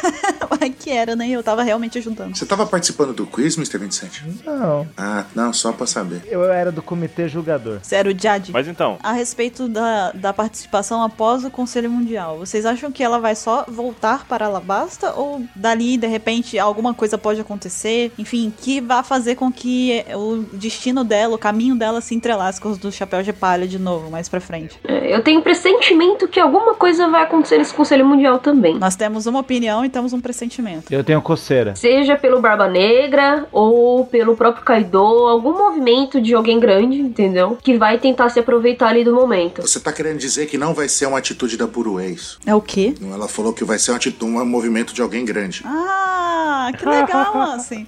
Speaker 1: Mas que era, né? Eu tava realmente ajudando.
Speaker 2: Você tava participando do quiz, Mr. 27?
Speaker 5: Uhum. Não,
Speaker 2: Ah, não, só pra saber.
Speaker 5: eu era do comitê julgador.
Speaker 1: Sério, Jade.
Speaker 3: Mas então,
Speaker 1: A respeito da, da participação após o Conselho Mundial, vocês acham que ela vai só voltar para Alabasta? Ou dali, de repente, alguma coisa pode acontecer? Enfim, que vá fazer com que eh, o destino dela, o caminho dela se entrelace com os do Chapéu de Palha de novo, mais pra frente?
Speaker 4: É, eu tenho pressentimento que alguma coisa vai acontecer nesse Conselho Mundial também.
Speaker 1: Nós temos uma opinião e temos um pressentimento.
Speaker 5: Eu tenho coceira.
Speaker 4: Seja pelo Barba Negra ou pelo próprio Kaido, algum movimento de alguém grande, entendeu? Que vai tentar se aproveitar ali do momento.
Speaker 2: Você tá querendo dizer que não vai ser uma atitude da Buru, é isso?
Speaker 1: É o quê?
Speaker 2: Não, Ela falou que vai ser uma atitude, um movimento de alguém grande.
Speaker 1: Ah, que legal, assim.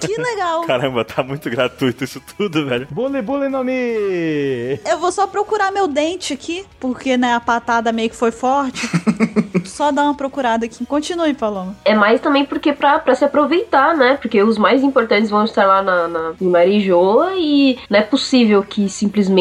Speaker 1: Que legal.
Speaker 3: caramba, tá muito gratuito isso tudo, velho.
Speaker 5: Bully, bully no Mi!
Speaker 1: Eu vou só procurar meu dente aqui, porque né, a patada meio que foi forte. só dar uma procurada aqui. Continue, Paloma.
Speaker 4: É mais também porque pra, pra se aproveitar, né? Porque os mais importantes vão estar lá na, na, em Marijoa e não é possível que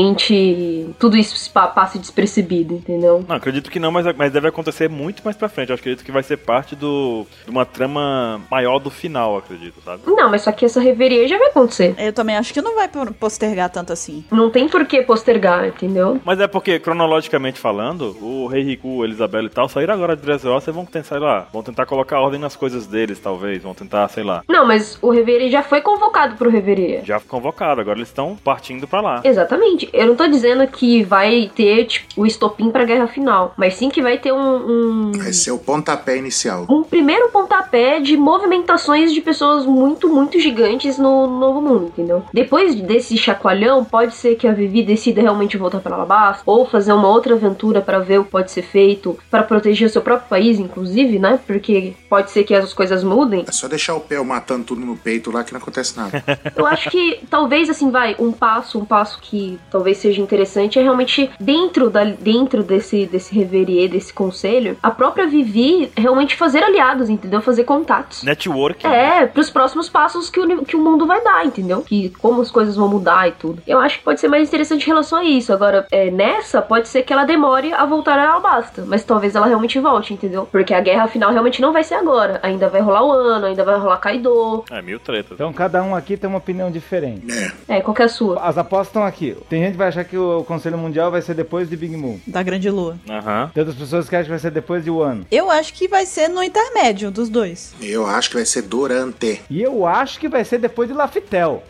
Speaker 4: simplesmente tudo isso se pa- passe despercebido, entendeu?
Speaker 3: Não, acredito que não, mas, mas deve acontecer muito mais pra frente. Eu acredito que vai ser parte do, de uma trama maior do final, acredito, sabe?
Speaker 4: Não, mas só que essa reveria já vai acontecer.
Speaker 1: Eu também acho que não vai por- postergar tanto assim.
Speaker 4: Não tem por que postergar, entendeu?
Speaker 3: Mas é porque, cronologicamente falando, o Rei Riku, Elizabeth e tal saíram agora de Dressrosa e vão tentar, sei lá, vão tentar colocar ordem nas coisas deles, talvez. Vão tentar, sei lá.
Speaker 4: Não, mas o reverie já foi convocado pro reverie.
Speaker 3: Já convocado, agora eles estão partindo pra lá.
Speaker 4: Exatamente. Eu não tô dizendo que vai ter tipo, o estopim pra guerra final, mas sim que vai ter um- um
Speaker 2: Vai ser o pontapé inicial.
Speaker 4: um primeiro pontapé de movimentações de pessoas muito, muito gigantes no novo mundo, entendeu? Depois desse chacoalhão, pode ser que a Vivi decida realmente voltar pra Alabasta ou fazer uma outra aventura pra ver o que pode ser feito pra proteger o seu próprio país, inclusive, né? Porque pode ser que as coisas mudem.
Speaker 2: É só deixar o Pel matando tudo no peito lá que não acontece nada.
Speaker 4: Eu acho que talvez assim vai um passo, um passo que talvez seja interessante é realmente dentro da dentro desse desse reverie, desse conselho, a própria Vivi realmente fazer aliados, entendeu? Fazer contatos.
Speaker 3: Networking. né?
Speaker 4: É, pros próximos passos que o, uni- que o mundo vai dar, entendeu? Que como as coisas vão mudar e tudo. Eu acho que pode ser mais interessante em relação a isso. Agora, é, nessa, pode ser que ela demore a voltar a Alabasta. Mas talvez ela realmente volte, entendeu? Porque a guerra final realmente não vai ser agora. Ainda vai rolar o ano, ainda vai rolar Kaido.
Speaker 3: É, mil tretas.
Speaker 5: Então cada um aqui tem uma opinião diferente.
Speaker 2: É.
Speaker 4: É, qual que é a sua?
Speaker 5: As apostas estão aqui. Tem gente que vai achar que o Conselho Mundial vai ser depois de Big Moon.
Speaker 1: Da Grande Lua.
Speaker 3: Aham.
Speaker 5: Tem outras pessoas que acham que vai ser depois de Wano.
Speaker 1: Eu acho que vai ser no intermédio dos dois.
Speaker 2: Eu acho que vai ser durante.
Speaker 5: E eu acho que vai ser depois de Laftel.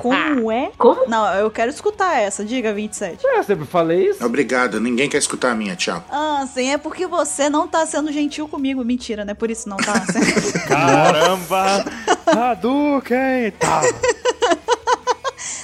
Speaker 1: Como é?
Speaker 4: Como?
Speaker 1: Não, eu quero escutar essa. Diga, 27.
Speaker 5: Eu sempre falei isso.
Speaker 2: Obrigado, ninguém quer escutar a minha, tchau.
Speaker 1: Ah, sim, é porque você não tá sendo gentil comigo. Mentira, né? Por isso não tá sendo.
Speaker 3: Caramba! Hadouken! Tá.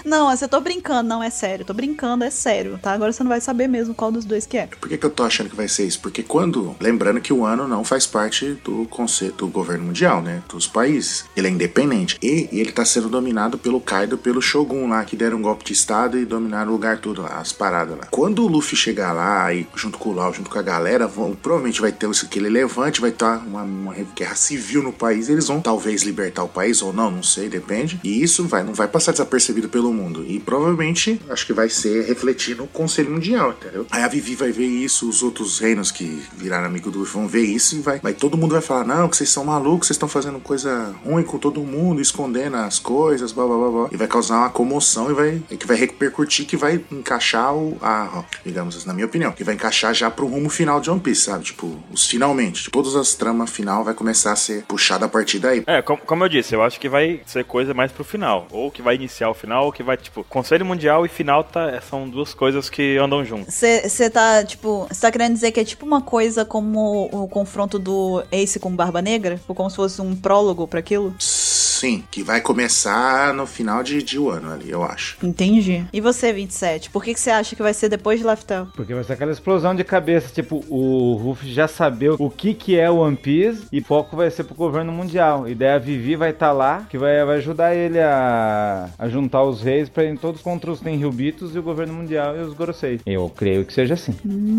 Speaker 1: não, assim, eu tô brincando. Não, é sério. Tô brincando, é sério, tá? Agora você não vai saber mesmo qual dos dois que é.
Speaker 2: Por que, que eu tô achando que vai ser isso? Porque quando. Lembrando que o ano não faz parte do conceito do governo mundial, né? Dos países. Ele é independente. E ele tá sendo dominado pelo Kaido, pelo Shogun lá, que deram um golpe de estado e dominaram o lugar todo, lá, as paradas lá. Quando o Luffy chegar lá, e junto com o Lau, junto com a galera, vão, provavelmente vai ter isso, aquele levante, vai estar uma, uma guerra civil no país. Eles vão talvez libertar o país ou não, não sei, depende. E isso vai, não vai passar desapercebido pelo mundo. E provavelmente acho que vai ser refletir no Conselho Mundial, entendeu? Aí a Vivi vai ver isso, os outros reinos que viraram amigo do Luffy vão ver isso e vai. Vai todo mundo vai falar: não, que vocês são malucos, vocês estão fazendo coisa ruim com todo mundo, escondendo as coisas, blá blá blá blá. E vai causar uma comoção e vai. é que vai repercutir, que vai encaixar o. A, ó, digamos assim, na minha opinião, que vai encaixar já pro rumo final de One Piece, sabe? Tipo, os finalmente. Tipo, todas as tramas final vai começar a ser puxada a partir daí.
Speaker 3: É, com- como, eu disse, eu acho que vai ser coisa mais pro final. Ou que vai iniciar o final, ou que vai, tipo, Conselho Mundial e final tá, são duas coisas que andam juntas.
Speaker 1: Você tá, tipo, você tá querendo dizer que é tipo uma coisa como o confronto do Ace com Barba Negra? Tipo, como se fosse um prólogo pra aquilo?
Speaker 2: Sim, que vai começar no final de, de um ano ali, eu acho.
Speaker 1: Entendi. E você, 27? Por que você acha que vai ser depois de Laftel?
Speaker 5: Porque vai ser aquela explosão de cabeça, tipo, o Ruff já sabeu o que que é o One Piece e foco vai ser pro governo mundial. E daí a Vivi vai estar lá, que vai, vai ajudar ele a, a juntar os reis pra irem todos contra os Tenryubitos e o governo mundial e os Gorosei. Eu creio que seja assim.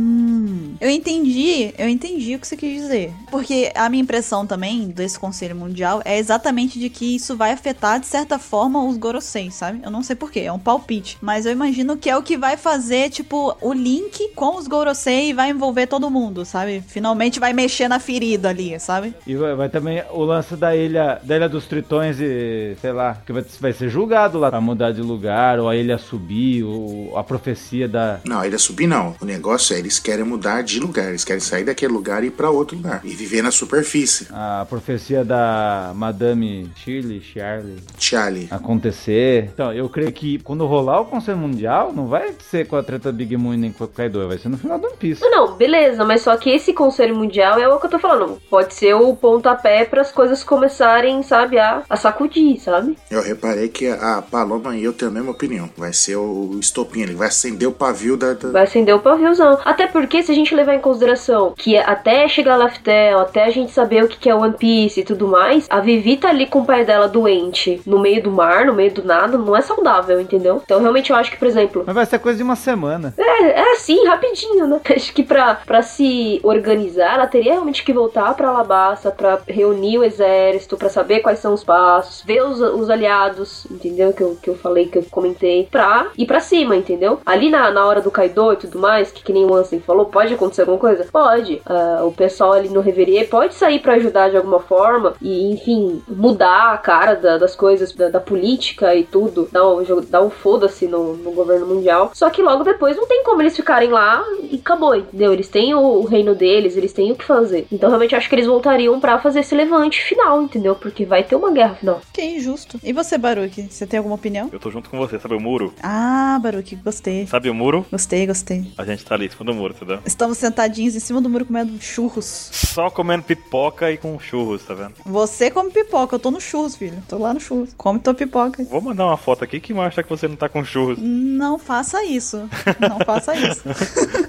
Speaker 1: Hum. Eu entendi, eu entendi o que você quis dizer. Porque a minha impressão também desse Conselho Mundial é exatamente de que isso vai afetar, de certa forma, os Gorosei, sabe? Eu não sei porquê, é um palpite. Mas eu imagino que é o que vai fazer, tipo, o link com os Gorosei e vai envolver todo mundo, sabe? Finalmente vai mexer na ferida ali, sabe?
Speaker 5: E vai, vai também o lance da ilha, da ilha dos Tritões e, sei lá, que vai, vai ser julgado lá pra mudar de lugar, ou a ilha subir, ou a profecia da...
Speaker 2: Não, ele ia subir não. O negócio é eles querem mudar de lugar, eles querem sair daquele lugar e ir pra outro lugar e viver na superfície.
Speaker 5: A profecia da Madame Shirley, Charlie,
Speaker 2: Charlie.
Speaker 5: acontecer. Então, eu creio que quando rolar o Conselho Mundial, não vai ser com a treta Big Moon nem com a Kaido, vai ser no final do One Piece.
Speaker 4: Não, não, beleza, mas só que esse Conselho Mundial é o que eu tô falando. Pode ser o pontapé pras coisas começarem, sabe, a, a sacudir, sabe?
Speaker 2: Eu reparei que a Paloma e eu tenho a mesma opinião. Vai ser o estopim, ele vai acender o pavio da. da-
Speaker 4: Vai acender o paviozão. Até porque, se a gente levar em consideração que é até chegar a Laftel, até a gente saber o que que é One Piece e tudo mais, a Vivi tá ali com o pai dela doente no meio do mar, no meio do nada, não é saudável, entendeu? Então, realmente, eu acho que, por exemplo,
Speaker 5: Mas vai ser coisa de uma semana.
Speaker 4: é, é assim, rapidinho, né? Acho que pra, pra se organizar, ela teria realmente que voltar pra Alabasta pra reunir o exército, pra saber quais são os passos, ver os, os aliados, entendeu? Que eu, que eu falei, que eu comentei, pra ir pra cima, entendeu? Ali na, na hora do Kaido e tudo mais, que, que nem o Ansem falou, pode acontecer alguma coisa? Pode. Ah, o pessoal ali no Reverie pode sair pra ajudar de alguma forma e, enfim, mudar a cara da- das coisas, da, da política e tudo, dá um, jogo- dá um foda-se no, no governo mundial. Só que logo depois não tem como eles ficarem lá e acabou, entendeu? Eles têm o, o reino deles, eles têm o que fazer. Então realmente acho que eles voltariam pra fazer esse levante final, entendeu? Porque vai ter uma guerra final.
Speaker 1: Que injusto. E você, Baruque? Você tem alguma opinião?
Speaker 3: Eu tô junto com você, sabe o muro?
Speaker 1: Ah, Baruque, gostei.
Speaker 3: Sabe o muro?
Speaker 1: Gostei, gostei.
Speaker 3: A gente tá ali em cima do muro, entendeu?
Speaker 1: Estamos sentadinhos em cima do muro comendo churros.
Speaker 3: Só comendo pipoca e com churros, tá vendo?
Speaker 1: Você come pipoca, eu tô no churros, filho. Tô lá no churros. Come tua pipoca.
Speaker 3: Vou mandar uma foto aqui que mostra que você não tá com churros.
Speaker 1: Não faça isso. Não faça isso.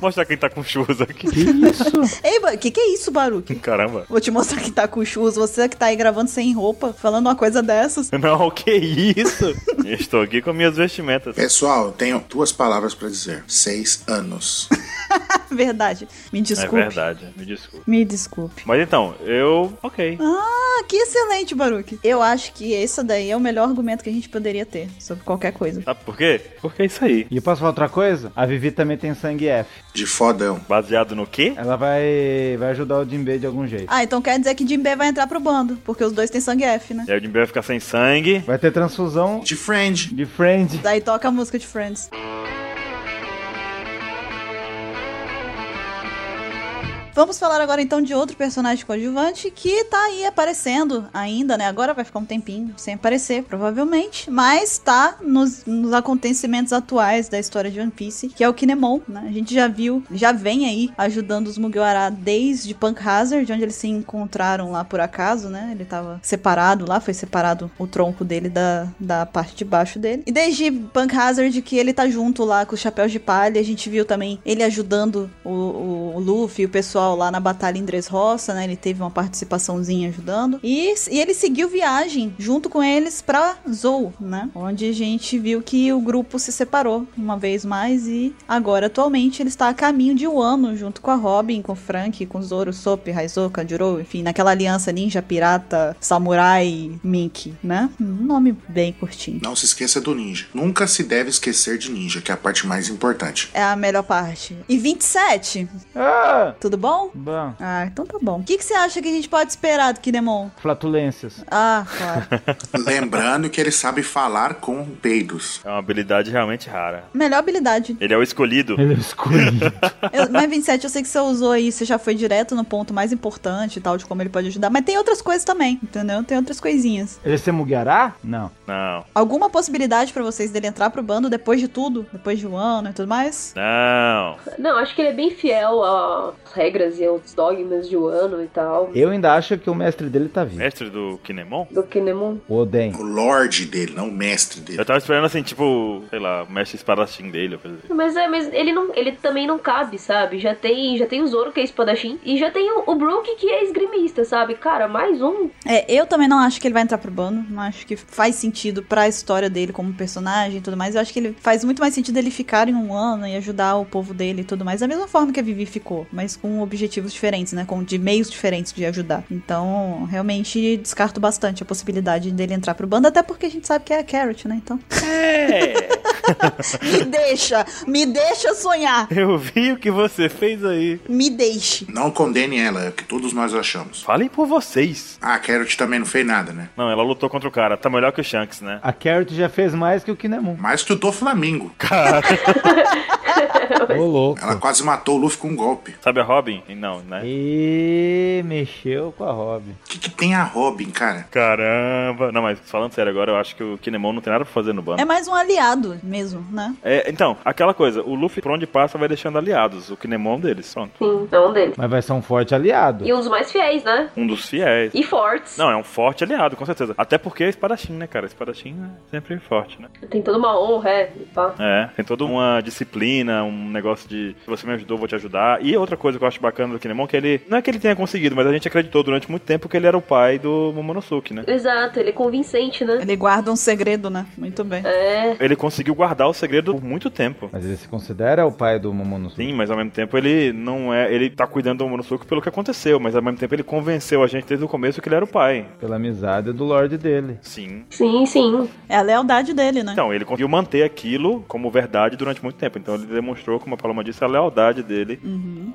Speaker 3: Mostrar quem tá com churros aqui.
Speaker 1: Ei, Ba- que que é isso, Baruque?
Speaker 3: Caramba.
Speaker 1: Vou te mostrar que tá com churros. Você que tá aí gravando sem roupa, falando uma coisa dessas.
Speaker 3: Não, que isso? Eu Estou aqui com minhas vestimentas.
Speaker 2: Pessoal, eu tenho duas palavras pra dizer. Seis anos.
Speaker 1: É Verdade. Me desculpe.
Speaker 3: É verdade, me desculpe.
Speaker 1: Me desculpe.
Speaker 3: Mas então, eu. Ok.
Speaker 1: Ah, que excelente, Baruque. Eu acho que esse daí é o melhor argumento que a gente poderia ter sobre qualquer coisa.
Speaker 3: Sabe por quê? Porque é isso aí.
Speaker 5: E eu posso falar outra coisa? A Vivi também tem sangue F.
Speaker 2: De fodão.
Speaker 3: Baseado no quê?
Speaker 5: Ela vai, vai ajudar o Jinbei de algum jeito.
Speaker 1: Ah, então quer dizer que Jinbe vai entrar pro bando, porque os dois têm sangue F, né?
Speaker 3: E aí É o Jimbe vai ficar sem sangue.
Speaker 5: Vai ter transfusão
Speaker 2: De friend.
Speaker 5: de Friend.
Speaker 1: Daí toca a música de Friends. Vamos falar agora então de outro personagem coadjuvante que tá aí aparecendo ainda, né? Agora vai ficar um tempinho sem aparecer, provavelmente. Mas tá nos, nos acontecimentos atuais da história de One Piece, que é o Kinemon, né? A gente já viu, já vem aí ajudando os Mugiwara desde Punk Hazard, onde eles se encontraram lá por acaso, né? Ele tava separado lá, foi separado o tronco dele da, da parte de baixo dele. E desde Punk Hazard que ele tá junto lá com os chapéus de palha, a gente viu também ele ajudando o, o, o Luffy e o pessoal lá na batalha em Dressrosa, né? Ele teve uma participaçãozinha ajudando. E, e ele seguiu viagem junto com eles pra Zou, né? Onde a gente viu que o grupo se separou uma vez mais e agora atualmente ele está a caminho de Wano junto com a Robin, com o Frank, com o Zoro, Sop, Raizo, Kanjuro, enfim, naquela aliança ninja, pirata, samurai, Mink, né? Um nome bem curtinho.
Speaker 2: Não se esqueça do ninja. Nunca se deve esquecer de ninja, que é a parte mais importante.
Speaker 1: É a melhor parte. E 27,
Speaker 5: Ah!
Speaker 1: tudo bom?
Speaker 5: Bom,
Speaker 1: Ah, então tá bom. O que, que você acha que a gente pode esperar do Kinemon?
Speaker 5: flatulências.
Speaker 1: Ah, claro.
Speaker 2: Lembrando que ele sabe falar com peidos.
Speaker 3: É uma habilidade realmente rara.
Speaker 1: Melhor habilidade.
Speaker 3: Ele é o escolhido.
Speaker 5: Ele é escolhido.
Speaker 1: Eu- mas 27, eu sei que você usou aí, você já foi direto no ponto mais importante e tal, de como ele pode ajudar. Mas tem outras coisas também, entendeu? Tem outras coisinhas.
Speaker 5: Ele se Mugiará? Não.
Speaker 3: Não,
Speaker 1: Alguma possibilidade pra vocês dele entrar pro bando depois de tudo? Depois de um ano e tudo mais?
Speaker 3: não.
Speaker 4: Não, acho que ele é bem fiel às regras e aos dogmas de Wano e tal.
Speaker 5: Eu ainda acho que o mestre dele tá vivo.
Speaker 3: Mestre do Kinemon?
Speaker 4: Do Kinemon.
Speaker 5: O Oden.
Speaker 2: O lorde dele, não o mestre
Speaker 3: Eu
Speaker 2: dele.
Speaker 3: tava esperando assim, tipo, sei lá, o mestre espadachim dele. ou coisa assim.
Speaker 4: Mas é, mas ele não, ele também não cabe, sabe? Já tem, já tem o Zoro que é espadachim e já tem o, o Brook que é esgrimista, sabe? Cara, mais um.
Speaker 1: É, eu também não acho que ele vai entrar pro bando. Não acho que faz sentido pra história dele como personagem e tudo mais. Eu acho que ele faz muito mais sentido ele ficar em um ano e ajudar o povo dele e tudo mais. Da mesma forma que a Vivi ficou, mas com objetivos diferentes, né? Com de meios diferentes de ajudar. Então, realmente descarto bastante a possibilidade dele entrar pro bando, até porque a gente sabe que é a Carrot, né? Então.
Speaker 3: É!
Speaker 1: Me deixa! Me deixa sonhar!
Speaker 3: Eu vi o que você fez aí.
Speaker 1: Me deixe!
Speaker 2: Não condene ela, é o que todos nós achamos.
Speaker 3: Falem por vocês.
Speaker 2: Ah, a Carrot também não fez nada, né?
Speaker 3: Não, ela lutou contra o cara. Tá melhor que o Shanks, né?
Speaker 5: A Carrot já fez mais que o Kinemon.
Speaker 2: Mais que o do Flamingo.
Speaker 5: Ô, louco.
Speaker 2: Ela quase matou o Luffy com um golpe.
Speaker 3: Sabe a Robin? Não, né?
Speaker 5: E mexeu com a Robin.
Speaker 2: O que, que tem a Robin, cara?
Speaker 3: Caramba. Não, mas falando sério agora, eu acho que o Kinemon não tem nada pra fazer no bando.
Speaker 1: É mais um aliado mesmo, né?
Speaker 3: É, então, aquela coisa, o Luffy, por onde passa, vai deixando aliados. O Kinemon deles, pronto.
Speaker 4: Sim, é um deles.
Speaker 5: Mas vai ser um forte aliado.
Speaker 4: E um dos mais fiéis, né?
Speaker 3: Um dos fiéis.
Speaker 4: E fortes.
Speaker 3: Não, é um forte aliado, com certeza. Até porque é espadachim, né, cara? Espadachim é sempre forte, né?
Speaker 4: Tem toda uma honra, é. e pá.
Speaker 3: É, tem toda uma disciplina, um negócio de se você me ajudou, eu vou te ajudar. E outra coisa que eu acho bacana do Kinemon, que ele. Não é que ele tenha conseguido, mas a gente acreditou durante muito tempo que ele era o pai do Momonosuke, né?
Speaker 4: Exato, ele é convincente, né?
Speaker 1: Ele guarda um segredo, né? Muito bem.
Speaker 4: É.
Speaker 3: Ele conseguiu guardar o segredo por muito tempo.
Speaker 5: Mas ele se considera o pai do Momonosuke.
Speaker 3: Sim, mas ao mesmo tempo ele não é. Ele tá cuidando do Momonosuke pelo que aconteceu, mas ao mesmo tempo ele convenceu a gente desde o começo que ele era o pai.
Speaker 5: Pela amizade do Lorde dele.
Speaker 3: Sim.
Speaker 4: Sim, sim.
Speaker 1: É a lealdade dele, né?
Speaker 3: Então, ele conseguiu manter aquilo como verdade durante muito tempo. Então ele demonstrou, como a Paloma disse, a lealdade dele.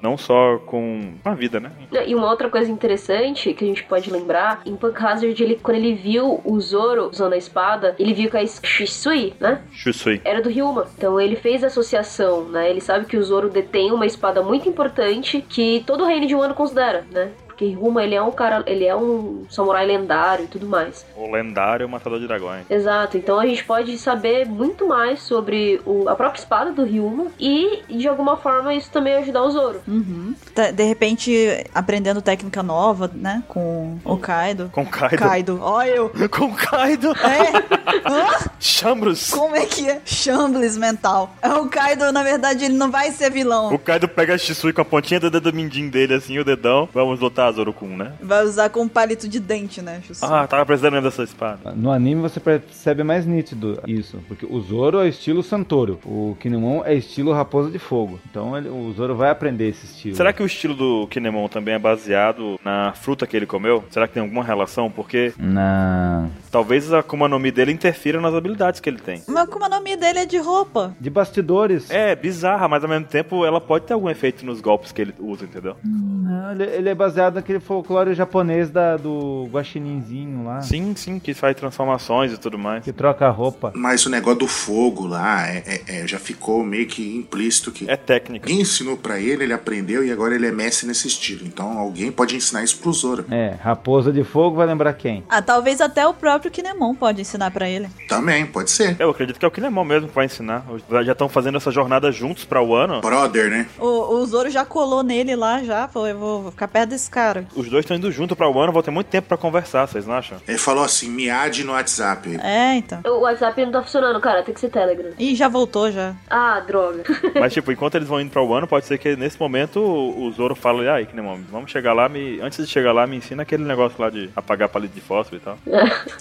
Speaker 3: Não só com a vida, né?
Speaker 4: E uma outra coisa interessante que a gente pode lembrar, em Punk Hazard, ele, quando ele viu o Zoro usando a espada, ele viu que a Shisui, né?
Speaker 3: Shusui.
Speaker 4: Era do Ryuma. Então ele fez a associação, né? Ele sabe que o Zoro detém uma espada muito importante que todo o reino de Wano considera, né? Porque Ryuma, ele é um cara, ele é um samurai lendário e tudo mais.
Speaker 3: O lendário matador de dragões.
Speaker 4: Exato, então a gente pode saber muito mais sobre o- a própria espada do Ryuma e, de alguma forma, isso também ajudar o Zoro.
Speaker 1: Uhum. Tá, De repente, aprendendo técnica nova, né? Com o Kaido.
Speaker 3: Com Kaido.
Speaker 1: Kaido. Ó, eu.
Speaker 3: Com Kaido.
Speaker 1: É? Hã?
Speaker 3: Chambros.
Speaker 1: Como é que é? Chambles mental. É o Kaido, na verdade, ele não vai ser vilão.
Speaker 3: O Kaido pega a Shisui com a pontinha do dedo mindinho dele, assim, o dedão. Vamos lutar, Zoro Kun, né?
Speaker 1: Vai usar com um palito de dente, né? Shusu?
Speaker 3: Ah, tava precisando mesmo dessa espada.
Speaker 5: No anime você percebe mais nítido isso, porque o Zoro é estilo Santoro, o Kinemon é estilo Raposa de Fogo. Então ele- o Zoro vai aprender esse estilo.
Speaker 3: Será que o estilo do Kinemon também é baseado na fruta que ele comeu? Será que tem alguma relação? Porque
Speaker 5: Não.
Speaker 3: talvez a Akuma no Mi dele interfira nas habilidades que ele tem.
Speaker 1: Mas como o nome dele é de roupa?
Speaker 5: De bastidores.
Speaker 3: É, bizarra, mas ao mesmo tempo ela pode ter algum efeito nos golpes que ele usa, entendeu?
Speaker 5: Não, ele, ele é baseado naquele folclore japonês da, do guaxininzinho lá,
Speaker 3: Sim, sim, que faz transformações e tudo mais.
Speaker 5: que troca a roupa.
Speaker 2: Mas o negócio do fogo lá é- é- é, já ficou meio que implícito que
Speaker 3: É técnica.
Speaker 2: Alguém ensinou pra ele, ele aprendeu e agora ele é mestre nesse estilo. Então alguém pode ensinar isso pro Zoro.
Speaker 5: É, Raposa de Fogo vai lembrar quem?
Speaker 1: Ah, talvez até o próprio Kinemon pode ensinar pra ele.
Speaker 2: Também, pode ser.
Speaker 3: Eu acredito que é o Kinemon mesmo que vai ensinar. Já estão fazendo essa jornada juntos pra o ano.
Speaker 2: Brother, né?
Speaker 1: O, o Zoro já colou nele lá, já. Falou, eu vou ficar perto desse cara.
Speaker 3: Os dois estão indo junto pra o ano, vão ter muito tempo pra conversar, vocês não acham?
Speaker 2: Ele falou assim, me ade no WhatsApp.
Speaker 1: É, então.
Speaker 4: O WhatsApp não tá funcionando, cara, tem que ser Telegram.
Speaker 1: Ih, já voltou, já.
Speaker 4: Ah, droga.
Speaker 3: Mas, tipo, enquanto eles vão indo pra Wano, pode ser que nesse momento o o Zoro fala, ai, que nem homem, vamos chegar lá, me... antes de chegar lá, me ensina aquele negócio lá de apagar palito de fósforo e tal.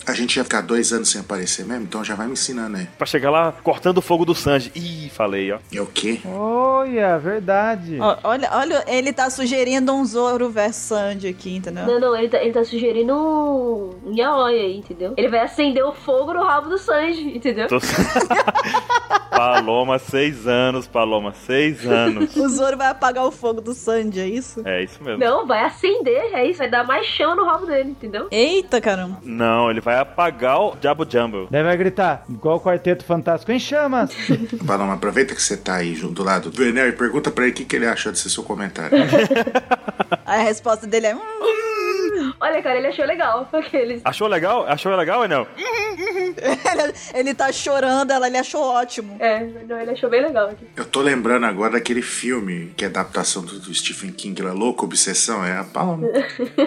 Speaker 2: A gente ia ficar dois anos sem aparecer mesmo, então já vai me ensinando, né?
Speaker 3: Pra chegar lá, cortando o fogo do Sanji. Ih, falei, ó.
Speaker 2: É o quê?
Speaker 5: Olha, verdade.
Speaker 1: Ó, Olha, olha, ele tá sugerindo um Zoro versus Sandy aqui, entendeu?
Speaker 4: Não, não, ele tá, ele tá sugerindo um um yaoi aí, entendeu? Ele vai acender o fogo no rabo do Sanji, entendeu?
Speaker 3: Tô- Paloma, seis anos, Paloma, seis anos.
Speaker 1: O Zoro vai apagar o fogo do Sandy, é isso?
Speaker 3: É isso mesmo.
Speaker 4: Não, vai acender, é isso, vai dar mais chão no rabo dele, entendeu?
Speaker 1: Eita, caramba.
Speaker 3: Não, ele vai apagar o Jabo Jumbo.
Speaker 5: Daí vai gritar, igual o Quarteto Fantástico, em chamas!
Speaker 2: Paloma, aproveita que você tá aí junto do lado do Enel e pergunta pra ele o que, que ele achou desse seu comentário.
Speaker 1: Aí a resposta dele é. "Hum,
Speaker 4: Olha, cara, ele achou legal aqueles.
Speaker 3: Achou legal? Achou legal, Enel?
Speaker 1: ele, ele tá chorando, ela ele achou ótimo.
Speaker 4: É, não, ele achou bem legal aqui.
Speaker 2: Eu tô lembrando agora daquele filme que é adaptação do, do Stephen King, lá, Louco Obsessão, é a Paloma.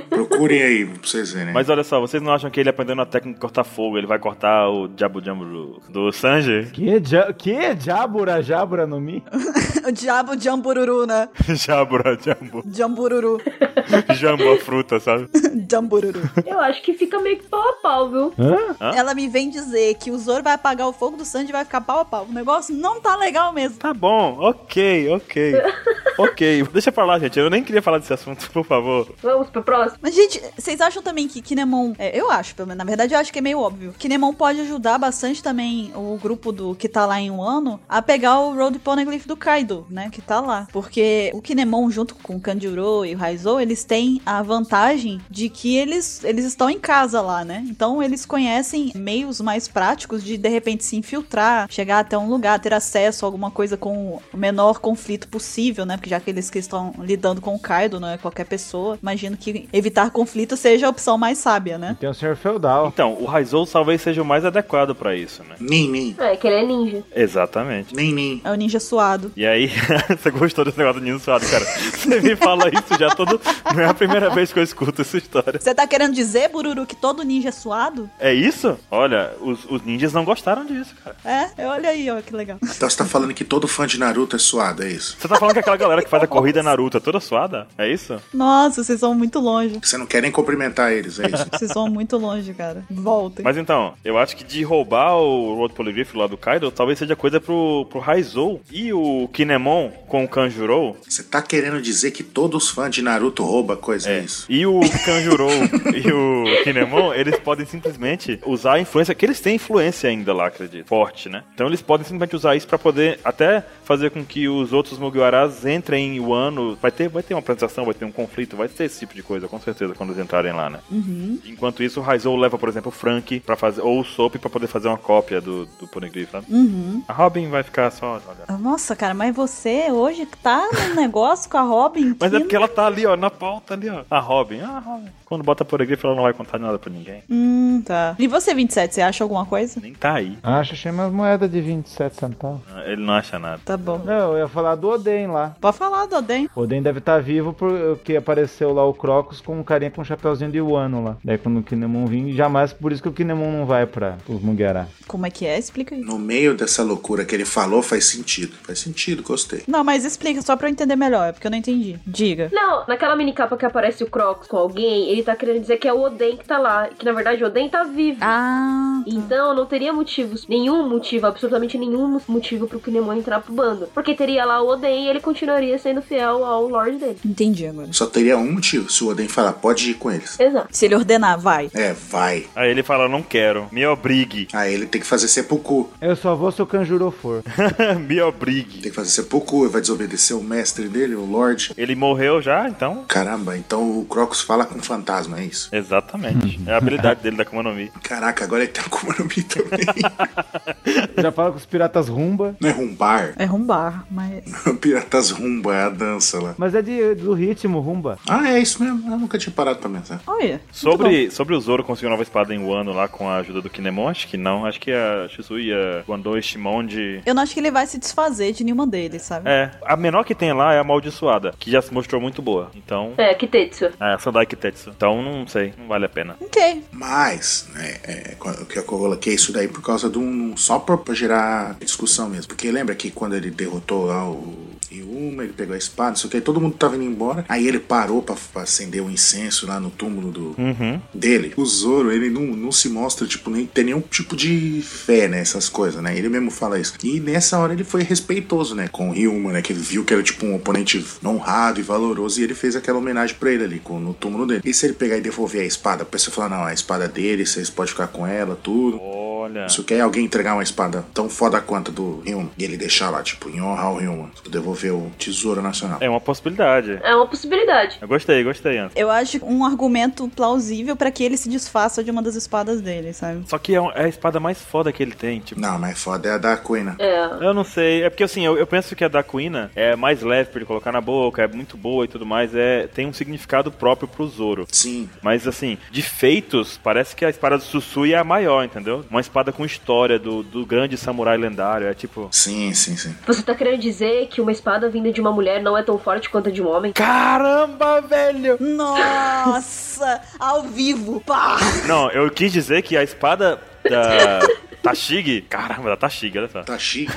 Speaker 2: Procurem aí pra vocês verem.
Speaker 3: Mas olha só, vocês não acham que ele aprendendo a técnica de cortar fogo, ele vai cortar o Jabo Jumbo do, do Sanji?
Speaker 5: que, dia que diabura, jabura no Mi?
Speaker 1: O diabo Jambururu, né?
Speaker 3: Jabo Jumbo.
Speaker 1: Jambururu.
Speaker 3: Jumbo, a fruta, sabe?
Speaker 1: Jambururu.
Speaker 4: Eu acho que fica meio que pau a pau, viu?
Speaker 5: Hã?
Speaker 1: Ela me vem dizer que o Zoro vai apagar o fogo do Sandy e vai ficar pau a pau. O negócio não tá legal mesmo.
Speaker 3: Tá bom, ok, ok. ok, deixa pra lá, gente. Eu nem queria falar desse assunto, por favor.
Speaker 4: Vamos pro próximo?
Speaker 1: Mas, gente, vocês acham também que Kinemon. é, eu acho, pelo menos. Na verdade, eu acho que é meio óbvio. Kinemon pode ajudar bastante também o grupo do que tá lá em um ano a pegar o Road Poneglyph do Kaido, né? Que tá lá. Porque o Kinemon, junto com o Kanjuro e o Raizou, eles têm a vantagem de que eles, eles estão em casa lá, né? Então, eles conhecem meios mais práticos de, de repente, se infiltrar, chegar até um lugar, ter acesso a alguma coisa com o menor conflito possível, né? Porque já que eles que estão lidando com o Kaido, não é qualquer pessoa, imagino que evitar conflito seja a opção mais sábia, né?
Speaker 5: Tem o Senhor Feudal.
Speaker 3: Então, o Raizou talvez seja o mais adequado pra isso, né?
Speaker 2: Nem, nem,
Speaker 4: É, que ele é ninja.
Speaker 3: Exatamente.
Speaker 2: nem, nem.
Speaker 1: É o ninja suado.
Speaker 3: E aí, você gostou desse negócio do Nino Suado, cara? Você me fala isso já todo. Não é a primeira vez que eu escuto essa história. história.
Speaker 1: Você tá querendo dizer, Bururu, que todo ninja é suado?
Speaker 3: É isso? Olha, os, os ninjas não gostaram disso, cara.
Speaker 1: É? Olha aí, ó, que legal.
Speaker 2: Então você tá falando que todo fã de Naruto é suado, é isso?
Speaker 3: Você tá falando que aquela galera que faz a corrida Naruto é toda suada? É isso?
Speaker 1: Nossa, vocês vão muito longe.
Speaker 2: Você não quer nem cumprimentar eles, é isso?
Speaker 1: Vocês vão muito longe, cara. Voltem.
Speaker 3: Mas então, eu acho que de roubar o Road Polyglyph lá do Kaido, talvez seja coisa pro, pro Raizou e o Kinemon com o Kanjurou.
Speaker 2: Você tá querendo dizer que todos os fãs de Naruto roubam coisa, é, isso?
Speaker 3: E o Kanjurou e o Kinemon, eles podem simplesmente usar a influência, que eles têm influência ainda lá, acredito, forte, né? Então eles podem simplesmente usar isso pra poder até fazer com que os outros Mugiwaras entrem o ano. Vai ter, vai ter uma apresentação, vai ter um conflito, vai ter esse tipo de coisa, com certeza, quando eles entrarem lá, né? Enquanto isso, o Raizou leva, por exemplo, o Frank para fazer, ou o Soap pra poder fazer uma cópia do, do Poneglyph, né?
Speaker 1: Uhum.
Speaker 3: A Robin vai ficar só olhando.
Speaker 1: Nossa, cara, mas você hoje tá num negócio com a Robin.
Speaker 3: Mas
Speaker 1: que
Speaker 3: é porque ela tá ali, ó, na pauta ali, ó. A Robin. Ah, Robin. Quando bota Poneglyph, ela não vai contar nada pra ninguém.
Speaker 1: Hum, tá. E você, 27, você acha alguma coisa?
Speaker 3: Nem tá aí.
Speaker 5: Acho, achei umas moedas de 27 centavos.
Speaker 3: Ah, Ele não acha nada.
Speaker 1: Tá bom.
Speaker 5: Não, eu ia falar do Oden lá.
Speaker 1: Pode falar, Dodem.
Speaker 5: O Oden deve estar vivo porque apareceu lá o Crocus com um carinha com um chapeuzinho de Wano lá. Daí quando o Kinemon vir, jamais por isso que o Kinemon não vai pra os Mugiará.
Speaker 1: Como é que é? Explica aí.
Speaker 2: No meio dessa loucura que ele falou, faz sentido. Faz sentido, gostei.
Speaker 1: Não, mas explica só pra eu entender melhor, é porque eu não entendi. Diga.
Speaker 4: Não, naquela minicapa que aparece o Crocs com alguém, ele tá querendo dizer que é o Oden que tá lá. Que na verdade o Oden tá vivo.
Speaker 1: Ah.
Speaker 4: Então não teria motivos, nenhum motivo, absolutamente nenhum motivo pro Kinemon entrar pro bando. Porque teria lá o Oden e ele continuaria sendo fiel ao Lorde dele.
Speaker 1: Entendi agora.
Speaker 2: Só teria um motivo se o Oden falar, pode ir com eles.
Speaker 4: Exato.
Speaker 1: Se ele ordenar, vai.
Speaker 2: É, vai.
Speaker 3: Aí ele fala, não quero, me obrigue.
Speaker 2: Aí ele tem que fazer seppuku.
Speaker 5: Eu só vou se o Kanjuro for.
Speaker 3: me obrigue.
Speaker 2: Tem que fazer seppuku, ele vai desobedecer o mestre dele, o Lorde.
Speaker 3: Ele morreu já, então?
Speaker 2: Caramba, então o Crocus fala com fantasma, é isso?
Speaker 3: Exatamente. É a habilidade dele da Akuma no Mi.
Speaker 2: Caraca, agora ele tem Akuma no Mi também.
Speaker 5: Já fala com os piratas rumba.
Speaker 2: Não é rumbar?
Speaker 1: É rumbar, mas.
Speaker 2: Piratas rumba, é a dança lá.
Speaker 5: Mas é de, do ritmo rumba.
Speaker 2: Ah, é isso mesmo. Eu nunca tinha parado pra pensar.
Speaker 1: Olha. muito bom.
Speaker 3: Sobre, sobre o Zoro conseguir uma nova espada em Wano lá com a ajuda do Kinemon, acho que não. Acho que a Shizui, a Gwandou e Shimon de...
Speaker 1: Eu não acho que ele vai se desfazer de nenhuma deles, sabe?
Speaker 3: É, a menor que tem lá é a Amaldiçoada, que já se mostrou muito boa. Então,
Speaker 4: É, Kitetsu.
Speaker 3: é a Sandai Kitetsu. Então, não sei, não vale a pena.
Speaker 1: Ok.
Speaker 2: Mas, né, é, quando- que eu coloquei isso daí por causa de um. Só pra, pra gerar discussão mesmo. Porque lembra que quando ele derrotou lá o. Yuma, ele pegou a espada, não sei o que, todo mundo tava indo embora. Aí ele parou pra, pra acender o incenso lá no túmulo do,
Speaker 3: Uhum.
Speaker 2: dele. O Zoro, ele não, não se mostra, tipo, nem tem nenhum tipo de fé nessas coisas, né? Ele mesmo fala isso. E nessa hora ele foi respeitoso, né? Com o Ryuma, né? Que ele viu que era, tipo, um oponente honrado e valoroso. E ele fez aquela homenagem pra ele ali, com, no túmulo dele. E se ele pegar e devolver a espada, a pessoa falar, não, a espada é dele, vocês podem ficar com ela, tudo.
Speaker 3: Olha.
Speaker 2: Isso quer alguém entregar uma espada tão foda quanto a do Ryuma. E ele deixar lá, tipo, em honra ao Ryuma. Tipo, devolver o Tesouro Nacional.
Speaker 3: É uma possibilidade.
Speaker 4: É uma possibilidade.
Speaker 3: Eu gostei, gostei, Anderson.
Speaker 1: Eu acho um argumento plausível pra que ele se desfaça de uma das espadas dele, sabe?
Speaker 3: Só que é, um- é a espada mais foda que ele tem, tipo...
Speaker 2: Não, mas foda é a da Kuina.
Speaker 4: É.
Speaker 3: Eu não sei, é porque assim, eu, eu penso que a da Quina é mais leve pra ele colocar na boca, é muito boa e tudo mais, é tem um significado próprio pro Zoro.
Speaker 2: Sim,
Speaker 3: Mas assim, de feitos, parece que a espada do Susui é a maior, entendeu? Uma espada com história do, do grande samurai lendário. É tipo.
Speaker 2: sim, sim, sim.
Speaker 4: Você tá querendo dizer que uma espada vinda de uma mulher não é tão forte quanto a de um homem?
Speaker 3: Caramba, velho!
Speaker 1: Nossa! ao vivo! Pá!
Speaker 3: Não, eu quis dizer que a espada da. Tashig? Caramba, da Tashig, olha só.
Speaker 2: Tá chique.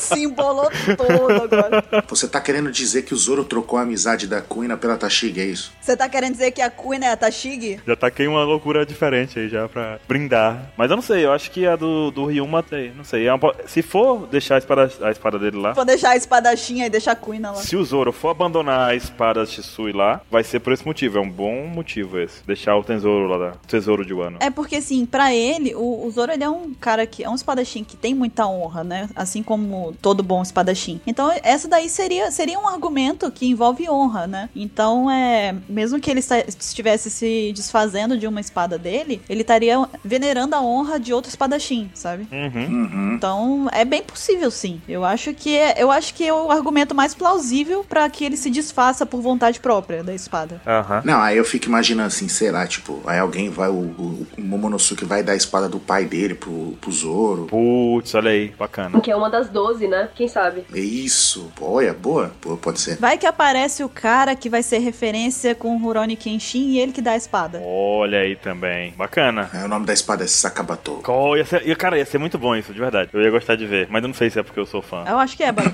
Speaker 1: Se embolou todo agora.
Speaker 2: Você tá querendo dizer que o Zoro trocou a amizade da Kuina pela Tashiga, é isso?
Speaker 1: Você tá querendo dizer que a Queen é a Tashig?
Speaker 3: Já taquei uma loucura diferente aí já pra brindar. Mas eu não sei, eu acho que a do, do Ryuma tem. Não sei. é uma po- se for deixar a espada, a espada dele lá.
Speaker 1: Vou deixar a espadachinha e deixar a Queen lá.
Speaker 3: Se o Zoro for abandonar a espada Shisui lá, vai ser por esse motivo. É um bom motivo esse. Deixar o tesouro lá, da, o tesouro de Wano.
Speaker 1: É porque, assim, pra ele, o, o Zoro ele é um cara que é um espadachim que tem muita honra, né? Assim como todo bom espadachim. Então, essa daí seria, seria um argumento que envolve honra, né? Então, é mesmo que ele esta- estivesse se desfazendo de uma espada dele, ele estaria venerando a honra de outro espadachim, sabe?
Speaker 3: Uhum.
Speaker 2: Uhum.
Speaker 1: Então, é bem possível, sim. Eu acho que é, eu acho que é o argumento mais plausível pra que ele se desfaça por vontade própria da espada.
Speaker 3: Aham.
Speaker 2: Não, aí eu fico imaginando assim, sei lá, tipo, aí alguém vai, o, o, o Momonosuke vai dar es- espada do pai dele pro, pro Zoro.
Speaker 3: Putz, olha aí, bacana.
Speaker 4: Que é uma das 12, né? Quem sabe?
Speaker 2: É isso. Olha, boa. Boa, pode ser.
Speaker 1: Vai que aparece o cara que vai ser referência com o Rurouni Kenshin e ele que dá a espada.
Speaker 3: Olha aí também, bacana.
Speaker 2: É, o nome da espada é Sakabato.
Speaker 3: Qual ia ser, ia- cara, ia ser muito bom isso, de verdade. Eu ia gostar de ver, mas eu não sei se é porque eu sou fã.
Speaker 1: Eu acho que é, Baru.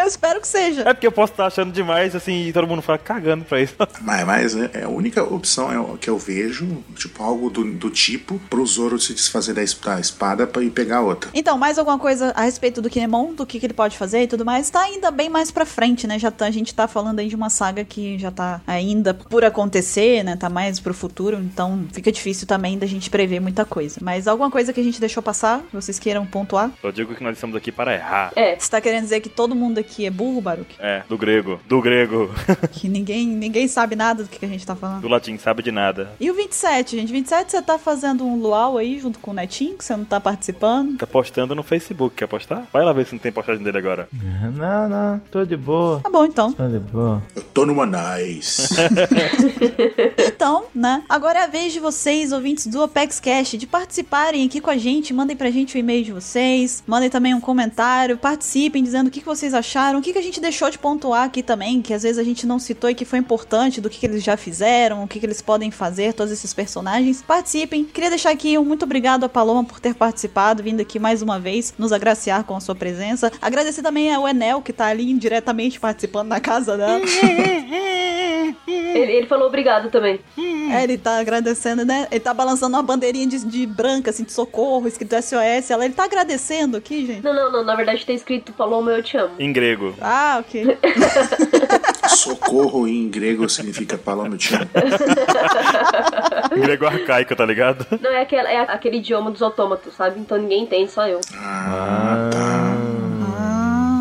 Speaker 1: Eu espero que seja.
Speaker 3: É porque eu posso estar achando demais, assim, e todo mundo fala cagando pra isso.
Speaker 2: Mas, mas é é a única opção é o- que eu vejo, tipo, algo do, do tipo, pro Zoro se desfazer da es- da espada pra ir pegar outra.
Speaker 1: Então, mais alguma coisa a respeito do Kinemon, do que, que ele pode fazer e tudo mais, tá ainda bem mais pra frente, né? Já tá, a gente tá falando aí de uma saga que já tá ainda por acontecer, né? Tá mais pro futuro, então fica difícil também da gente prever muita coisa. Mas alguma coisa que a gente deixou passar, que vocês queiram pontuar?
Speaker 3: Eu digo que nós estamos aqui para errar.
Speaker 4: É.
Speaker 1: Você tá querendo dizer que todo mundo aqui é burro, Baruque?
Speaker 3: É, do grego. Do grego.
Speaker 1: Que ninguém, ninguém sabe nada do que, que a gente tá falando?
Speaker 3: Do latim, sabe de nada.
Speaker 1: E o 27, gente? 27 você tá fazendo um luau aí junto com o Netinho, que você não tá participando?
Speaker 3: Tá postando no Facebook, quer postar? Vai lá ver se não tem postagem dele agora.
Speaker 5: Não, não, tô de boa.
Speaker 1: Tá bom, então.
Speaker 5: Tô de boa.
Speaker 2: Eu tô numa nice.
Speaker 1: Então, né? Agora é a vez de vocês, ouvintes do Apex Cash, de participarem aqui com a gente. Mandem pra gente o e-mail de vocês, mandem também um comentário, participem dizendo o que, que vocês acharam, o que, que a gente deixou de pontuar aqui também, que às vezes a gente não citou e que foi importante, do que, que eles já fizeram, o que, que eles podem fazer, todos esses personagens. Participem. Queria deixar aqui um muito obrigado a Paloma por ter participado, vindo aqui mais uma vez, nos agraciar com a sua presença. Agradecer também ao Enel, que tá ali indiretamente participando na casa dela.
Speaker 4: Ele, ele falou obrigado também.
Speaker 1: É, ele tá agradecendo, né? Ele tá balançando uma bandeirinha de, de branca, assim, de socorro, escrito SOS. Ela, ele tá agradecendo aqui, gente.
Speaker 4: Não, não, não. Na verdade tem escrito Paloma, eu te amo.
Speaker 3: Em grego.
Speaker 1: Ah, ok.
Speaker 2: Socorro em grego significa paloma de chão.
Speaker 3: Em grego arcaico, tá ligado?
Speaker 4: Não, é aquele, é aquele idioma dos autômatos, sabe? Então ninguém entende, só eu.
Speaker 2: Ah, tá.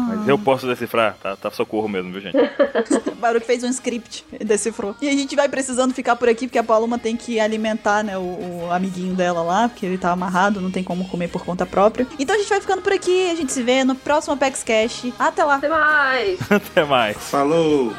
Speaker 3: Mas eu posso decifrar. Tá, tá socorro mesmo, viu, gente?
Speaker 1: O Baruch fez um script, ele decifrou. E a gente vai precisando ficar por aqui, porque a Paloma tem que alimentar, né, o, o amiguinho dela lá, porque ele tá amarrado, não tem como comer por conta própria. Então a gente vai ficando por aqui, a gente se vê no próximo Apex Cash. Até lá!
Speaker 4: Até mais!
Speaker 3: Até mais.
Speaker 2: Falou!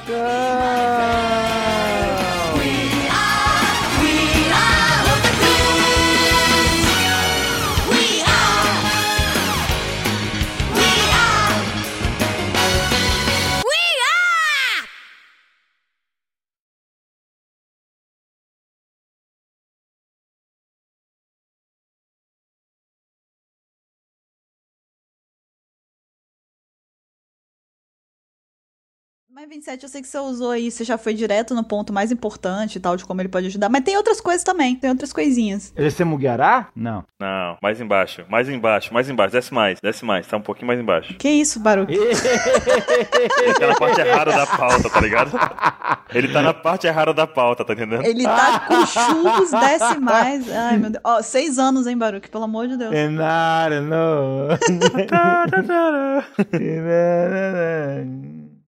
Speaker 1: Mas 27, eu sei que você usou aí, você já foi direto no ponto mais importante e tal, de como ele pode ajudar. Mas tem outras coisas também, tem outras coisinhas.
Speaker 5: Ele se mugará? Não.
Speaker 3: Não, mais embaixo, mais embaixo, mais embaixo, desce mais, desce mais, tá um pouquinho mais embaixo.
Speaker 1: Que isso, Baruch?
Speaker 3: Ele tá na parte errada da pauta, tá ligado? Ele tá na parte errada da pauta, tá entendendo?
Speaker 1: Ele tá com chuvos decimais. Ai, meu Deus. Ó, seis anos, hein, Baruque? Pelo amor de Deus.
Speaker 5: Enara, não.